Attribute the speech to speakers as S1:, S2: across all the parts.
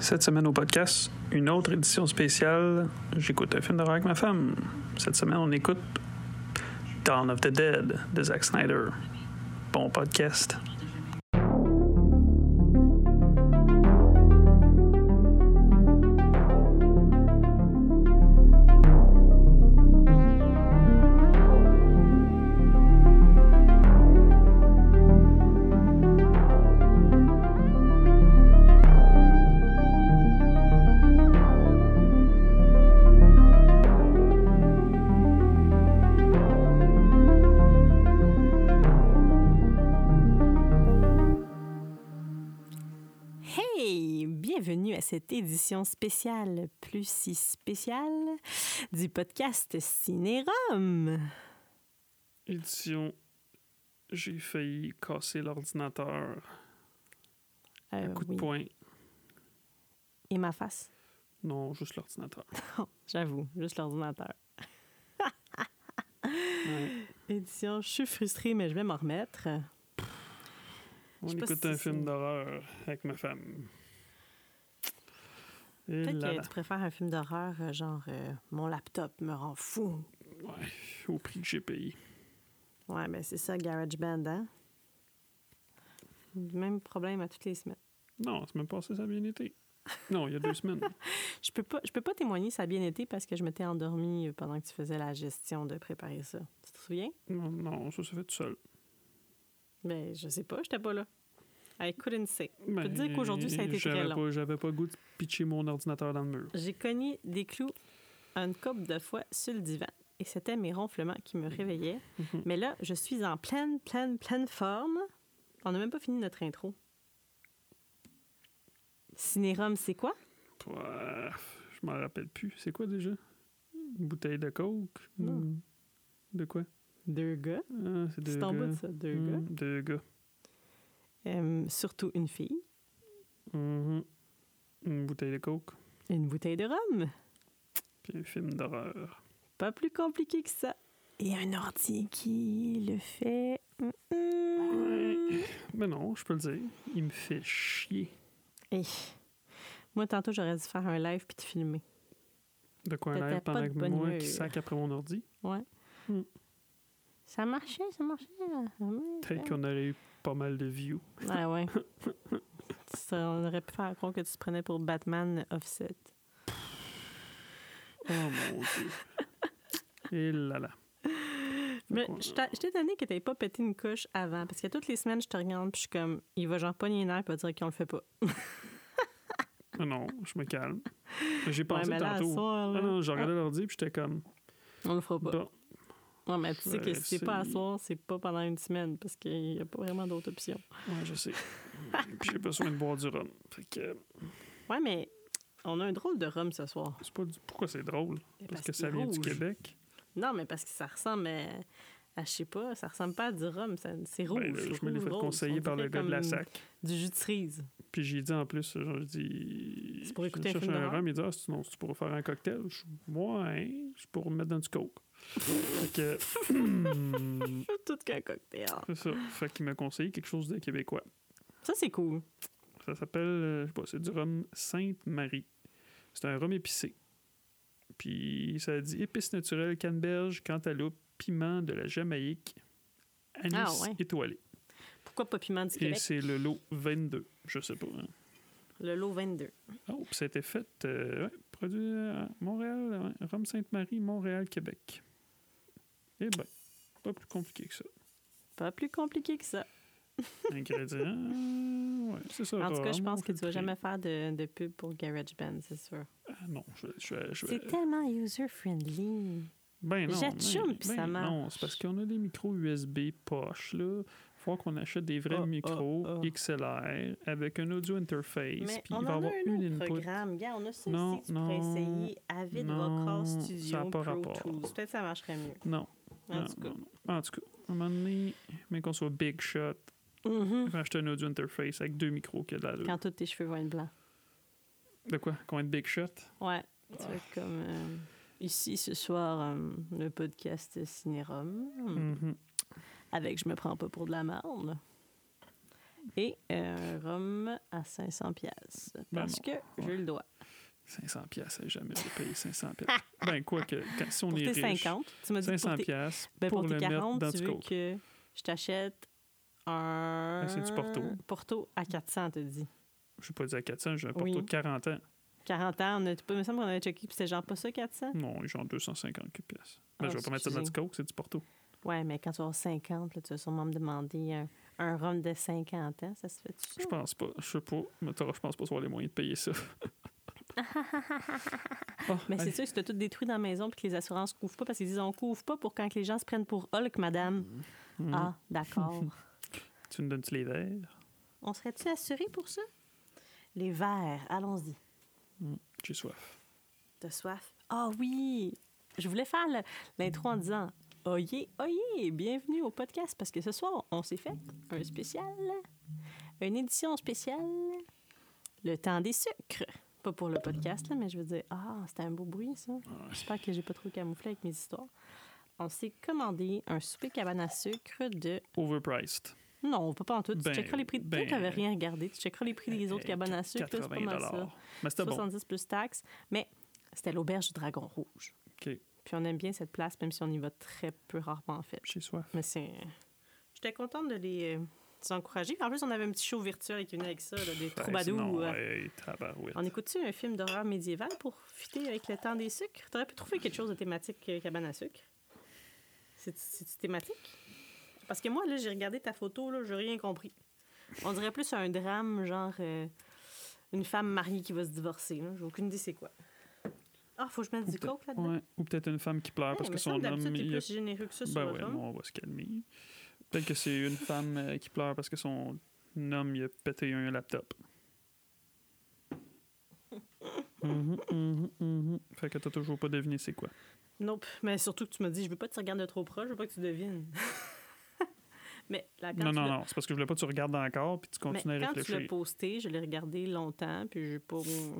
S1: Cette semaine au podcast, une autre édition spéciale. J'écoute un film d'horreur avec ma femme. Cette semaine, on écoute Dawn of the Dead de Zack Snyder. Bon podcast.
S2: Hey! Bienvenue à cette édition spéciale, plus si spéciale, du podcast Cinérum. Euh,
S1: Édition. J'ai failli casser l'ordinateur.
S2: Euh,
S1: Coup de
S2: oui.
S1: poing.
S2: Et ma face.
S1: Non, juste l'ordinateur.
S2: J'avoue, juste l'ordinateur.
S1: Ouais.
S2: Édition, je suis frustrée, mais je vais m'en remettre.
S1: On
S2: Je sais pas
S1: écoute
S2: si
S1: un
S2: c'est-
S1: film d'horreur avec ma femme. Et
S2: Peut-être
S1: là,
S2: que
S1: là.
S2: tu préfères un film d'horreur, euh, genre euh, Mon laptop me rend fou.
S1: Ouais, au prix que j'ai payé.
S2: Ouais, ben c'est ça, GarageBand, hein? Même problème à toutes les semaines.
S1: Non, c'est même passé, ça a bien été. Non, il y a deux semaines.
S2: Je peux pas, je peux pas témoigner, ça a bien été parce que je m'étais endormie pendant que tu faisais la gestion de préparer ça. Tu te souviens?
S1: Non, non, ça s'est fait tout seul.
S2: Ben, je sais pas, j'étais pas là. I couldn't say.
S1: Je
S2: te dire qu'aujourd'hui, ça a été très
S1: Pas,
S2: long.
S1: Ben, j'avais pas le goût de pitcher mon ordinateur dans le mur.
S2: J'ai cogné des clous une couple de fois sur le divan et c'était mes ronflements qui me réveillaient.
S1: Mhm.
S2: Mais là, je suis en pleine, pleine, pleine forme. On n'a même pas fini notre intro. Cinérum, c'est quoi?
S1: Ouais, je m'en rappelle plus. C'est quoi déjà? Une bouteille de coke?
S2: Non.
S1: Hum. De quoi?
S2: Deux gars.
S1: Ah, c'est deux
S2: C'est
S1: gars.
S2: en bas de ça, deux
S1: Hum,
S2: gars.
S1: Deux gars.
S2: Euh, surtout une fille.
S1: Mhm. Une bouteille de coke.
S2: Une bouteille de rhum.
S1: Puis un film d'horreur.
S2: Pas plus compliqué que ça. Et un ordi qui le fait. Mm, mm.
S1: Ouais. Mais non, je peux le dire. Il me fait chier.
S2: Hey. Moi, tantôt, j'aurais dû faire un live puis te filmer.
S1: De quoi un
S2: T'étais
S1: live
S2: pas
S1: pendant
S2: de
S1: que
S2: bonne
S1: moi
S2: humeur.
S1: qui sac après mon ordi.
S2: Hmm. Ça marchait, ça marchait. là. Ah ouais,
S1: Peut-être
S2: ça-
S1: qu'on aurait eu pas mal de views.
S2: Ah ouais. Ça, on aurait pu faire croire que tu te prenais pour Batman Offset.
S1: Oh mon dieu. Et là là.
S2: Mais
S1: qu'on- euh,
S2: je t'a- je t'ai donné que t'avais pas pété une couche avant. Parce que toutes les semaines, je te regarde puis je suis comme, il va genre pogner une nerf et va dire qu'on le fait pas.
S1: Ah non, je me calme. J'ai
S2: Ouais,
S1: pensé
S2: mais là, hein? à
S1: tantôt.
S2: soir,
S1: Ah
S2: là,
S1: non, j'ai regardé l'ordi puis j'étais comme. bah,
S2: on le fera pas.
S1: Bon,
S2: Ouais, mais tu sais que
S1: Ouais,
S2: si c'est pas à
S1: c'est-
S2: soir, c'est pas pendant une semaine parce qu'il y a pas vraiment d'autres options.
S1: ouais, je sais. puis j'ai besoin de boire du rhum. Fait que
S2: Ouais, mais on a un drôle de rhum ce soir.
S1: c'est pas du... pourquoi c'est drôle. Parce que
S2: qu'il
S1: ça
S2: est
S1: vient du
S2: rouge.
S1: Québec.
S2: Non, mais parce que ça ressemble à, à, je sais pas, ça ressemble pas à du rhum, ça- c'est rouge.
S1: Ben, là, je me l'ai
S2: rouge,
S1: fait
S2: rose.
S1: conseiller
S2: On
S1: par le
S2: dirait
S1: gars de la
S2: comme
S1: SAC.
S2: Du jus de cerise.
S1: Puis j'ai dit en plus, genre, je dis.
S2: C'est pour
S1: je
S2: écouter un
S1: cherche
S2: film
S1: un
S2: d'horreur?
S1: rhum. Il dit, ah, c'est- non, c'est pour faire un cocktail. Je suis, ouais, c'est pour mettre dans du coke. fait que. hmm,
S2: Tout qu'un cocktail.
S1: c'est ça. Fait qu'il m'a conseillé quelque chose de québécois.
S2: Ça, c'est cool.
S1: Ça s'appelle, euh, je sais pas, c'est du rhum Sainte-Marie. C'est un rhum épicé. Puis ça dit épices naturelles, canneberge, cantaloupe, piment de la Jamaïque, anis
S2: Ah ouais.
S1: étoilé.
S2: Pourquoi pas piment du
S1: Et
S2: Québec?
S1: c'est le lot 22, je sais pas. hein.
S2: Le lot 22.
S1: Oh, puis ça a été fait, euh, ouais, produit à Montréal, ouais, rhum Sainte-Marie, Montréal, Québec. Eh ben, pas plus compliqué que ça.
S2: Pas plus compliqué que ça.
S1: Ingrédients, ouais, c'est ça.
S2: En tout cas, je
S1: rhum,
S2: pense que tu vas
S1: prix.
S2: jamais faire de, de pub pour GarageBand, c'est sûr.
S1: Ah non, je, je, je,
S2: C'est tellement user-friendly.
S1: Ben non.
S2: J'atchoume,
S1: ben-
S2: puis
S1: ben
S2: ça marche.
S1: Non, c'est parce qu'on a des micros USB poche, là. Faut qu'on achète des vrais
S2: Ah, ah,
S1: micros
S2: ah.
S1: XLR avec un audio interface,
S2: Mais
S1: puis
S2: on
S1: il
S2: en
S1: va
S2: a
S1: avoir
S2: un
S1: une
S2: autre
S1: input.
S2: programme. Regarde, on a ça
S1: Non,
S2: aussi que tu pourrais
S1: non,
S2: essayer. Avid
S1: non,
S2: Vocal
S1: ça a
S2: Studio
S1: pas
S2: Pro
S1: rapport.
S2: Tools. Peut-être que ça marcherait mieux.
S1: Non,
S2: En
S1: non,
S2: tout cas.
S1: non, non. En tout cas, à un moment donné, mais qu'on soit big shot,
S2: Mhm.
S1: on va acheter un audio interface avec deux micros qui a de la
S2: Quand tous tes cheveux vont être blancs.
S1: De quoi? Qu'on va être big shot?
S2: Ouais. Tu vas être comme euh, ici ce soir, euh, le podcast Cinérum.
S1: Mhm.
S2: Avec Je me prends pas pour de la merde. Et euh, rhum à 500 pièces
S1: Ben
S2: Parce que je le dois.
S1: 500 pièces, jamais j'ai payé 500 pièces. ben quoi que, quand, si on
S2: Pour
S1: est
S2: tes
S1: riche,
S2: 50, tu m'as dit pour
S1: 500
S2: tes-
S1: pièces
S2: ben,
S1: pour,
S2: pour tes
S1: le mettre
S2: 40,
S1: dans
S2: tu
S1: du
S2: veux
S1: coke.
S2: que je t'achète un...
S1: Ah, c'est du Porto.
S2: Porto à 400, te dit.
S1: Je vais pas dire à 400, j'ai un porto
S2: Oui.
S1: de 40 ans.
S2: 40 ans, on a, il me semble qu'on avait checké, puis c'était genre pas ça, 400?
S1: Non, ils ont 250 que pièces. Ben,
S2: Ah,
S1: je vais pas mettre ça dans du
S2: excusez.
S1: coke, c'est du porto.
S2: Ouais, mais quand tu vas avoir 50, là, tu vas sûrement me demander un, un rhum de 50 ans. Ça se fait-tu?
S1: Je
S2: ça?
S1: pense pas. Je sais pas. Mais t'auras- je pense pas avoir les moyens de payer ça. Ah,
S2: Mais c'est
S1: allez.
S2: sûr que tu tout détruit dans la maison puis que les assurances ne couvrent pas parce qu'ils disent on couvre pas pour quand que les gens se prennent pour Hulk, madame.
S1: Mhm.
S2: Ah, d'accord.
S1: Tu me donnes-tu les verres?
S2: on serait-tu assuré pour ça? Les verres, allons-y.
S1: J'ai soif.
S2: T'as soif? Ah oui! Je voulais faire le- l'intro en disant Oyez, oyez, bienvenue au podcast parce que ce soir, on s'est fait un spécial, une édition spéciale, le temps des sucres. Pas pour le podcast, là, mais je veux dire, ah, c'était un beau bruit, ça. J'espère que j'ai pas trop camouflé avec mes histoires. On s'est commandé un souper cabane à sucre de.
S1: Overpriced.
S2: Non, pas pas en tout. Tu
S1: Ben,
S2: checkeras les prix. de-
S1: ben, euh,
S2: Toi, t'avais rien regardé. Tu checkeras les prix des autres cabanes à sucre. là, C'est pas
S1: 80
S2: mal ça.
S1: Mais c'était bon.
S2: 70 plus taxes. Mais c'était l'auberge du Dragon Rouge.
S1: OK.
S2: Puis on aime bien cette place, même si on y va très peu rarement en fait.
S1: J'ai soif.
S2: Mais c'est. J'étais contente de les, euh, les encourager. En plus, on avait un petit show virtuel qui venait avec ça, là, des troubadours.
S1: Non,
S2: euh.
S1: hey, tabarouette.
S2: On écoute-tu un film d'horreur médiéval pour fitter avec le temps des sucres? T'aurais pu trouver quelque chose de thématique euh, cabane à sucre? C'est- C'est-tu thématique? Parce que moi, là, j'ai regardé ta photo, là, j'ai rien compris. On dirait plus un drame, genre euh, une femme mariée qui va se divorcer. là. J'ai aucune idée c'est quoi. Ah, faut que je mette
S1: Ou
S2: du
S1: peut-être-
S2: coke là-dedans?
S1: Ouais. Ou peut-être une femme qui pleure
S2: Hey,
S1: parce
S2: mais
S1: que son
S2: semble d'habitude,
S1: homme.
S2: t'es
S1: il a-
S2: plus généreux que ça sur
S1: Ben
S2: le
S1: ouais,
S2: rhum.
S1: non, on va se calmer. Peut-être que c'est une femme euh, qui pleure parce que son homme il a pété un laptop. Mhm, mhm, mhm. Fait que t'as toujours pas deviné c'est quoi.
S2: Nope. Mais surtout que tu m'as dit, je veux pas que tu regardes de trop proche, je veux pas que tu devines. Mais là, Ah, quand
S1: non,
S2: tu
S1: non,
S2: l'as-
S1: non. C'est parce que je voulais pas que tu regardes encore puis tu
S2: Mais
S1: continues à
S2: quand tu l'as
S1: réfléchir.
S2: posté, je l'ai regardé longtemps, puis j'ai pas,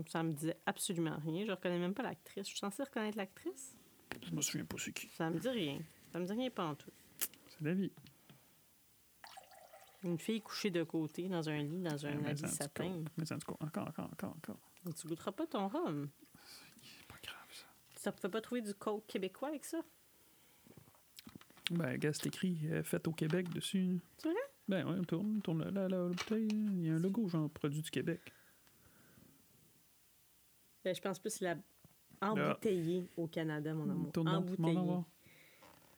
S2: ça me disait absolument rien. Je reconnais même pas l'actrice. Je suis censée reconnaître l'actrice?
S1: Je me souviens pas c'est qui.
S2: Ça me dit rien. Ça me dit rien pas en tout.
S1: C'est la vie.
S2: Une fille couchée de côté dans un lit, dans un
S1: Ah, Mais
S2: habit
S1: en tout cas,
S2: satin.
S1: Mais en tout cas, encore, encore, encore, encore.
S2: Donc, Tu goûteras pas ton rhum.
S1: C'est pas grave ça.
S2: Ça pouvait pas trouver du coke québécois avec ça?
S1: Ben, gars, c'est écrit euh, fait au Québec dessus.
S2: C'est vrai?
S1: Ben ouais, tourne, tourne la, la, la bouteille. Il y a un logo genre produit du Québec.
S2: Ben, je pense plus la embouteillée au Canada, mon amour.
S1: Tourne donc,
S2: embouteillée.
S1: m'en va voir.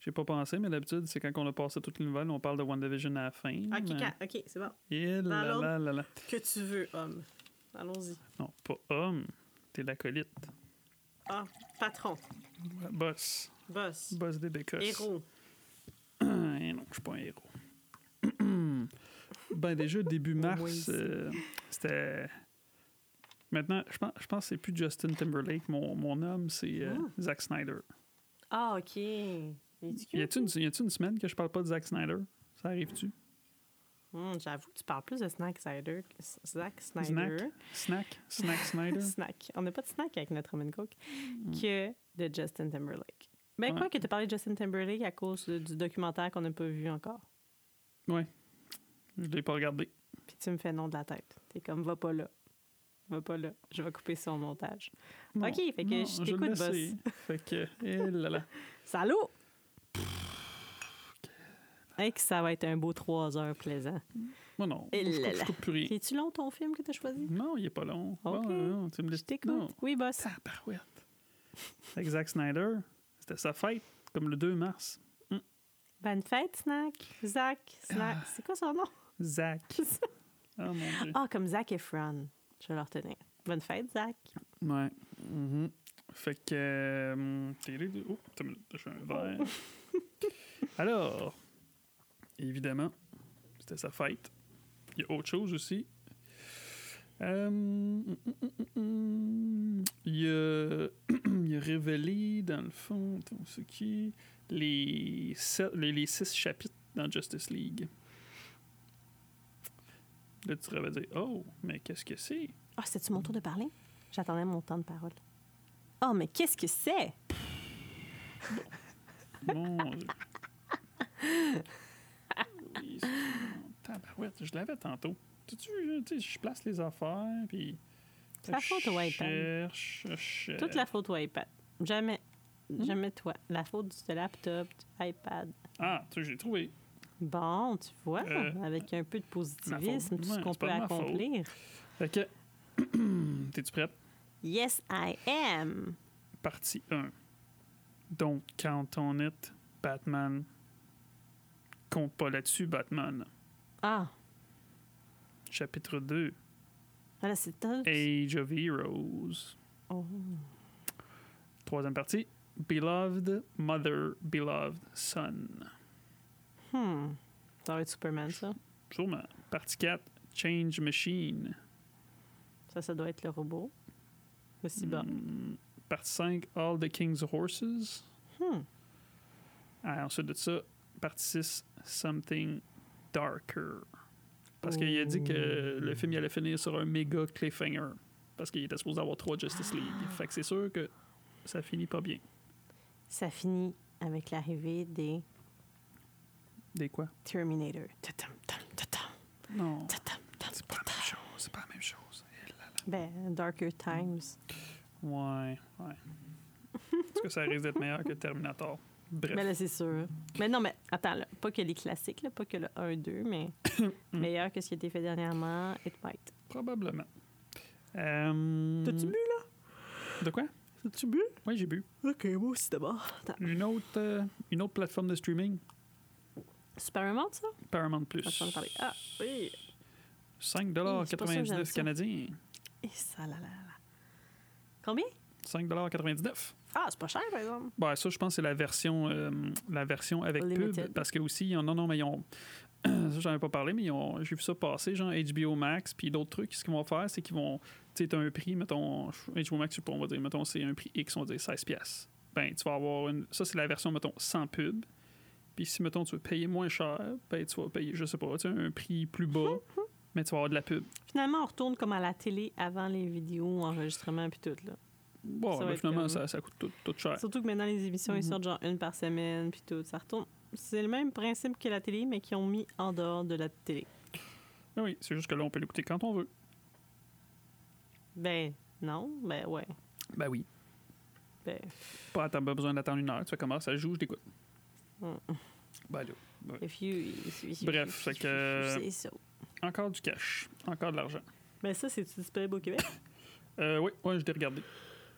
S1: J'ai pas pensé, mais d'habitude, c'est quand on a passé toute une nouvelle, on parle de WandaVision à la fin.
S2: Ok,
S1: mais-
S2: quand- Ah, OK, c'est bon.
S1: Et
S2: Dans
S1: là,
S2: l'autre.
S1: là, là, là.
S2: Que tu veux, homme. Allons-y.
S1: Non, pas homme. T'es l'acolyte.
S2: Ah, patron,
S1: Ouais, Boss.
S2: boss,
S1: Boss des bécosses.
S2: héros.
S1: Hein, Et non, je suis pas un héros. ben déjà, début
S2: moins
S1: mars,
S2: ici.
S1: euh, c'était... Maintenant, je pense, je pense que c'est plus Justin Timberlake, mon, mon homme, c'est euh,
S2: Ah.
S1: Zack Snyder.
S2: Ah, OK. Es-tu
S1: Y
S2: cute?
S1: a-t-il une, y a-t-il une semaine que je parle pas de Zack Snyder? Ça arrive-tu?
S2: Hum, J'avoue, tu parles plus de Snack Snyder. que- S- Zack Snyder.
S1: Snack? Snack? Snack Snyder? Hmm.
S2: Snack. On n'a pas de snack avec notre Roman Coke que de Justin Timberlake. Mais
S1: Ouais.
S2: quoi que tu parlé de Justin Timberlake à cause de- du documentaire qu'on n'a pas vu encore.
S1: Je l'ai pas regardé.
S2: Puis tu me fais non de la tête. T'es comme, va pas là. Va pas là. Je vais couper ça au montage.
S1: Non,
S2: Ok, fait que je
S1: le
S2: t'écoute, boss.
S1: sais. Fait que, eh là là.
S2: Salaud! Hey, que ça va être un beau trois heures plaisant.
S1: Moi non,
S2: Eh
S1: je
S2: là
S1: coupe, je
S2: là.
S1: coupe plus rien.
S2: Es-tu long ton film que t'as choisi?
S1: Non, il est pas long. Bon, non, tu me
S2: Je
S1: laisses- non.
S2: t'écoute. Oui, boss.
S1: Tabarouette. Fait que Zack Snyder, c'était sa fête, comme le 2 mars.
S2: Bonne fête, Snack. Zach. Snack. C'est quoi son nom?
S1: Zack. Oh mon dieu.
S2: Ah, comme Zach Efron. Je vais le retenir. Bonne fête, Zach.
S1: Ouais. Mhm. Fait que. euh, t'es là, oh, attends une minute, j'ai un verre. Alors, évidemment, c'était sa fête. Il y a autre chose aussi. Euh, hum, hum, hum, hum. il, a, il a révélé, dans le fond, attends, c'est qui les, sept- les, les six chapitres dans Justice League. Là, tu vas dire Oh, mais qu'est-ce que c'est
S2: Ah, c'est-tu mon tour de parler? J'attendais mon temps de parole. Oh, mais qu'est-ce que c'est?
S1: Mon Dieu. Oui, c'est- tabarouette, je l'avais tantôt. Tu tu sais, je place les affaires, puis.
S2: C'est la faute au iPad.
S1: cherche, je cherche.
S2: Toute la faute au iPad. Jamais. Jamais toi. La faute du laptop, du iPad.
S1: Ah, tu sais, j'ai trouvé.
S2: Bon, tu vois,
S1: Euh,
S2: avec un peu de positivisme,
S1: ma faute.
S2: tout ce
S1: Ouais,
S2: qu'on
S1: c'est pas
S2: peut
S1: de ma faute.
S2: accomplir.
S1: Fait que. T'es-tu prête?
S2: Yes, I am.
S1: Partie 1. Donc, quand on est Batman, compte pas là-dessus, Batman.
S2: Ah,
S1: Chapitre 2.
S2: voilà, c'est tout.
S1: Age of Heroes.
S2: Oh.
S1: Troisième partie. Beloved Mother, Beloved Son.
S2: Hmm. Ça va être Superman, ça.
S1: Sûrement. Partie 4. Change Machine.
S2: Ça, ça doit être le robot. Aussi bas.
S1: Hmm. Partie 5. All the King's Horses.
S2: Hmm.
S1: Ah, ensuite de ça, partie 6. Something Darker. Parce qu'il a dit que le film il allait finir sur un méga cliffhanger. Parce qu'il était supposé avoir trois Justice League. Fait que c'est sûr que ça finit pas bien.
S2: Ça finit avec l'arrivée des
S1: Des quoi?
S2: Terminator. Ta-tam, tam, ta-tam,
S1: Non.
S2: ta-tam, tam,
S1: C'est pas la même chose. C'est pas la même chose. Eh
S2: Ben, Darker Times.
S1: Ouais, ouais. Est-ce que ça risque d'être meilleur que Terminator?
S2: Mais
S1: Bref.
S2: Ben là, c'est sûr. Mais non, mais attends, là, pas que les classiques, là, pas que le 1-2, mais
S1: Hmm.
S2: meilleur que ce qui a été fait dernièrement, It Might. Hmm.
S1: Probablement. Euh,
S2: T'as-tu bu,
S1: De quoi?
S2: là? Tu bu?
S1: Oui, j'ai bu.
S2: Ok, moi aussi d'abord.
S1: Une autre, euh, une autre plateforme de streaming,
S2: Superman, ça?
S1: Paramount+. Plus.
S2: Je vais en parler. Ah, oui. c'est pas ça que j'aime
S1: 5,99
S2: ça.
S1: canadiens.
S2: Et ça, là, là, là. Combien?
S1: 5,99
S2: Ah, c'est pas cher, par exemple.
S1: Bah ça, je pense que c'est la version, euh, la version avec
S2: Limited.
S1: pub. Parce que aussi, ils ont- non, non, mais ils ont. ça, j'en ai pas parlé, mais ils ont- j'ai vu ça passer, genre HBO Max, puis d'autres trucs. Ce qu'ils vont faire, c'est qu'ils vont. Tu sais, t'as un prix, mettons. HBO Max, je sais pas, on va dire, mettons, c'est un prix X, on va dire 16$. piastres. Ben, tu vas avoir une. Ça, c'est la version, mettons, sans pub. Puis si, mettons, tu veux payer moins cher, ben, tu vas payer, je sais pas, tu sais, un prix plus bas, mais tu vas avoir de la pub.
S2: Finalement, on retourne comme à la télé avant les vidéos, enregistrements, puis tout, là.
S1: Bon,
S2: Ça va
S1: ben,
S2: être
S1: finalement,
S2: comme-
S1: ça, ça coûte tout, tout cher.
S2: Surtout que maintenant, les émissions, ils
S1: Mhm.
S2: sortent genre une par semaine, puis tout. Ça retourne. C'est le même principe que la télé, mais qu'ils ont mis en dehors de la télé.
S1: Ben oui, c'est juste que là, on peut l'écouter quand on veut.
S2: Ben, non, ben, ouais.
S1: Ben oui.
S2: Ben,
S1: Pas, attendre- pas besoin d'attendre une heure. Tu fais comment ça joue, je t'écoute.
S2: Mm.
S1: Ben là,
S2: if you. if you- if you-
S1: Bref,
S2: if
S1: fait
S2: you-
S1: que- euh,
S2: C'est ça.
S1: encore du cash, encore de l'argent.
S2: Mais ça, c'est-tu disponible au Québec?
S1: Euh, oui, ouais, je t'ai regardé.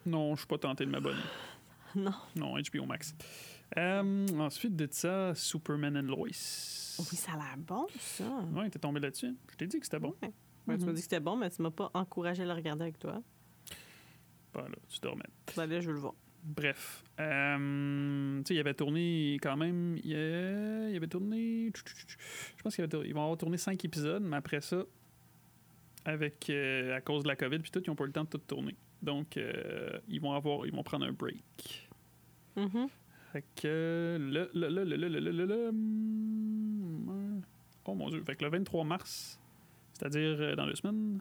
S1: Non, je suis pas tenté de m'abonner.
S2: non.
S1: Non, HBO Max. Euh, ensuite de ça, Superman and Lois.
S2: Oui, ça a l'air bon, ça.
S1: Ouais, t'es tombé là-dessus. Je t'ai dit que c'était bon.
S2: Ouais. Ouais, Tu m'as
S1: Mhm.
S2: dit que c'était bon, mais tu m'as pas encouragé à le regarder avec toi.
S1: Ben là, tu dormais.
S2: Ben là, je veux le voir.
S1: Bref. Euh, tu sais, il avait tourné quand même. Il euh, il avait tourné. Je pense qu'il avait tour- ils vont avoir tourné cinq épisodes, mais après ça, avec euh, à cause de la COVID, puis tout, ils n'ont pas eu le temps de tout tourner. Donc, euh, ils vont avoir, ils vont prendre un break.
S2: Mhm.
S1: Fait que le, le, le, le, le, le, le, le, le- hum, oh mon dieu, fait que le 23 mars, c'est-à-dire euh, dans deux semaines,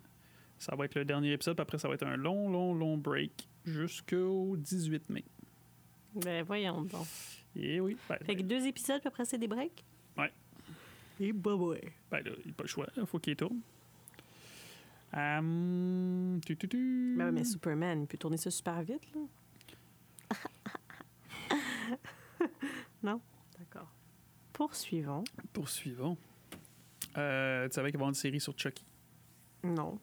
S1: ça va être le dernier épisode, puis après ça va être un long, long, long break jusqu'au 18 mai.
S2: Ben voyons donc.
S1: Eh oui. Ben,
S2: Fait que deux épisodes, puis après, c'est des breaks?
S1: Ouais.
S2: Et bah ouais.
S1: ben là, il a pas le choix, là, faut qu'il tourne. Hum, tu, tu, tu.
S2: Mais, Ben ouais, mais Superman, il peut tourner ça super vite, là. non? D'accord. Poursuivons.
S1: Poursuivons. Euh, tu savais qu'il va y avoir une série sur Chucky.
S2: Non.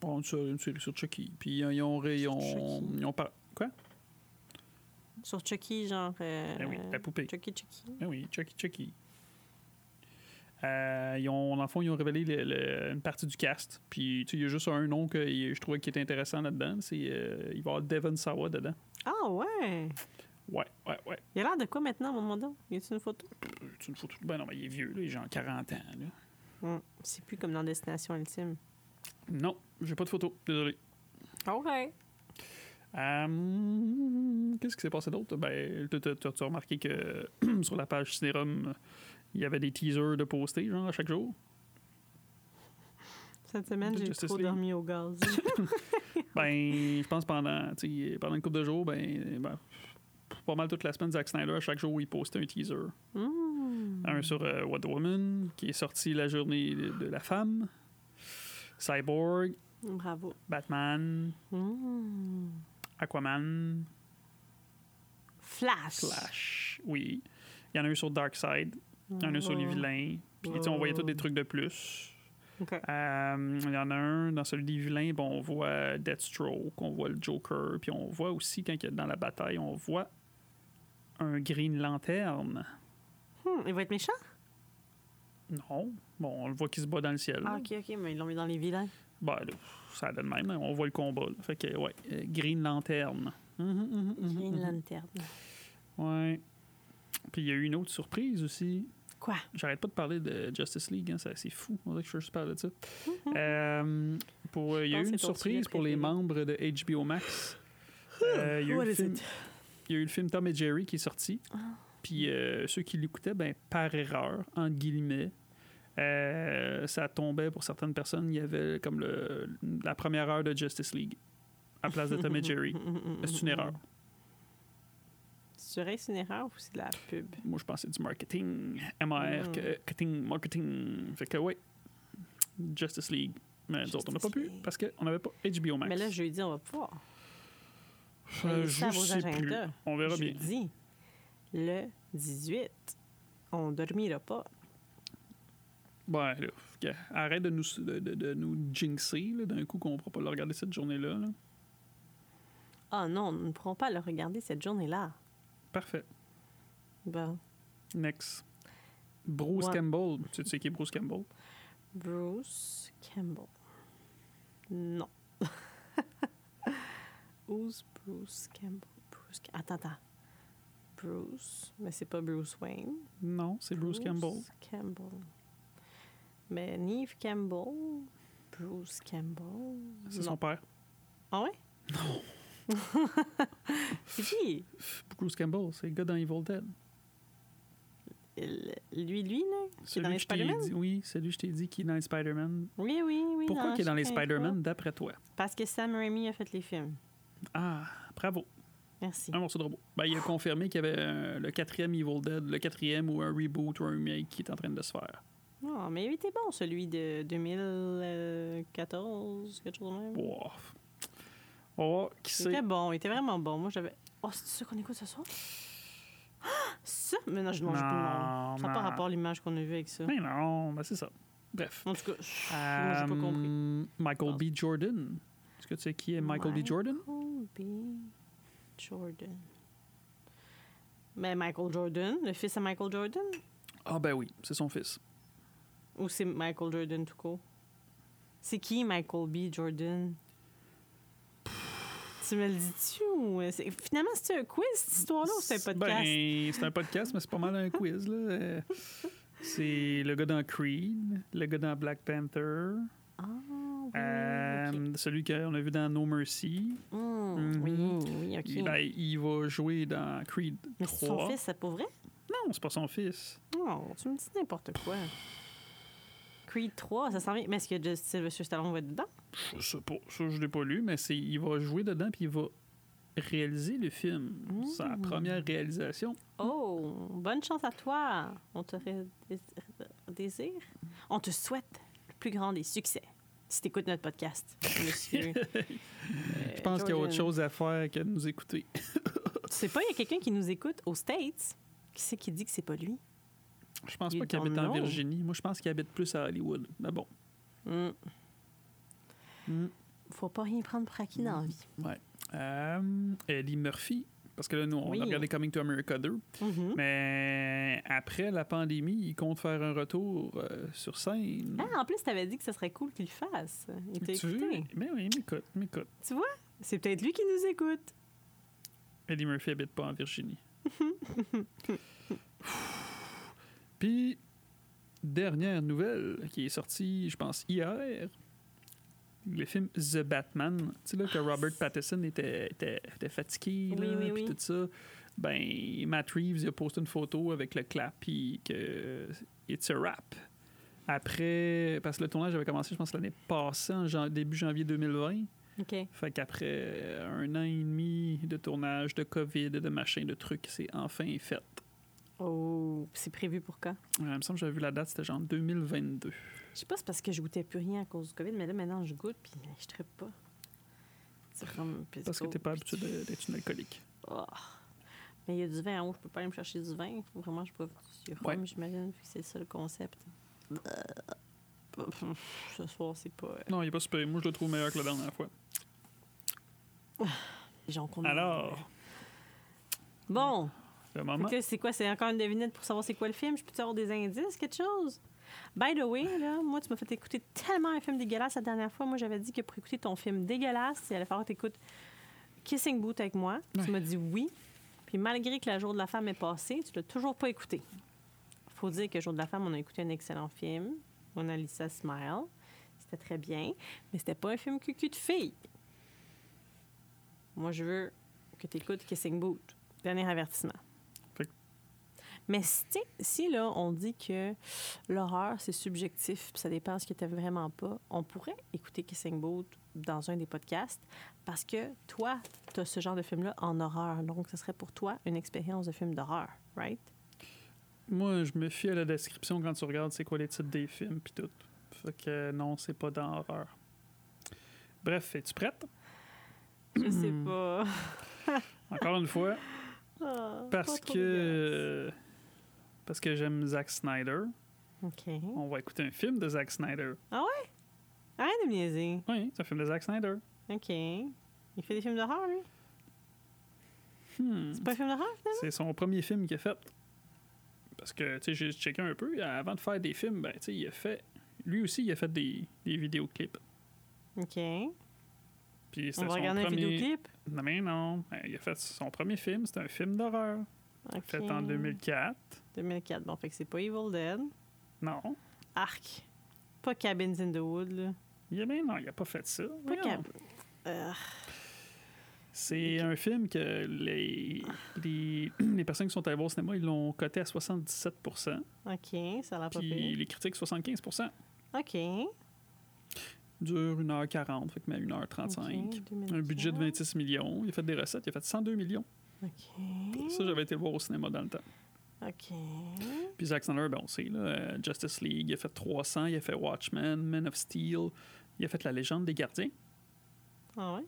S1: Bon, une série, une série sur Chucky. Puis euh, ils ont. ré- Ils ont,
S2: Chucky.
S1: ils ont par- Quoi?
S2: Sur Chucky, genre. euh,
S1: Ben oui, la poupée.
S2: Chucky, Chucky.
S1: Ben oui, Chucky, Chucky. Euh, ils ont, dans le fond, ils ont révélé le- le- une partie du cast. Puis, tu sais, il y a juste un nom que je trouvais qui était intéressant là-dedans. C'est, euh, il va y avoir Devon Sawa dedans.
S2: Ah ouais!
S1: Ouais, ouais, ouais.
S2: Il a l'air de quoi maintenant, mon mandat? Y a-t-il une photo?
S1: Tu une
S2: Hmm.
S1: photo. Ben non, mais il est vieux, là. Il est genre 40 ans, là.
S2: Hum, C'est plus comme dans Destination Ultime.
S1: Non, j'ai pas de photo, désolé.
S2: OK.
S1: Euh, Qu'est-ce qui s'est passé d'autre? Ben, tu- tu tu- tu as remarqué que sur la page Cinérum, il y avait des teasers de postés, genre, à chaque jour.
S2: Cette semaine,
S1: De
S2: j'ai
S1: Justice
S2: trop
S1: League.
S2: dormi au gaz.
S1: Ben, je pense pendant, tu sais, pendant une couple de jours, ben, ben, pas mal toute la semaine, Zack Snyder, à chaque jour, il postait un teaser.
S2: Hmm.
S1: Un sur euh, Wonder Woman, qui est sorti la journée de, de la femme. Cyborg,
S2: Bravo.
S1: Batman,
S2: Hmm.
S1: Aquaman,
S2: Flash.
S1: Flash. Oui. Il y en a eu sur Darkseid, il y en a eu sur Les
S2: Oh.
S1: Vilains. Puis, tu sais, on voyait tous des trucs de plus.
S2: OK.
S1: Euh, Il y en a un, dans celui des vilains, bon, on voit Deathstroke, on voit le Joker, puis on voit aussi, quand il est dans la bataille, on voit un Green Lantern.
S2: Hmm, Il va être méchant?
S1: Non. Bon, on le voit qui se bat dans le ciel.
S2: Ah, OK, OK, mais ils l'ont mis dans les vilains.
S1: Ben, là, ça donne même, hein, on voit le combat. là. Fait que, ouais, euh, Green Lantern. Mhm, mhm, mhm,
S2: J'ai une
S1: mhm.
S2: lanterne.
S1: Ouais. Puis il y a eu une autre surprise aussi.
S2: Quoi?
S1: J'arrête pas de parler de Justice League, hein, ça- c'est fou. On dirait que je juste parle de ça. Euh, pour, il y a eu
S2: Mm-hmm. pense que
S1: une
S2: c'est ton sujet
S1: surprise pour les
S2: préféré.
S1: membres de HBO Max. Euh, il, y a eu
S2: What
S1: le
S2: is
S1: film,
S2: it? Ah.
S1: il y a eu le film Tom et Jerry qui est sorti. Puis euh, ceux qui l'écoutaient, ben, par erreur, entre guillemets, euh, ça tombait pour certaines personnes. Il y avait comme le, la première heure de Justice League à place de Tom et Jerry.
S2: Mm,
S1: C'est une erreur.
S2: C'est vrai que c'est une erreur ou c'est de la pub?
S1: Moi, je pensais du marketing. MR,
S2: Mm.
S1: que- cutting, marketing. Fait que, ouais. Justice League. Mais nous autres, on n'a pas
S2: Justice
S1: pu
S2: League.
S1: parce qu'on n'avait pas HBO Max.
S2: Mais là, jeudi, on va pouvoir.
S1: Euh,
S2: Voyez ça à
S1: je
S2: vos
S1: sais plus.
S2: agendas.
S1: On verra bien.
S2: Jeudi, le 18, on dormira pas.
S1: Ouais, là, ok. arrête de nous, de, de- de nous jinxer là, d'un coup qu'on ne pourra pas le regarder cette journée-là. là.
S2: Ah non, nous ne pourrons pas le regarder cette journée-là. Ben,
S1: Parfait.
S2: Bon.
S1: Next. Bruce
S2: Ouais.
S1: Campbell. Tu sais qui est Bruce Campbell?
S2: Bruce Campbell. Non. Who's Bruce Campbell? Bruce... Ca- Attends, attends. Bruce, mais c'est pas Bruce Wayne.
S1: Non, c'est Bruce, Campbell.
S2: Campbell. Mais Neve Campbell, Bruce Campbell.
S1: C'est son père.
S2: Ah ouais? Non. c'est qui?
S1: Bruce Campbell, c'est le gars dans Evil Dead.
S2: Le- Lui, lui, là? Qui est dans
S1: Celui
S2: les
S1: que je t'ai
S2: Spider-Man?
S1: dit- Oui, celui que je t'ai dit qui est dans les Spider-Man.
S2: Oui, oui, oui.
S1: Pourquoi
S2: dans
S1: qui est dans les
S2: Spider-Man
S1: Spider-Man d'après toi?
S2: trois. Parce que Sam Raimi a fait les films.
S1: Ah, bravo.
S2: Merci.
S1: Un morceau de robot. Ben, il a confirmé qu'il y avait euh, le quatrième Evil Dead, le quatrième ou un reboot ou un remake qui est en train de se faire.
S2: Non, Ah, mais il était bon, celui de 2014, quelque chose de même.
S1: Wow. On va voir qui
S2: il
S1: c'est.
S2: était bon, il était vraiment bon. Moi, j'avais... Oh, c'est ça qu'on écoute ce soir? Ah, ça? Mais non, je mange pas
S1: Non,
S2: Ça n'a
S1: non.
S2: pas rapport à l'image qu'on a vue avec ça.
S1: Mais non, ben c'est ça. Bref.
S2: En tout cas, je- moi, j'ai pas compris.
S1: Euh, Michael B. Jordan. Est-ce que tu sais qui est Michael B. Jordan?
S2: Michael B. Jordan. Mais Michael Jordan, le fils à Michael Jordan?
S1: Ah ben oui, c'est son fils.
S2: Ou c'est Michael Jordan tout court? C'est qui Michael B. Jordan? Tu me le dis-tu ou... euh, c'est- Finalement, c'est un quiz, cette histoire-là, ou Oh c'est un podcast?
S1: Ben, c'est un podcast, mais c'est pas mal un quiz. là. Euh, C'est le gars dans Creed, le gars dans Black Panther,
S2: Ah, oui,
S1: euh,
S2: ok.
S1: celui qu'on a vu dans No Mercy.
S2: Hmm,
S1: mhm.
S2: Oui, oui, OK.
S1: Il, ben, il va jouer dans Creed
S2: Mais c'est son
S1: 3.
S2: fils, ça pour vrai?
S1: Non, c'est pas son fils.
S2: Non, tu me dis n'importe quoi. Creed 3, ça sent bien. Mais est-ce que Just- Sylvester Stallone va être dedans?
S1: Je sais pas, ça je l'ai pas lu, mais c'est il va jouer dedans puis il va réaliser le film. Sa
S2: Mm.
S1: première réalisation.
S2: Oh, bonne chance à toi. On te ré- dés- désire. On te souhaite le plus grand des succès. Si t'écoutes notre podcast, monsieur. Euh, Ben,
S1: Je pense qu'il y a autre chose à faire que de nous écouter.
S2: Tu sais pas, il y a quelqu'un qui nous écoute aux States. Qui c'est qui dit que c'est pas lui?
S1: Je pense
S2: You
S1: pas qu'il
S2: don't
S1: habite en
S2: know.
S1: Virginie. Moi, je pense qu'il habite plus à Hollywood. Mais bon.
S2: Hmm.
S1: Mm.
S2: Faut pas rien prendre pour acquis dans la vie.
S1: Ouais. Euh, Eddie Murphy. Parce que là, nous, on
S2: Oui.
S1: a regardé Coming to America 2.
S2: Mhm.
S1: Mais après la pandémie, il compte faire un retour euh, sur scène.
S2: Ah, en plus, t'avais dit que ce serait cool qu'il le fasse. Il t'a
S1: tu veux?
S2: écouté.
S1: Mais oui, m'écoute, m'écoute.
S2: Tu vois? C'est peut-être lui qui nous écoute.
S1: Eddie Murphy habite pas en Virginie. Puis, dernière nouvelle qui est sortie, je pense, hier. le film The Batman, tu sais, là, que Robert Pattinson était, était, était fatigué,
S2: Ah, Oui,
S1: là,
S2: oui,
S1: puis
S2: oui.
S1: tout ça. Ben, Matt Reeves, il a posté une photo avec le clap, puis que euh, It's a rap. Après, parce que le tournage avait commencé, je pense, l'année passée, en jan- début janvier 2020.
S2: OK.
S1: Fait qu'après euh, un an et demi de tournage, de COVID, de machin, de trucs, c'est enfin fait.
S2: Oh, c'est prévu pour quand?
S1: Euh, il me semble que j'avais vu la date, c'était genre 2022.
S2: Je sais pas, c'est parce que je goûtais plus rien à cause du COVID, mais là, maintenant, je goûte, puis je tripe pas. C'est comme... puis
S1: Parce que
S2: c'est
S1: t'es pas
S2: cool,
S1: habitué de- d'être une alcoolique.
S2: puis- Oh. Mais il y a du vin en haut, je peux pas aller me chercher du vin. Faut vraiment que je boive du
S1: Ouais.
S2: rhum, j'imagine, puis c'est ça le concept. Ce soir, c'est pas... euh,
S1: Non, il est pas super. Moi, je le trouve meilleur que la dernière fois.
S2: J'en compte.
S1: Alors,
S2: Bon,
S1: le
S2: fait
S1: moment.
S2: que là, c'est quoi? C'est encore une devinette pour savoir c'est quoi le film? Je peux avoir des indices, quelque chose? By the way, là, moi, tu m'as fait écouter tellement un film dégueulasse la dernière fois. Moi, j'avais dit que pour écouter ton film dégueulasse, il allait falloir que tu écoutes Kissing Booth avec moi.
S1: Ouais.
S2: Tu m'as dit oui. Puis malgré que le jour de la femme est passé, tu l'as toujours pas écouté. faut dire que le jour de la femme, on a écouté un excellent film. On a Lisa Smile. C'était très bien. Mais c'était pas un film cucu de fille. Moi, je veux que tu écoutes Kissing Booth. Dernier avertissement.
S1: Fait que-
S2: Mais si, tu sais, si là, on dit que l'horreur, c'est subjectif, puis ça dépend de ce que tu vraiment pas, on pourrait écouter Kissing Booth dans un des podcasts parce que toi, tu as ce genre de film-là en horreur. Donc, ce serait pour toi une expérience de film d'horreur, right?
S1: Moi, je me fie à la description quand tu regardes c'est quoi les titres des films, puis tout. Fait que euh, non, c'est pas dans l'horreur. Bref, es-tu prête?
S2: Je sais pas.
S1: Encore une fois, parce que. euh, Parce que j'aime Zack Snyder.
S2: OK.
S1: On va écouter un film de Zack Snyder.
S2: Arrête de me niaiser.
S1: Oui, c'est un film de Zack Snyder.
S2: OK. Il fait des films d'horreur, lui.
S1: Hmm.
S2: C'est pas un film d'horreur, finalement?
S1: C'est son premier film qu'il a fait. Parce que, tu sais, j'ai checké un peu. Avant de faire des films, ben, tu sais, il a fait. Lui aussi, il a fait des, des vidéoclips.
S2: OK.
S1: Puis c'était
S2: On va
S1: son
S2: regarder un
S1: premier.
S2: vidéoclip.
S1: Non, mais non. Ben, Il a fait son premier film, c'était un film d'horreur.
S2: OK.
S1: Fait en 2004.
S2: 2004. Bon, fait que c'est pas Evil Dead.
S1: Non.
S2: Arc. Pas Cabins in the Wood, là.
S1: Il a bien, non, il a pas fait ça.
S2: Pas
S1: Voyons.
S2: Cab... Euh,
S1: C'est un film que les, les, les personnes qui sont allées voir au cinéma, ils l'ont coté à 77
S2: OK, ça a l'air Ah, pas
S1: puis
S2: pire.
S1: les critiques 75
S2: OK.
S1: Dure 1h40, fait que même 1h35. Un budget de
S2: 26.
S1: 26 millions. Il a fait des recettes, il a fait 102 millions.
S2: OK.
S1: Ça, j'avais été le voir au cinéma dans le temps.
S2: OK.
S1: Puis Zack Snyder, ben, on sait, là, euh, Justice League, il a fait 300, il a fait Watchmen, Man of Steel, il a fait La Légende des Gardiens,
S2: Ah ouais?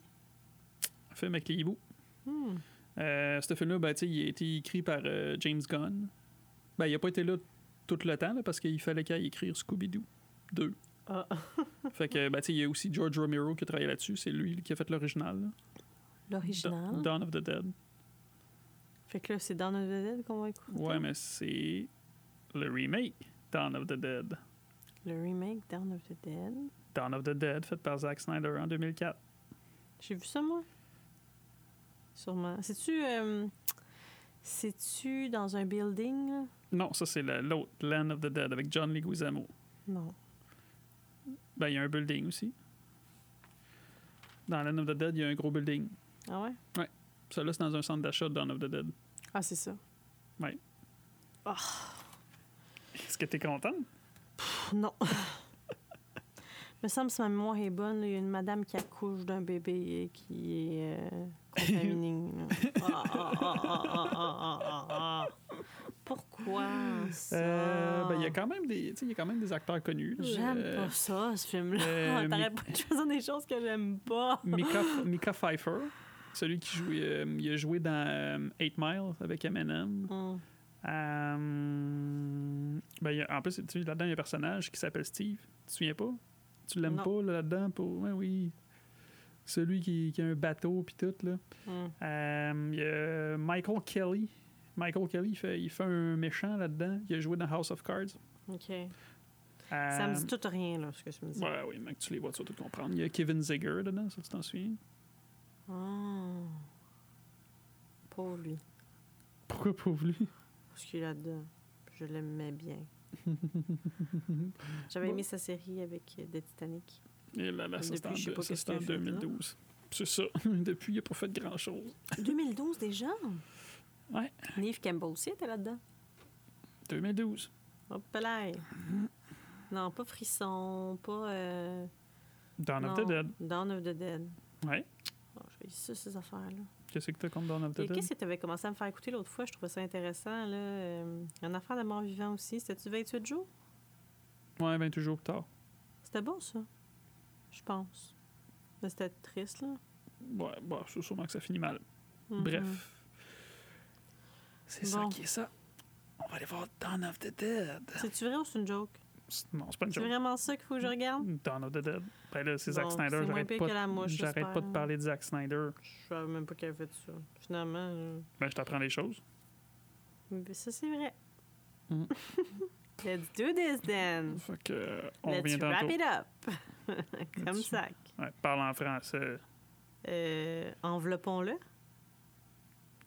S1: un film avec les hiboux.
S2: Hmm.
S1: Euh, ce film-là, ben, tu sais, il a été écrit par euh, James Gunn. Ben, il a pas été là tout le temps, là, parce qu'il fallait qu'il aille écrire Scooby-Doo 2.
S2: Ah.
S1: fait que, ben, tu sais, il y a aussi George Romero qui a travaillé là-dessus. C'est lui qui a fait l'original. là. Da-
S2: L'original.
S1: Dawn of the Dead.
S2: Fait que là, c'est dans notre vedette qu'on va écouter.
S1: Ouais, mais c'est le remake Dawn of the Dead.
S2: Le remake Down of the Dead.
S1: Dawn of the Dead, fait par Zack Snyder en 2004.
S2: J'ai vu ça, moi. Sûrement. C'est-tu... euh, C'est-tu dans un building? là?
S1: Non, ça c'est la- l'autre, Land of the Dead, avec John Leguizamo.
S2: Non.
S1: Ben, il y a un building aussi. Dans Land of the Dead, il y a un gros building.
S2: Ah ouais?
S1: Ça là, c'est dans un centre d'achat de Dawn of the Dead.
S2: Ah, c'est ça.
S1: Est-ce que t'es contente?
S2: Non. me semble si ma mémoire est bonne, là, il y a une madame qui accouche d'un bébé et qui est euh, contaminée. là. Ah, ah, ah, ah, ah, ah, ah, ah, ah. Pourquoi ça?
S1: Euh, ben, il y a quand même des, tu sais, il y a quand même des acteurs connus. là.
S2: J'aime
S1: Euh,
S2: pas ça, ce film-là.
S1: euh,
S2: T'arrêtes pas de choisir des choses que j'aime pas.
S1: Mika, Mika Pfeiffer, celui qui jouait, euh, il a joué dans 8 Mile avec Eminem.
S2: Hum.
S1: Euh, ben, il y a- en plus, tu sais, là-dedans, il y a un personnage qui s'appelle Steve. Tu te souviens pas? Tu l'aimes
S2: Non.
S1: pas là, là-dedans? pour... ouais, oui. Celui qui, qui a un bateau puis tout. Là.
S2: Hum.
S1: Euh, il y a Michael Kelly. Michael Kelly, il fait, il fait un méchant là-dedans. Il a joué dans House of Cards. Euh,
S2: OK. Ça me dit tout rien, là, ce que tu me dis.
S1: Ouais, oui, mais que tu les vois, tu vas tout comprendre. Il y a Kevin Zegger dedans, ça, tu t'en souviens?
S2: Ah. Pauvre lui.
S1: Pourquoi pas voulu?
S2: Parce qu'il est là-dedans. Je l'aimais bien. J'avais aimé sa série avec euh, de Titanic.
S1: Et là, là, ça, c'est en,
S2: Depuis, je sais pas
S1: ça,
S2: qu'est-ce
S1: c'est en
S2: qu'il a fait, là.
S1: 2012. C'est ça. Depuis, il n'a pas fait grand-chose.
S2: 2012 déjà?
S1: Ouais.
S2: Neve Campbell aussi était là-dedans.
S1: 2012.
S2: Hop là. Non, pas Frisson, pas... Euh,
S1: Dawn of
S2: non,
S1: the Dead.
S2: Dawn of the Dead.
S1: Ouais.
S2: Oh, je fais ça, ces affaires-là.
S1: Qu'est-ce que t'as contre Dawn of the
S2: Et
S1: Dead?
S2: Qu'est-ce que tu avais commencé à me faire écouter l'autre fois? Je trouvais ça intéressant. Là. euh, une affaire de mort vivant aussi. C'était-tu 28 jours?
S1: Ouais, 28 jours plus tard.
S2: C'était bon, ça. Je pense. Mais c'était triste, là.
S1: Ouais, bon, c'est sûrement que ça finit mal.
S2: Mhm.
S1: Bref. C'est
S2: Bon.
S1: ça qui est ça. On va aller voir Dawn of the Dead.
S2: C'est-tu vrai ou c'est une joke?
S1: C'est- Non, c'est pas une
S2: C'est
S1: joke.
S2: vraiment ça qu'il faut
S1: Mm.
S2: que je regarde?
S1: Dawn of the Dead. Ben là, c'est Zack
S2: Bon,
S1: Snyder.
S2: c'est moins
S1: J'arrête
S2: pire
S1: pas,
S2: que la mouche,
S1: j'arrête pas
S2: j'espère.
S1: de parler de Zack Snyder.
S2: Je savais même pas qu'elle avait fait ça. Finalement, je-
S1: Ben, je t'apprends les choses.
S2: Mais ça, c'est vrai.
S1: Mm.
S2: Let's do this, then.
S1: Fait que, euh, on
S2: Mm. Let's
S1: revient
S2: wrap
S1: tantôt.
S2: it up. Comme
S1: Là-dessus.
S2: ça.
S1: Ouais, parle en français.
S2: Euh, Enveloppons-le.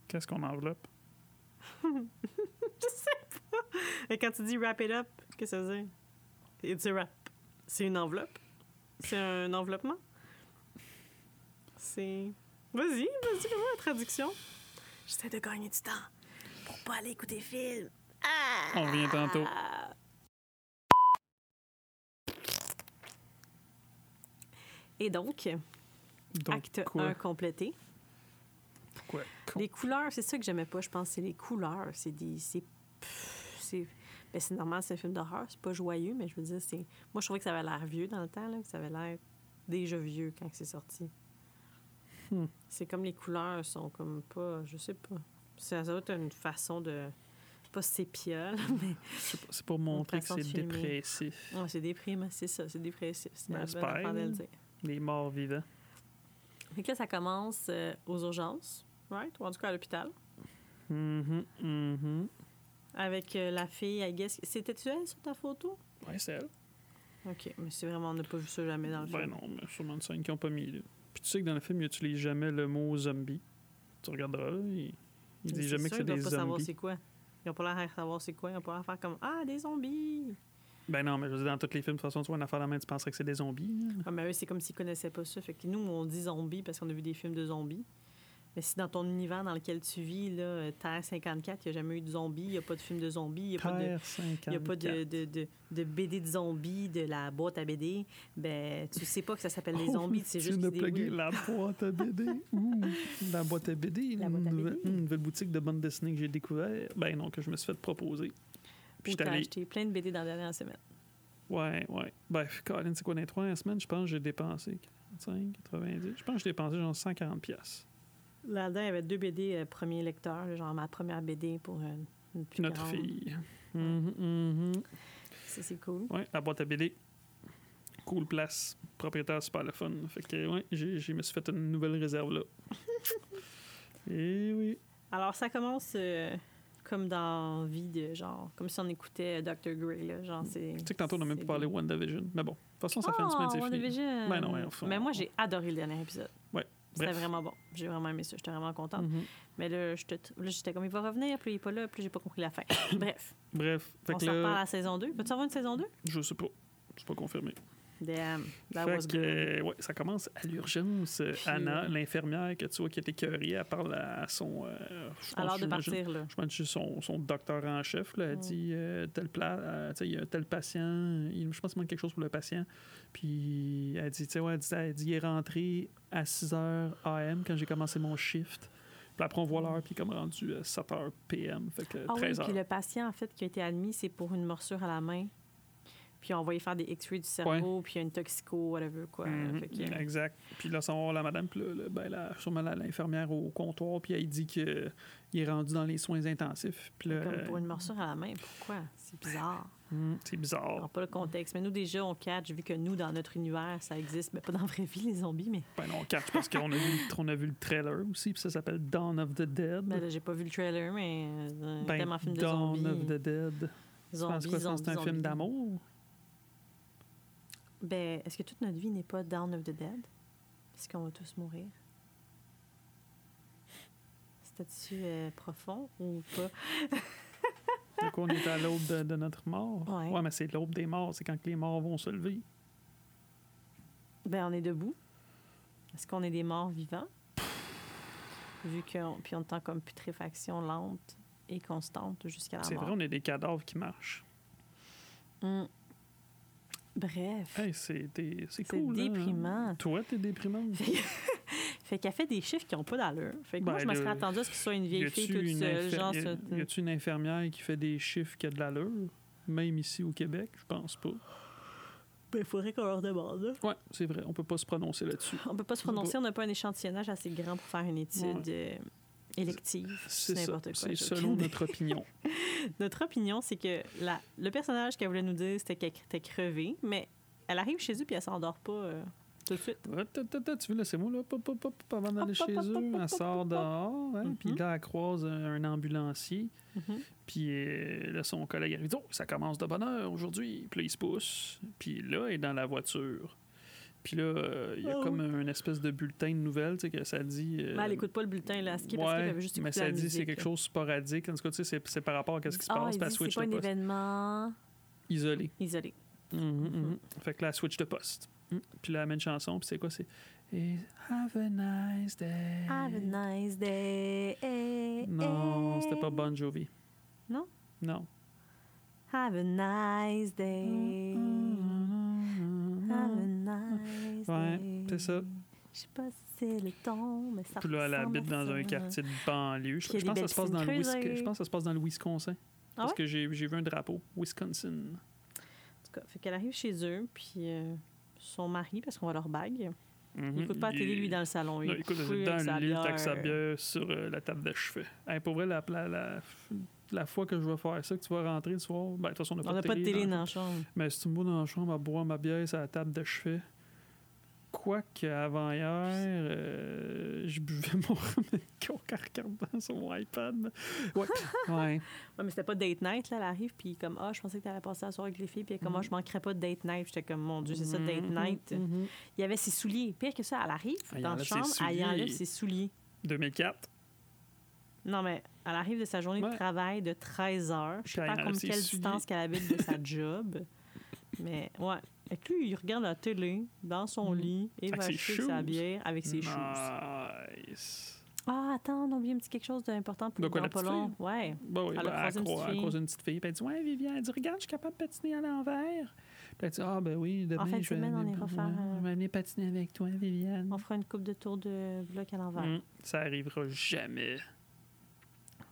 S1: Qu'est-ce qu'on enveloppe?
S2: Et quand tu dis wrap it up, qu'est-ce que ça veut dire? It's a wrap. C'est une enveloppe. C'est un enveloppement. C'est. Vas-y, vas-y, comment la traduction? J'essaie de gagner du temps pour pas aller écouter film. Ah!
S1: On revient tantôt.
S2: Et donc,
S1: Donc,
S2: acte
S1: quoi?
S2: 1 complété.
S1: Pourquoi? Con-
S2: Les couleurs, c'est ça que j'aimais pas, je pense, c'est les couleurs. C'est des. C'est. pff, c'est- ben, c'est normal, c'est un film d'horreur, c'est pas joyeux, mais je veux dire, c'est. Moi, je trouvais que ça avait l'air vieux dans le temps, là, que ça avait l'air déjà vieux quand c'est sorti.
S1: Hmm.
S2: C'est comme les couleurs sont comme pas. Je sais pas. Ça, ça doit être une façon de. Pas sépia, là, mais.
S1: Je sais pas, C'est pour montrer que
S2: façon de
S1: c'est
S2: filmer.
S1: dépressif.
S2: Non, c'est déprimant, c'est ça, c'est dépressif. C'est
S1: Ben,
S2: la
S1: c'est
S2: bonne affaire de le
S1: pareil.
S2: dire.
S1: Les morts vivants.
S2: Fait que là, ça commence euh, aux urgences, right? Ou en tout cas à l'hôpital.
S1: Mhm, mhm.
S2: Avec euh, la fille, I guess. C'était-tu elle sur ta photo?
S1: Ouais, c'est elle.
S2: OK, mais c'est vraiment, on n'a pas vu ça jamais dans le
S1: Ben
S2: film.
S1: non, mais sûrement une scène qu'ils n'ont pas mis. là. Puis tu sais que dans le film, ils n'utilisent jamais le mot zombie. Tu regarderas, là, ils ne
S2: Mais
S1: disent jamais que c'est
S2: sûr qu'ils
S1: des
S2: doivent pas savoir
S1: zombies.
S2: c'est quoi. Ils n'ont pas l'air de savoir c'est quoi. Ils n'ont pas l'air de faire comme Ah, des zombies.
S1: Ben non, mais je veux dire, dans tous les films, de toute façon, tu vois une affaire à la main, tu penserais que c'est des zombies. là.
S2: Ah, mais eux, c'est comme s'ils connaissaient pas ça. Fait que nous, on dit zombies parce qu'on a vu des films de zombies. Mais si dans ton univers dans lequel tu vis, là, euh, Terre 54, il n'y a jamais eu de zombies, il n'y a pas de film de zombies, il n'y a pas de.
S1: Terre 54.
S2: Il n'y a pas de, de, de, de BD de zombies de la boîte à BD. Ben, tu sais pas que ça s'appelle les
S1: Oh,
S2: zombies, c'est
S1: tu
S2: juste
S1: viens
S2: qu'ils
S1: de plugger
S2: déroulent.
S1: la boîte à BD. Ouh, la boîte à BD.
S2: La boîte à
S1: une
S2: BD.
S1: nouvelle- Une nouvelle boutique de bande dessinée que j'ai découvert. Ben non, que je me suis fait proposer. Puis
S2: Ou
S1: j'étais
S2: t'as
S1: allé.
S2: acheté plein de BD dans la dernière semaine.
S1: Ouais, ouais. Ben, Colin, c'est quoi, dans les trois semaines, je pense que j'ai dépensé 45, 90. Je pense que j'ai dépensé genre 140$. piastres.
S2: Là-dedans, il y avait deux BD euh, premier lecteur, là, genre ma première BD pour euh, une plus
S1: Notre
S2: grande.
S1: fille. Mhm, mhm.
S2: Ça, c'est cool.
S1: Ouais, la boîte à BD. Cool place. Propriétaire super le fun. Fait que, ouais, j'ai, j'ai me suis fait une nouvelle réserve là. Et oui.
S2: Alors, ça commence euh, comme dans vie de genre, comme si on écoutait Dr. Grey, là. Genre, c'est. Ah,
S1: Tu sais que tantôt, on n'a même pas parlé WandaVision. Mais bon, de toute façon, ça fait une semaine, c'est fini. Ben non, ouais, enfin,
S2: Mais moi,
S1: on-
S2: j'ai adoré le dernier épisode. C'était
S1: Bref.
S2: vraiment bon. J'ai vraiment aimé ça. J'étais vraiment contente.
S1: Mhm.
S2: Mais là, j'étais là, j'étais comme, il va revenir, puis il est pas là, puis j'ai pas compris la fin. Bref,
S1: Bref. Fait
S2: on
S1: que
S2: s'en reparle à
S1: là,
S2: la saison 2. Vas-tu avoir une saison 2?
S1: je sais pas. C'est pas confirmé.
S2: Damn, that was
S1: fait que,
S2: good. euh,
S1: euh, ouais, ça commence à l'urgence. Anna, l'infirmière que tu vois qui est écœurée, elle parle à son. euh, je pense,
S2: Alors de
S1: j'imagine-
S2: partir, là.
S1: Je pense que c'est son, son docteur en chef. Là, elle
S2: Mm.
S1: dit euh, tel pla- euh, tu sais, il y a tel patient, il- je pense qu'il manque quelque chose pour le patient. Puis elle dit, tu sais, ouais, elle dit, elle dit, il est rentré à 6 h AM quand j'ai commencé mon shift. Puis après, on voit l'heure, puis il est comme rendu à 7 h PM. Fait que
S2: Mm. Ah oui,
S1: 13 h
S2: puis le patient, en fait, qui a été admis, c'est pour une morsure à la main. Puis on va y faire des X-rays du cerveau, puis il y a une toxico, whatever, quoi.
S1: Mhm,
S2: Fait que-
S1: Exact. Puis là, ça va voir la madame, puis là, là, ben, là, sûrement la- l'infirmière au comptoir, puis elle dit qu'il est rendu dans les soins intensifs. Puis là,
S2: Comme pour
S1: euh,
S2: une morsure à la main, pourquoi? C'est bizarre.
S1: hmm, c'est
S2: On n'a
S1: bizarre.
S2: pas le contexte. Mais nous, déjà, on catch, vu que nous, dans notre univers, ça existe. Mais pas dans la vraie vie, les zombies, mais.
S1: Ben non, on catch parce qu'on a, vu le tra- on a vu le trailer aussi, puis ça s'appelle Dawn of the Dead.
S2: Ben là, j'ai pas vu le trailer, mais. euh,
S1: Ben,
S2: tellement film de
S1: Dawn
S2: zombies.
S1: of the Dead. Tu
S2: zombies,
S1: penses quoi, tu penses que c'est un
S2: zombies,
S1: film
S2: zombies.
S1: d'amour?
S2: Ben, est-ce que toute notre vie n'est pas Down of the Dead? Est-ce qu'on va tous mourir? C'était-tu euh, profond ou pas?
S1: Du coup, on est à l'aube de, de notre mort.
S2: Ouais.
S1: mais c'est l'aube des morts, c'est quand que les morts vont se lever.
S2: Ben, on est debout. Est-ce qu'on est des morts vivants? Vu qu'on puis on est en comme putréfaction lente et constante jusqu'à la
S1: C'est vrai,
S2: mort.
S1: on est des cadavres qui marchent.
S2: Mm. Bref,
S1: Hey, c'est des- c'est
S2: c'est
S1: cool. hein?
S2: déprimant.
S1: Toi, t'es déprimante.
S2: Fait qu'elle fait des chiffres qui n'ont pas d'allure. Fait que moi,
S1: Ben,
S2: je me serais
S1: là,
S2: attendue à ce que ce soit une vieille fille
S1: a-tu
S2: toute
S1: une
S2: seule.
S1: infir-
S2: Genre,
S1: y a-
S2: c'est-
S1: y a-tu une infirmière qui fait des chiffres qui a de l'allure? Même ici au Québec, je pense pas.
S2: Ben, faudrait qu'on leur demande. là.
S1: Ouais, c'est vrai, on peut pas se prononcer là-dessus.
S2: On peut pas se prononcer, on n'a pas un échantillonnage assez grand pour faire une étude euh, élective.
S1: C'est ça.
S2: n'importe quoi,
S1: C'est
S2: j'ai
S1: selon
S2: aucune
S1: notre opinion.
S2: Notre opinion, c'est que la- le personnage qu'elle voulait nous dire, c'était qu'elle était crevée, mais elle arrive chez eux puis elle s'endort pas euh, tout de suite.
S1: Ah, ta, ta, ta, Tu veux, laissez-moi là, pop, pop, pop, avant d'aller
S2: Hop, hop,
S1: chez
S2: hop, hop,
S1: eux. Elle
S2: hop,
S1: sort
S2: hop,
S1: dehors, hein, puis
S2: Mhm.
S1: là, elle croise un un ambulancier. Puis euh, là, son collègue arrive, dit, oh, ça commence de bonne heure aujourd'hui. Puis là, il se pousse. Puis là, il est dans la voiture. Puis là, euh, il y a
S2: Ah
S1: comme une espèce de bulletin de nouvelles, tu sais, que ça dit. euh,
S2: Ben, elle écoute pas le bulletin, là, ce qui parce qu'elle
S1: ouais,
S2: avait juste
S1: mais
S2: écouté
S1: ça
S2: la
S1: dit c'est
S2: musique,
S1: quelque
S2: là.
S1: chose de sporadique. En tout cas, tu sais, c'est- c'est par rapport à ce qui se
S2: Ah,
S1: passe. Puis
S2: elle
S1: elle
S2: dit,
S1: switch
S2: c'est pas
S1: de
S2: un
S1: poste.
S2: événement
S1: Isolé.
S2: isolé.
S1: Mhm, mhm. Fait que là, elle switch de poste. Mm. Puis là, elle met une chanson. Puis c'est quoi C'est Et Have a nice day.
S2: Have a nice day. Eh,
S1: Non, c'était pas Bon Jovi.
S2: Non?
S1: Non.
S2: Have a nice day. Have a nice
S1: Mm-hmm. Ouais,
S2: day.
S1: c'est ça.
S2: Je sais pas si c'est le temps, mais ça
S1: Puis là, elle
S2: ressemble
S1: habite
S2: à
S1: dans
S2: ça.
S1: un quartier de banlieue. Je,
S2: Puis il y a
S1: je
S2: des
S1: pense que
S2: belles
S1: ça se passe dans le
S2: piscines
S1: Wis-
S2: creusées.
S1: je pense que ça se passe dans le Wisconsin. Ah parce que j'ai j'ai vu un drapeau, Wisconsin.
S2: En tout cas, fait qu'elle arrive chez eux, puis euh, son mari, parce qu'on va leur bague,
S1: Mhm.
S2: il écoute pas la télé, lui, dans le salon.
S1: Non, écoute,
S2: fouille
S1: dans
S2: avec sa
S1: le lit,
S2: bière.
S1: avec sa bière sur euh, la table de chevet. Hey, pour vrai, la, la, la, la fois que je vais faire ça, que tu vas rentrer le soir, ben, de toute façon, on n'a
S2: On
S1: pas,
S2: n'a pas de télé
S1: dans-
S2: dans la chambre.
S1: Mais si tu me vois dans la chambre à boire ma bière sur la table de chevet, quoique avant hier, euh, je buvais mon Remeco en regardant son iPad. Ouais, ouais.
S2: Ouais, mais c'était pas date night, là. Elle arrive, puis comme, ah, je pensais que t'allais passer la soirée avec les filles, puis elle est comme, ah,
S1: Mhm.
S2: je manquerais pas de date night. J'étais comme, mon Dieu, c'est ça, date
S1: Mhm,
S2: night.
S1: mhm.
S2: Il y avait ses souliers. Pire que ça, elle arrive
S1: Elle y
S2: dans la
S1: enlève ses
S2: chambre, elle y
S1: souliers.
S2: enlève ses souliers.
S1: 2004,
S2: Non, mais elle arrive de sa journée de
S1: Ouais.
S2: travail de 13 heures. Je sais
S1: Puis elle
S2: pas
S1: enlève
S2: comme
S1: ses
S2: quelle
S1: souliers.
S2: distance qu'elle habite de sa job. Mais ouais. Fait que lui, il regarde la télé dans son
S1: Mm.
S2: lit, et
S1: Avec
S2: va
S1: ses
S2: acheter sa
S1: shoes.
S2: bière avec ses choses.
S1: nice.
S2: Ah, attends, on a oublié un petit quelque chose d'important pour
S1: De quoi,
S2: dans
S1: la
S2: pas
S1: petite
S2: long. Ouais.
S1: Ben oui,
S2: Elle a
S1: ben, elle,
S2: croisé une petite
S1: croise, elle
S2: fille.
S1: croise une petite fille. Puis elle dit Ouais, Viviane, elle dit Regarde, je suis capable de patiner à l'envers. Puis elle dit Ah, ben oui, demain,
S2: En fin de
S1: je, vais
S2: semaine, on
S1: venir,
S2: ira faire, euh,
S1: je vais venir patiner avec toi, Viviane.
S2: On fera une coupe de tour de bloc à l'envers.
S1: Mm, ça arrivera jamais.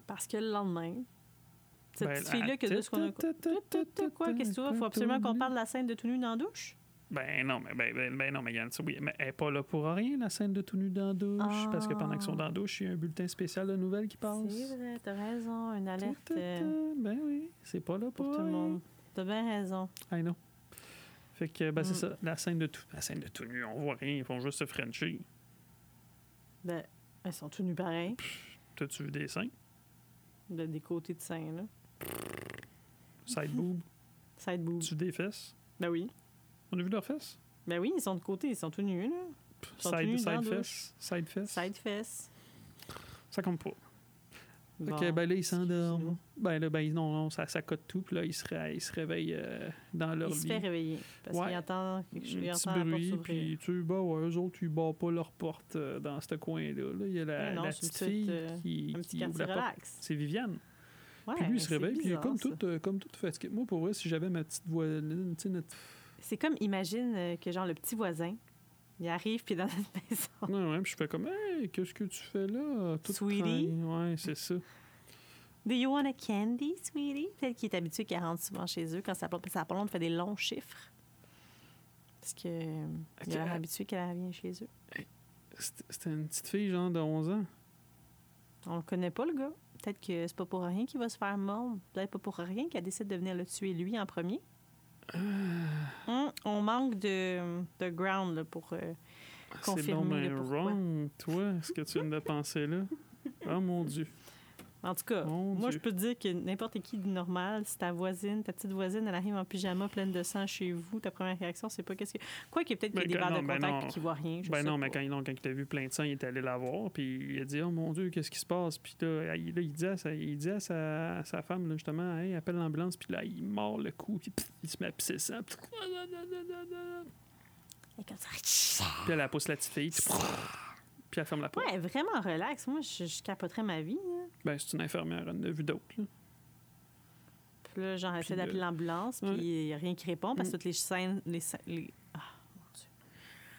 S2: Parce que le lendemain, cette
S1: Ben,
S2: petite fille-là, que de ce qu'on a.
S1: ta- ta- ta- ta-
S2: Quoi, qu'est-ce que tu veux? Faut absolument qu'on parle de la scène de tout nu dans la douche?
S1: Ben non, mais, ben, ben, ben non, mais Yann, ça, oui, mais elle n'est pas là pour rien, la scène de tout nu dans la douche. Parce que pendant qu'ils sont dans la douche, il y a un bulletin spécial de nouvelles qui passe.
S2: Ah. C'est vrai, t'as raison, une
S1: Ta-
S2: alerte
S1: ta- ta-
S2: euh,
S1: Ben oui, c'est pas là pour,
S2: pour tout le
S1: rien.
S2: monde. T'as bien raison.
S1: I know. Fait que, ben, c'est
S2: Mm.
S1: ça, la scène de tout, la scène de tout nu, on voit rien, ils font juste se frencher.
S2: Ben, elles sont tout nus pareil.
S1: T'as-tu vu des seins?
S2: de- des côtés de seins, là. Mhm.
S1: Side boob?
S2: Side boob.
S1: Tu des fesses?
S2: Ben oui.
S1: On a vu leurs fesses?
S2: Ben oui, ils sont de côté, ils sont tout nus, là.
S1: Pff,
S2: Sont tenus
S1: Side,
S2: dans la
S1: side
S2: douche.
S1: fesses? Side fesses?
S2: Side fess.
S1: Ça compte pas.
S2: Bon. hein.
S1: Ok, ben là, ils s'endorment.
S2: excusez-moi.
S1: Ben là, ben non, non, ça, ça cote tout, puis là, ils se, ré- ils se réveillent euh, dans leur
S2: Il se fait
S1: lit.
S2: réveiller. Parce
S1: Ouais.
S2: qu'il entend quelque chose. Il
S1: Un petit
S2: entend la porte
S1: bruit, puis
S2: s'ouvrir.
S1: tu bah ouais, eux autres, ils barrent pas leur porte euh, dans ce coin-là. Là, il y a la,
S2: Ouais, non,
S1: la
S2: c'est une
S1: petite fille
S2: petite, euh,
S1: qui,
S2: Un
S1: qui
S2: petit
S1: ouvre
S2: quartier
S1: la porte.
S2: relax.
S1: C'est Viviane.
S2: Ouais,
S1: puis lui, il se
S2: Ah, c'est
S1: réveille, puis il est
S2: bizarre,
S1: comme
S2: ça.
S1: tout, euh, comme tout fatigué. Moi, pour vrai, si j'avais ma petite voisine, tu sais, notre...
S2: C'est comme, imagine euh, que, genre, le petit voisin, il arrive, puis dans notre maison.
S1: Ouais, ouais, puis je fais comme, hey, qu'est-ce que tu fais là? Toute
S2: Sweetie?
S1: tranquille. Ouais, c'est ça.
S2: Do you want a candy, sweetie? Peut-être qu'il est habitué qu'elle rentre souvent chez eux quand sa blonde, parce que sa blonde fait des longs chiffres. Parce que euh, il
S1: Ok. ah.
S2: est habitué qu'elle vient chez eux.
S1: C'était c'était une petite fille, genre de 11 ans.
S2: On le connaît pas, le gars. Peut-être que c'est pas pour rien qu'il va se faire mordre. Peut-être pas pour rien qu'elle décide de venir le tuer lui en premier.
S1: Euh.
S2: Hum, on manque de, de ground là, pour. euh,
S1: C'est donc
S2: Confirmer le
S1: ben
S2: pourquoi.
S1: wrong, toi, ce que tu viens de penser là. Oh mon Dieu.
S2: En tout cas,
S1: Mon
S2: moi,
S1: Dieu.
S2: je peux te dire que n'importe qui de normal, si ta voisine, ta petite voisine, elle arrive en pyjama pleine de sang chez vous, ta première réaction, c'est pas qu'est-ce que. Quoi qu'il y ait peut-être qu'il y a
S1: Ben, quand-
S2: des verres de
S1: non, ben
S2: contact
S1: non.
S2: qui voit rien. Je
S1: ben
S2: sais
S1: non,
S2: pas.
S1: mais quand, non, quand il t'a vu plein de sang, il est allé la voir, puis il a dit Oh mon Dieu, qu'est-ce qui se passe Puis là, il, là, il dit à sa, il dit à sa, à sa femme, là, justement, Hey, appelle l'ambulance, puis là, il mord le cou, puis pff, il se met à pisser ça.
S2: Et comme ça.
S1: Puis elle la pousse la petite fille. Puis elle ferme la porte.
S2: Ouais, vraiment relax. Moi, je, je capoterais ma vie. là.
S1: Ben, c'est une infirmière, elle en a vu d'autres. là.
S2: Puis là, genre, elle
S1: Puis
S2: essaie d'appeler
S1: là-
S2: l'ambulance, puis
S1: Ouais.
S2: il n'y a rien qui répond parce que
S1: Mm.
S2: toutes les scènes. Les, scè- les- ah, mon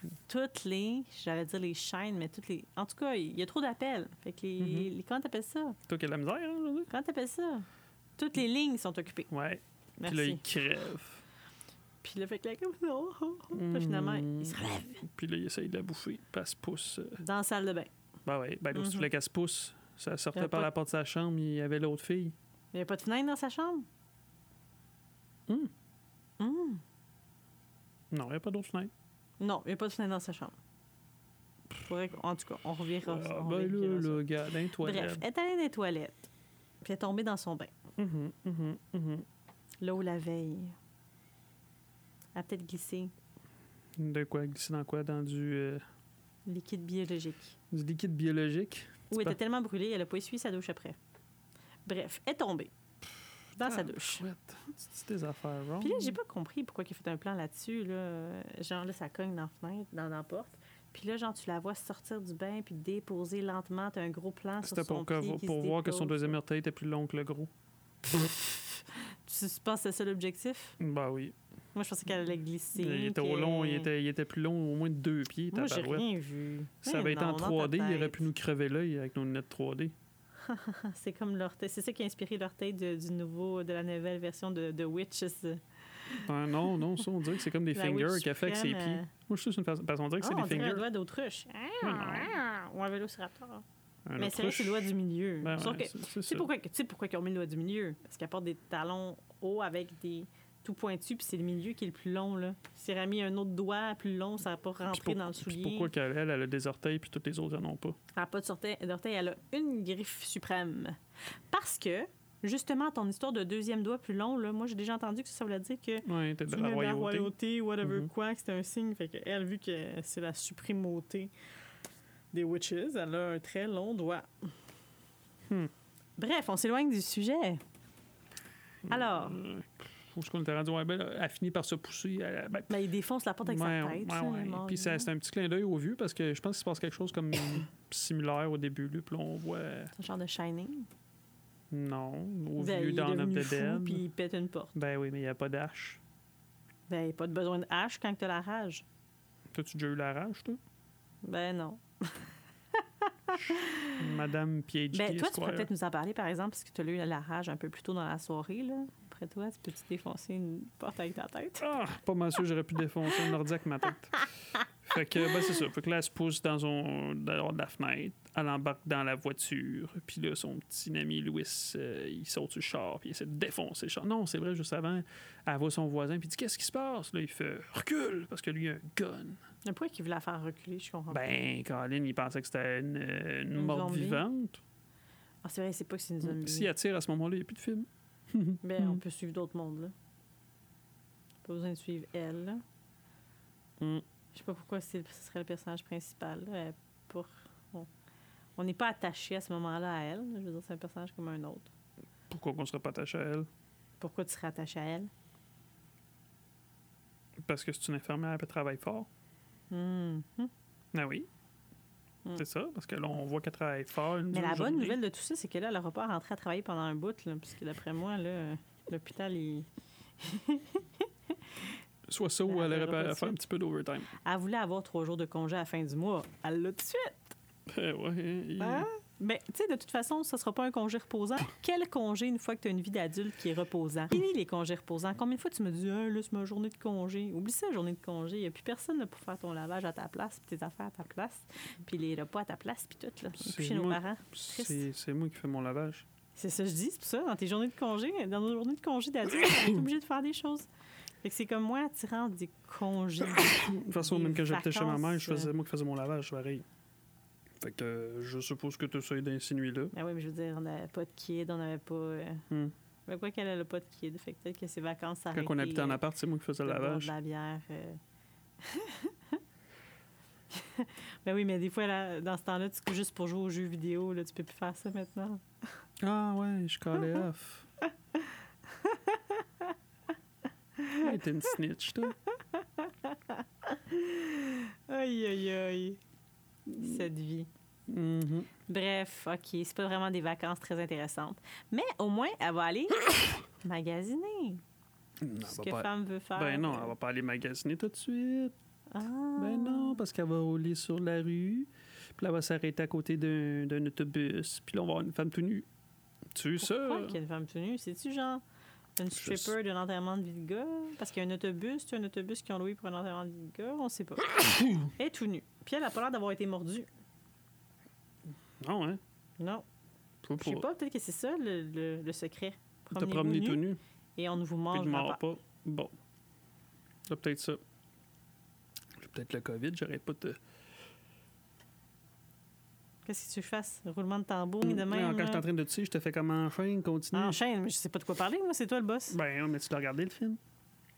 S2: Dieu. Toutes les. J'allais dire les chaînes, mais toutes les. En tout cas, il y a trop d'appels. Fait que les.
S1: Mhm.
S2: les- comment t'appelles ça?
S1: Toi qui as de la misère, hein, aujourd'hui?
S2: Comment t'appelles ça? Toutes les lignes sont occupées.
S1: Ouais. Puis
S2: Merci.
S1: là, il crève.
S2: Puis là, fait que là, comme non. oh, Puis là, finalement,
S1: Mm.
S2: il se relève
S1: Hmm. Puis là, il essaye de la bouffer. Puis elle se pousse. euh,
S2: dans la salle de bain.
S1: Ben ouais. Ben, donc, si tu
S2: Mhm.
S1: voulais qu'elle se pousse, ça
S2: Y
S1: sortait
S2: a
S1: par
S2: pas-
S1: la porte de sa chambre, il y avait l'autre fille.
S2: Il n'y a pas de fenêtre dans sa chambre?
S1: Hum. Mm.
S2: Hum.
S1: Non, il n'y a pas d'autre fenêtre.
S2: Non, il n'y a pas de fenêtre dans sa chambre. Faudrait qu'on- en tout cas, on reviendra.
S1: Ah,
S2: on
S1: ben
S2: reviendra
S1: là,
S2: sur-
S1: là, gars, dans les
S2: Bref,
S1: toilettes.
S2: elle est allée dans les toilettes, puis elle est tombée dans son bain,
S1: Mhm, mhm, mhm.
S2: là où la veille. Elle a peut-être glissé,
S1: De quoi glisser dans quoi? Dans du, euh,
S2: liquide biologique.
S1: du liquide biologique?
S2: Ou elle
S1: pas-
S2: était tellement brûlée, elle a pas essuyé sa douche après. Bref, elle est tombée dans sa
S1: Ah,
S2: douche.
S1: chouette. C'est des affaires wrong.
S2: Puis là, j'ai pas compris pourquoi il a fait un plan là-dessus. Là. Genre, là, ça cogne dans la fenêtre, dans, dans la porte. Puis là, genre, tu la vois sortir du bain puis déposer lentement. T'as un gros plan sur
S1: C'était
S2: son
S1: pour, que-
S2: pied qui
S1: pour
S2: se
S1: voir que son
S2: dépose.
S1: deuxième orteil était plus long que le gros.
S2: Tu penses que c'est ça l'objectif?
S1: Ben oui.
S2: Moi, je pensais qu'elle allait glisser.
S1: Il était au
S2: que-
S1: long, il était, il était plus long au moins de deux pieds.
S2: Moi, j'ai
S1: tabarouette.
S2: rien vu.
S1: Si
S2: Mais
S1: ça avait été en
S2: non, dans
S1: 3D,
S2: ta
S1: il aurait
S2: tête.
S1: pu nous crever l'œil avec nos lunettes 3D.
S2: C'est comme l'orteil. C'est ça qui a inspiré l'orteil de- du nouveau, de la nouvelle version de, de Witch. c'est-
S1: Ah, non, non, ça, on dirait que c'est comme des
S2: la
S1: fingers
S2: Witch
S1: qu'elle fait avec ses pieds.
S2: suprême, euh,
S1: Moi, je suis une façon. Parce qu'on dirait que c'est
S2: Ah, on
S1: des
S2: dirait un
S1: fingers.
S2: doigt d'autruche. Ah, Ou un vélociraptor.
S1: Un
S2: Mais c'est vrai que c'est le doigt
S1: autruche.
S2: du milieu.
S1: Ben
S2: Sauf
S1: ouais,
S2: que-
S1: c'est-
S2: Tu
S1: c'est
S2: sais
S1: ça.
S2: pourquoi, que- tu sais pourquoi ils ont mis le doigt du milieu? Parce qu'elle porte des talons hauts avec des tout pointus, puis c'est le milieu qui est le plus long. là. Si elle a mis un autre doigt plus long, ça va pas
S1: Puis
S2: rentrer
S1: pour-
S2: dans le
S1: puis
S2: soulier.
S1: pourquoi qu'elle, elle, elle a des orteils, puis toutes les autres, elles n'en ont pas.
S2: Elle n'a pas de sorte- d'orteil, elle a une griffe suprême. Parce que, justement, ton histoire de deuxième doigt plus long, là, moi, j'ai déjà entendu que ça voulait dire que
S1: Ouais, t'es de
S2: tu
S1: la
S2: viens de la
S1: royauté.
S2: royauté, whatever
S1: Mhm.
S2: quoi, que c'est un signe. Fait que elle, vu que c'est la suprêmauté des witches, elle a un très long doigt.
S1: Hmm.
S2: Bref, on s'éloigne du sujet. Alors,
S1: Euh, Où est-ce qu'on était rendu? Ouais, ben, là, elle finit par se pousser. Elle, ben,
S2: ben, il défonce la porte avec sa
S1: ouais,
S2: tête.
S1: ouais,
S2: ça,
S1: ouais.
S2: le mort,
S1: Puis ça-
S2: là.
S1: c'est un petit clin d'œil au vieux parce que je pense qu'il se passe quelque chose comme similaire au début. Là, puis là, on voit.
S2: C'est un genre de Shining.
S1: Non, au
S2: Ben,
S1: vieux
S2: il est
S1: Dawn of
S2: devenu
S1: the
S2: fou,
S1: Dead.
S2: puis il pète une porte.
S1: Ben oui, mais il n'y a pas d'âge.
S2: Ben, pas de besoin de hache quand t'as la rage.
S1: Toi, tu déjà eu la rage, toi?
S2: Ben non.
S1: Madame PhD
S2: Ben, toi, tu
S1: Esquire.
S2: pourrais peut-être nous en parler, par exemple, parce que tu as eu la rage un peu plus tôt dans la soirée. Là. Après toi, tu peux-tu défoncer une porte avec ta tête?
S1: Ah, pas mal sûr, j'aurais pu défoncer un ordi avec ma tête. Fait que, ben, c'est ça. Fait que là, elle se pousse dans, son, dans la fenêtre, elle embarque dans la voiture, puis là, son petit ami Louis, euh, il saute sur le char, puis il essaie de défoncer le char. Non, c'est vrai, juste avant, elle voit son voisin, puis il dit Qu'est-ce qui se passe Là, il fait Recule, parce que lui, il a un gun.
S2: Mais pourquoi qu'il veut la faire reculer? Je comprends pas.
S1: Ben, Colin, il pensait que c'était une, une
S2: Une
S1: morte
S2: zombie.
S1: vivante.
S2: Ah, c'est vrai, c'est pas que c'est une zombie.
S1: S'il attire à ce moment-là, il n'y a plus de film.
S2: Ben, on
S1: Mm.
S2: peut suivre d'autres mondes. Là. Pas besoin de suivre elle. là.
S1: Mm.
S2: Je sais pas pourquoi c'est- ce serait le personnage principal. là. Elle- Pour... on- On n'est pas attaché à ce moment-là à elle. Je veux dire, c'est un personnage comme un autre.
S1: Pourquoi qu'on ne serait pas attaché à elle
S2: Pourquoi tu serais attaché à elle?
S1: Parce que c'est une infirmière, elle travaille fort.
S2: Hum, hum.
S1: Ah oui.
S2: Mm.
S1: C'est ça, parce que là, on voit qu'elle travaille fort. une
S2: Mais
S1: dure
S2: la bonne
S1: journée.
S2: nouvelle de tout ça, c'est que là, elle n'aura pas rentré à travailler pendant un bout, là, puisque d'après moi, là, euh, l'hôpital, il...
S1: Soit ça, ou
S2: Elle
S1: elle
S2: verra
S1: aurait
S2: pas
S1: pas
S2: de
S1: faire un
S2: suite.
S1: petit peu d'overtime.
S2: elle voulait avoir trois jours de congé à la fin du mois. Elle l'a tout de suite.
S1: Ben ouais. il-
S2: Hein? Mais tu sais, de toute façon, ce ne sera pas un congé reposant. Quel congé une fois que tu as une vie d'adulte qui est reposant? Fini les congés reposants. Combien de fois tu me dis, Ah, là, c'est ma journée de congé? Oublie ça, journée de congé. Il n'y a plus personne là, pour faire ton lavage à ta place, puis tes affaires à ta place, puis les repas à ta place, puis tout. Là. On est
S1: C'est
S2: plus chez nos
S1: moi.
S2: parents.
S1: C'est c'est moi qui fais mon lavage.
S2: C'est ça que je dis, c'est pour ça, dans tes journées de congé, dans nos journées de congé d'adulte, on est obligé de faire des choses. Fait que c'est comme moi, tirant des congés.
S1: De toute façon,
S2: Des
S1: même quand j'habitais chez ma mère,
S2: vacances,
S1: je faisais moi qui faisais mon lavage, pareil. Fait que euh, je suppose que tu essayes d'insinuer là.
S2: Ah oui, mais je veux dire, on n'avait pas de kid, on n'avait pas. euh,
S1: Hmm.
S2: ben, quoi qu'elle n'avait pas de kid, fait que peut-être que ses vacances
S1: Quand
S2: s'arrêtaient.
S1: on habitait en appart, c'est moi qui faisais
S2: de
S1: le
S2: boire de
S1: lavage.
S2: la bière. euh. ben oui, mais des fois, là, dans ce temps-là, tu juste pour jouer aux jeux vidéo, là, tu peux plus faire ça maintenant.
S1: Ah ouais, je calais off. Ouais, T'es une snitch, toi.
S2: Aïe, aïe, aïe. Cette vie.
S1: Mhm.
S2: Bref, OK, c'est pas vraiment des vacances très intéressantes. Mais au moins, elle va aller magasiner.
S1: Non,
S2: Ce
S1: elle
S2: que
S1: va pas-
S2: femme veut faire.
S1: Ben non, elle va pas aller magasiner tout de suite.
S2: Ah.
S1: Ben non, parce qu'elle va rouler sur la rue. Puis là, elle va s'arrêter à côté d'un d'un autobus. Puis là, on va voir une femme tout nue. Tu sais ça?
S2: Pourquoi qu'il y a une femme tenue? C'est-tu genre une
S1: Je
S2: stripper d'un enterrement de vie de gars? Parce qu'il y a un autobus, tu as un autobus qu'ils ont loué pour un enterrement de vie de gars, on sait pas. elle est tout nue. Puis elle a pas l'air d'avoir été mordue.
S1: Non, hein?
S2: Non.
S1: Faut
S2: Je sais
S1: pas.
S2: pas, peut-être que c'est ça le, le- le secret.
S1: Te
S2: Promenez-vous
S1: promener
S2: nu Oh,
S1: tout nu.
S2: Et on ne vous
S1: Puis
S2: mange
S1: de mort
S2: pas.
S1: pas. Bon. C'est peut-être ça. J'ai peut-être le COVID, j'arrête pas de te.
S2: Qu'est-ce que tu fasses? Roulement de tambour, de
S1: Là,
S2: même.
S1: Mm, quand je suis en
S2: là. Ah.
S1: train de te dire, je te fais comme enchaîne, continue.
S2: Enchaîne, mais je sais pas de quoi parler, moi, c'est toi le boss.
S1: Ben, mais tu l'as regardé le film?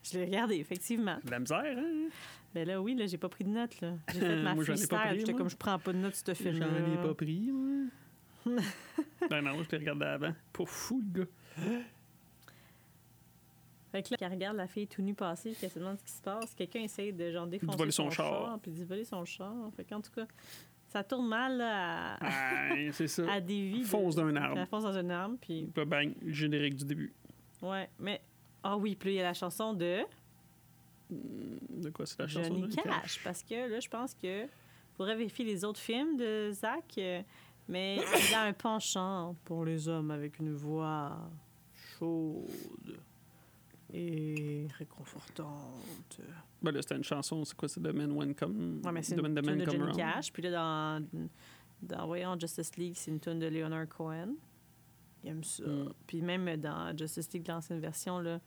S2: Je l'ai regardé, effectivement.
S1: De la misère, hein?
S2: Mais là, oui, là, j'ai pas pris de notes, là. J'ai fait ma
S1: Euh, Moi, j'en ai pas
S2: freestyle.
S1: pris,
S2: J'étais
S1: moi.
S2: comme, je prends pas de notes, ce
S1: J'en
S2: film-là.
S1: ai pas pris, moi. ben non, je l'ai regardé avant. Pour fou, le gars.
S2: Fait que là, qu'elle regarde la fille tout nue passer, puis qu'elle se demande ce qui se passe. Quelqu'un essaye de genre défoncer
S1: voler son
S2: char.
S1: char.
S2: puis de voler son char. Fait qu'en tout cas, ça tourne mal là, à,
S1: Ah, c'est ça.
S2: à des vies. de-
S1: Fonce d'un
S2: Elle
S1: arbre.
S2: fonce dans une arme, puis
S1: Puis bang, le générique du début.
S2: ouais, mais ah oui, puis là, il y a la chanson de
S1: De quoi c'est la chanson?
S2: Johnny
S1: là?
S2: Cash, parce que là, je pense que pour vérifier les autres films de Zach, euh, mais il a un penchant pour les hommes avec une voix chaude et réconfortante.
S1: Ben là, c'était une chanson, c'est quoi? C'est The Man One Come.
S2: Ouais, mais c'est
S1: The Man-
S2: une
S1: The Man
S2: tune de
S1: Come
S2: Johnny
S1: Round.
S2: Cash. Puis là, dans, dans voyons, Justice League, c'est une tune de Leonard Cohen. Il aime ça.
S1: Mm.
S2: Puis même dans Justice League, l'ancienne version, là,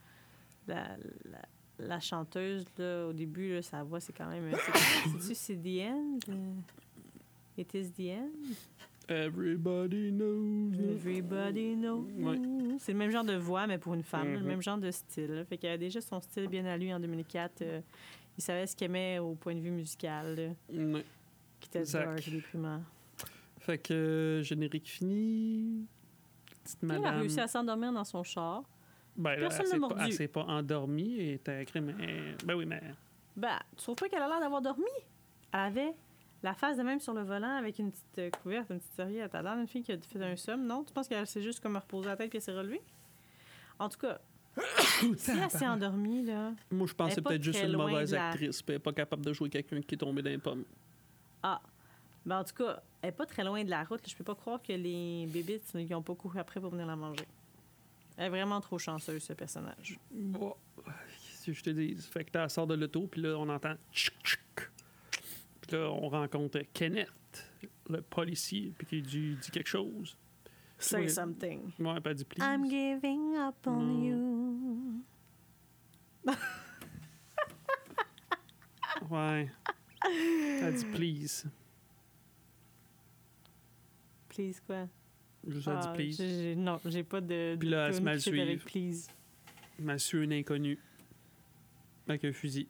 S2: la, la, la chanteuse, là, au début, là, sa voix, c'est quand même... euh, c'est- C'est-tu c'est The End? Euh, It is the end?
S1: Everybody knows.
S2: Everybody knows.
S1: Mm-hmm. Ouais.
S2: C'est le même genre de voix, mais pour une femme. là, Le
S1: Mhm.
S2: même genre de style. là. Fait qu'il avait déjà son style bien à lui en 2004. euh, il savait ce qu'il aimait au point de vue musical. là
S1: Ouais.
S2: qui était
S1: Zach.
S2: dark et déprimant.
S1: Fait que euh, générique fini. Petite
S2: Elle a
S1: madame.
S2: réussi à s'endormir dans son char.
S1: Ben, là,
S2: Personne
S1: elle
S2: l'a
S1: s'est
S2: mordu.
S1: pas- Elle s'est pas endormie et t'as écrit, mais. Ben oui, mais.
S2: Bah, tu trouves pas qu'elle a l'air d'avoir dormi? Elle avait la face de même sur le volant avec une petite euh, couverte, une petite serviette. Elle a l'air d'une fille qui a fait un somme, non? Tu penses qu'elle s'est juste comme reposée la tête puis elle s'est relevée? En tout cas, si elle s'est endormie, là...
S1: Moi, je pense
S2: Elle
S1: que
S2: est
S1: c'est
S2: pas
S1: peut-être juste
S2: très
S1: une
S2: loin
S1: mauvaise
S2: de la-
S1: actrice. puis Elle est pas capable de jouer quelqu'un qui est tombé dans les pommes.
S2: Ah! Ben, en tout cas, elle est pas très loin de la route. là. Je peux pas croire que les bébites ils ont pas couru après pour venir la manger. Elle est vraiment trop chanceuse, ce personnage.
S1: Bon. Qu'est-ce que je te dis? Fait que là, elle sort de l'auto, puis là, on entend tchic, tchic. Puis là, on rencontre Kenneth, le policier, puis qui dit, dit quelque chose.
S2: Say
S1: Oui.
S2: something.
S1: Ouais, pas dit please.
S2: I'm giving up on
S1: Non.
S2: you.
S1: Ouais. Elle dit please.
S2: Please, quoi?
S1: Juste elle dit
S2: Ah,
S1: please.
S2: j'ai- j'ai- non, j'ai pas de.
S1: Puis là, elle
S2: de
S1: se met à
S2: tune qui fait avec
S1: suivre.
S2: please.
S1: m'a su un inconnu avec un fusil.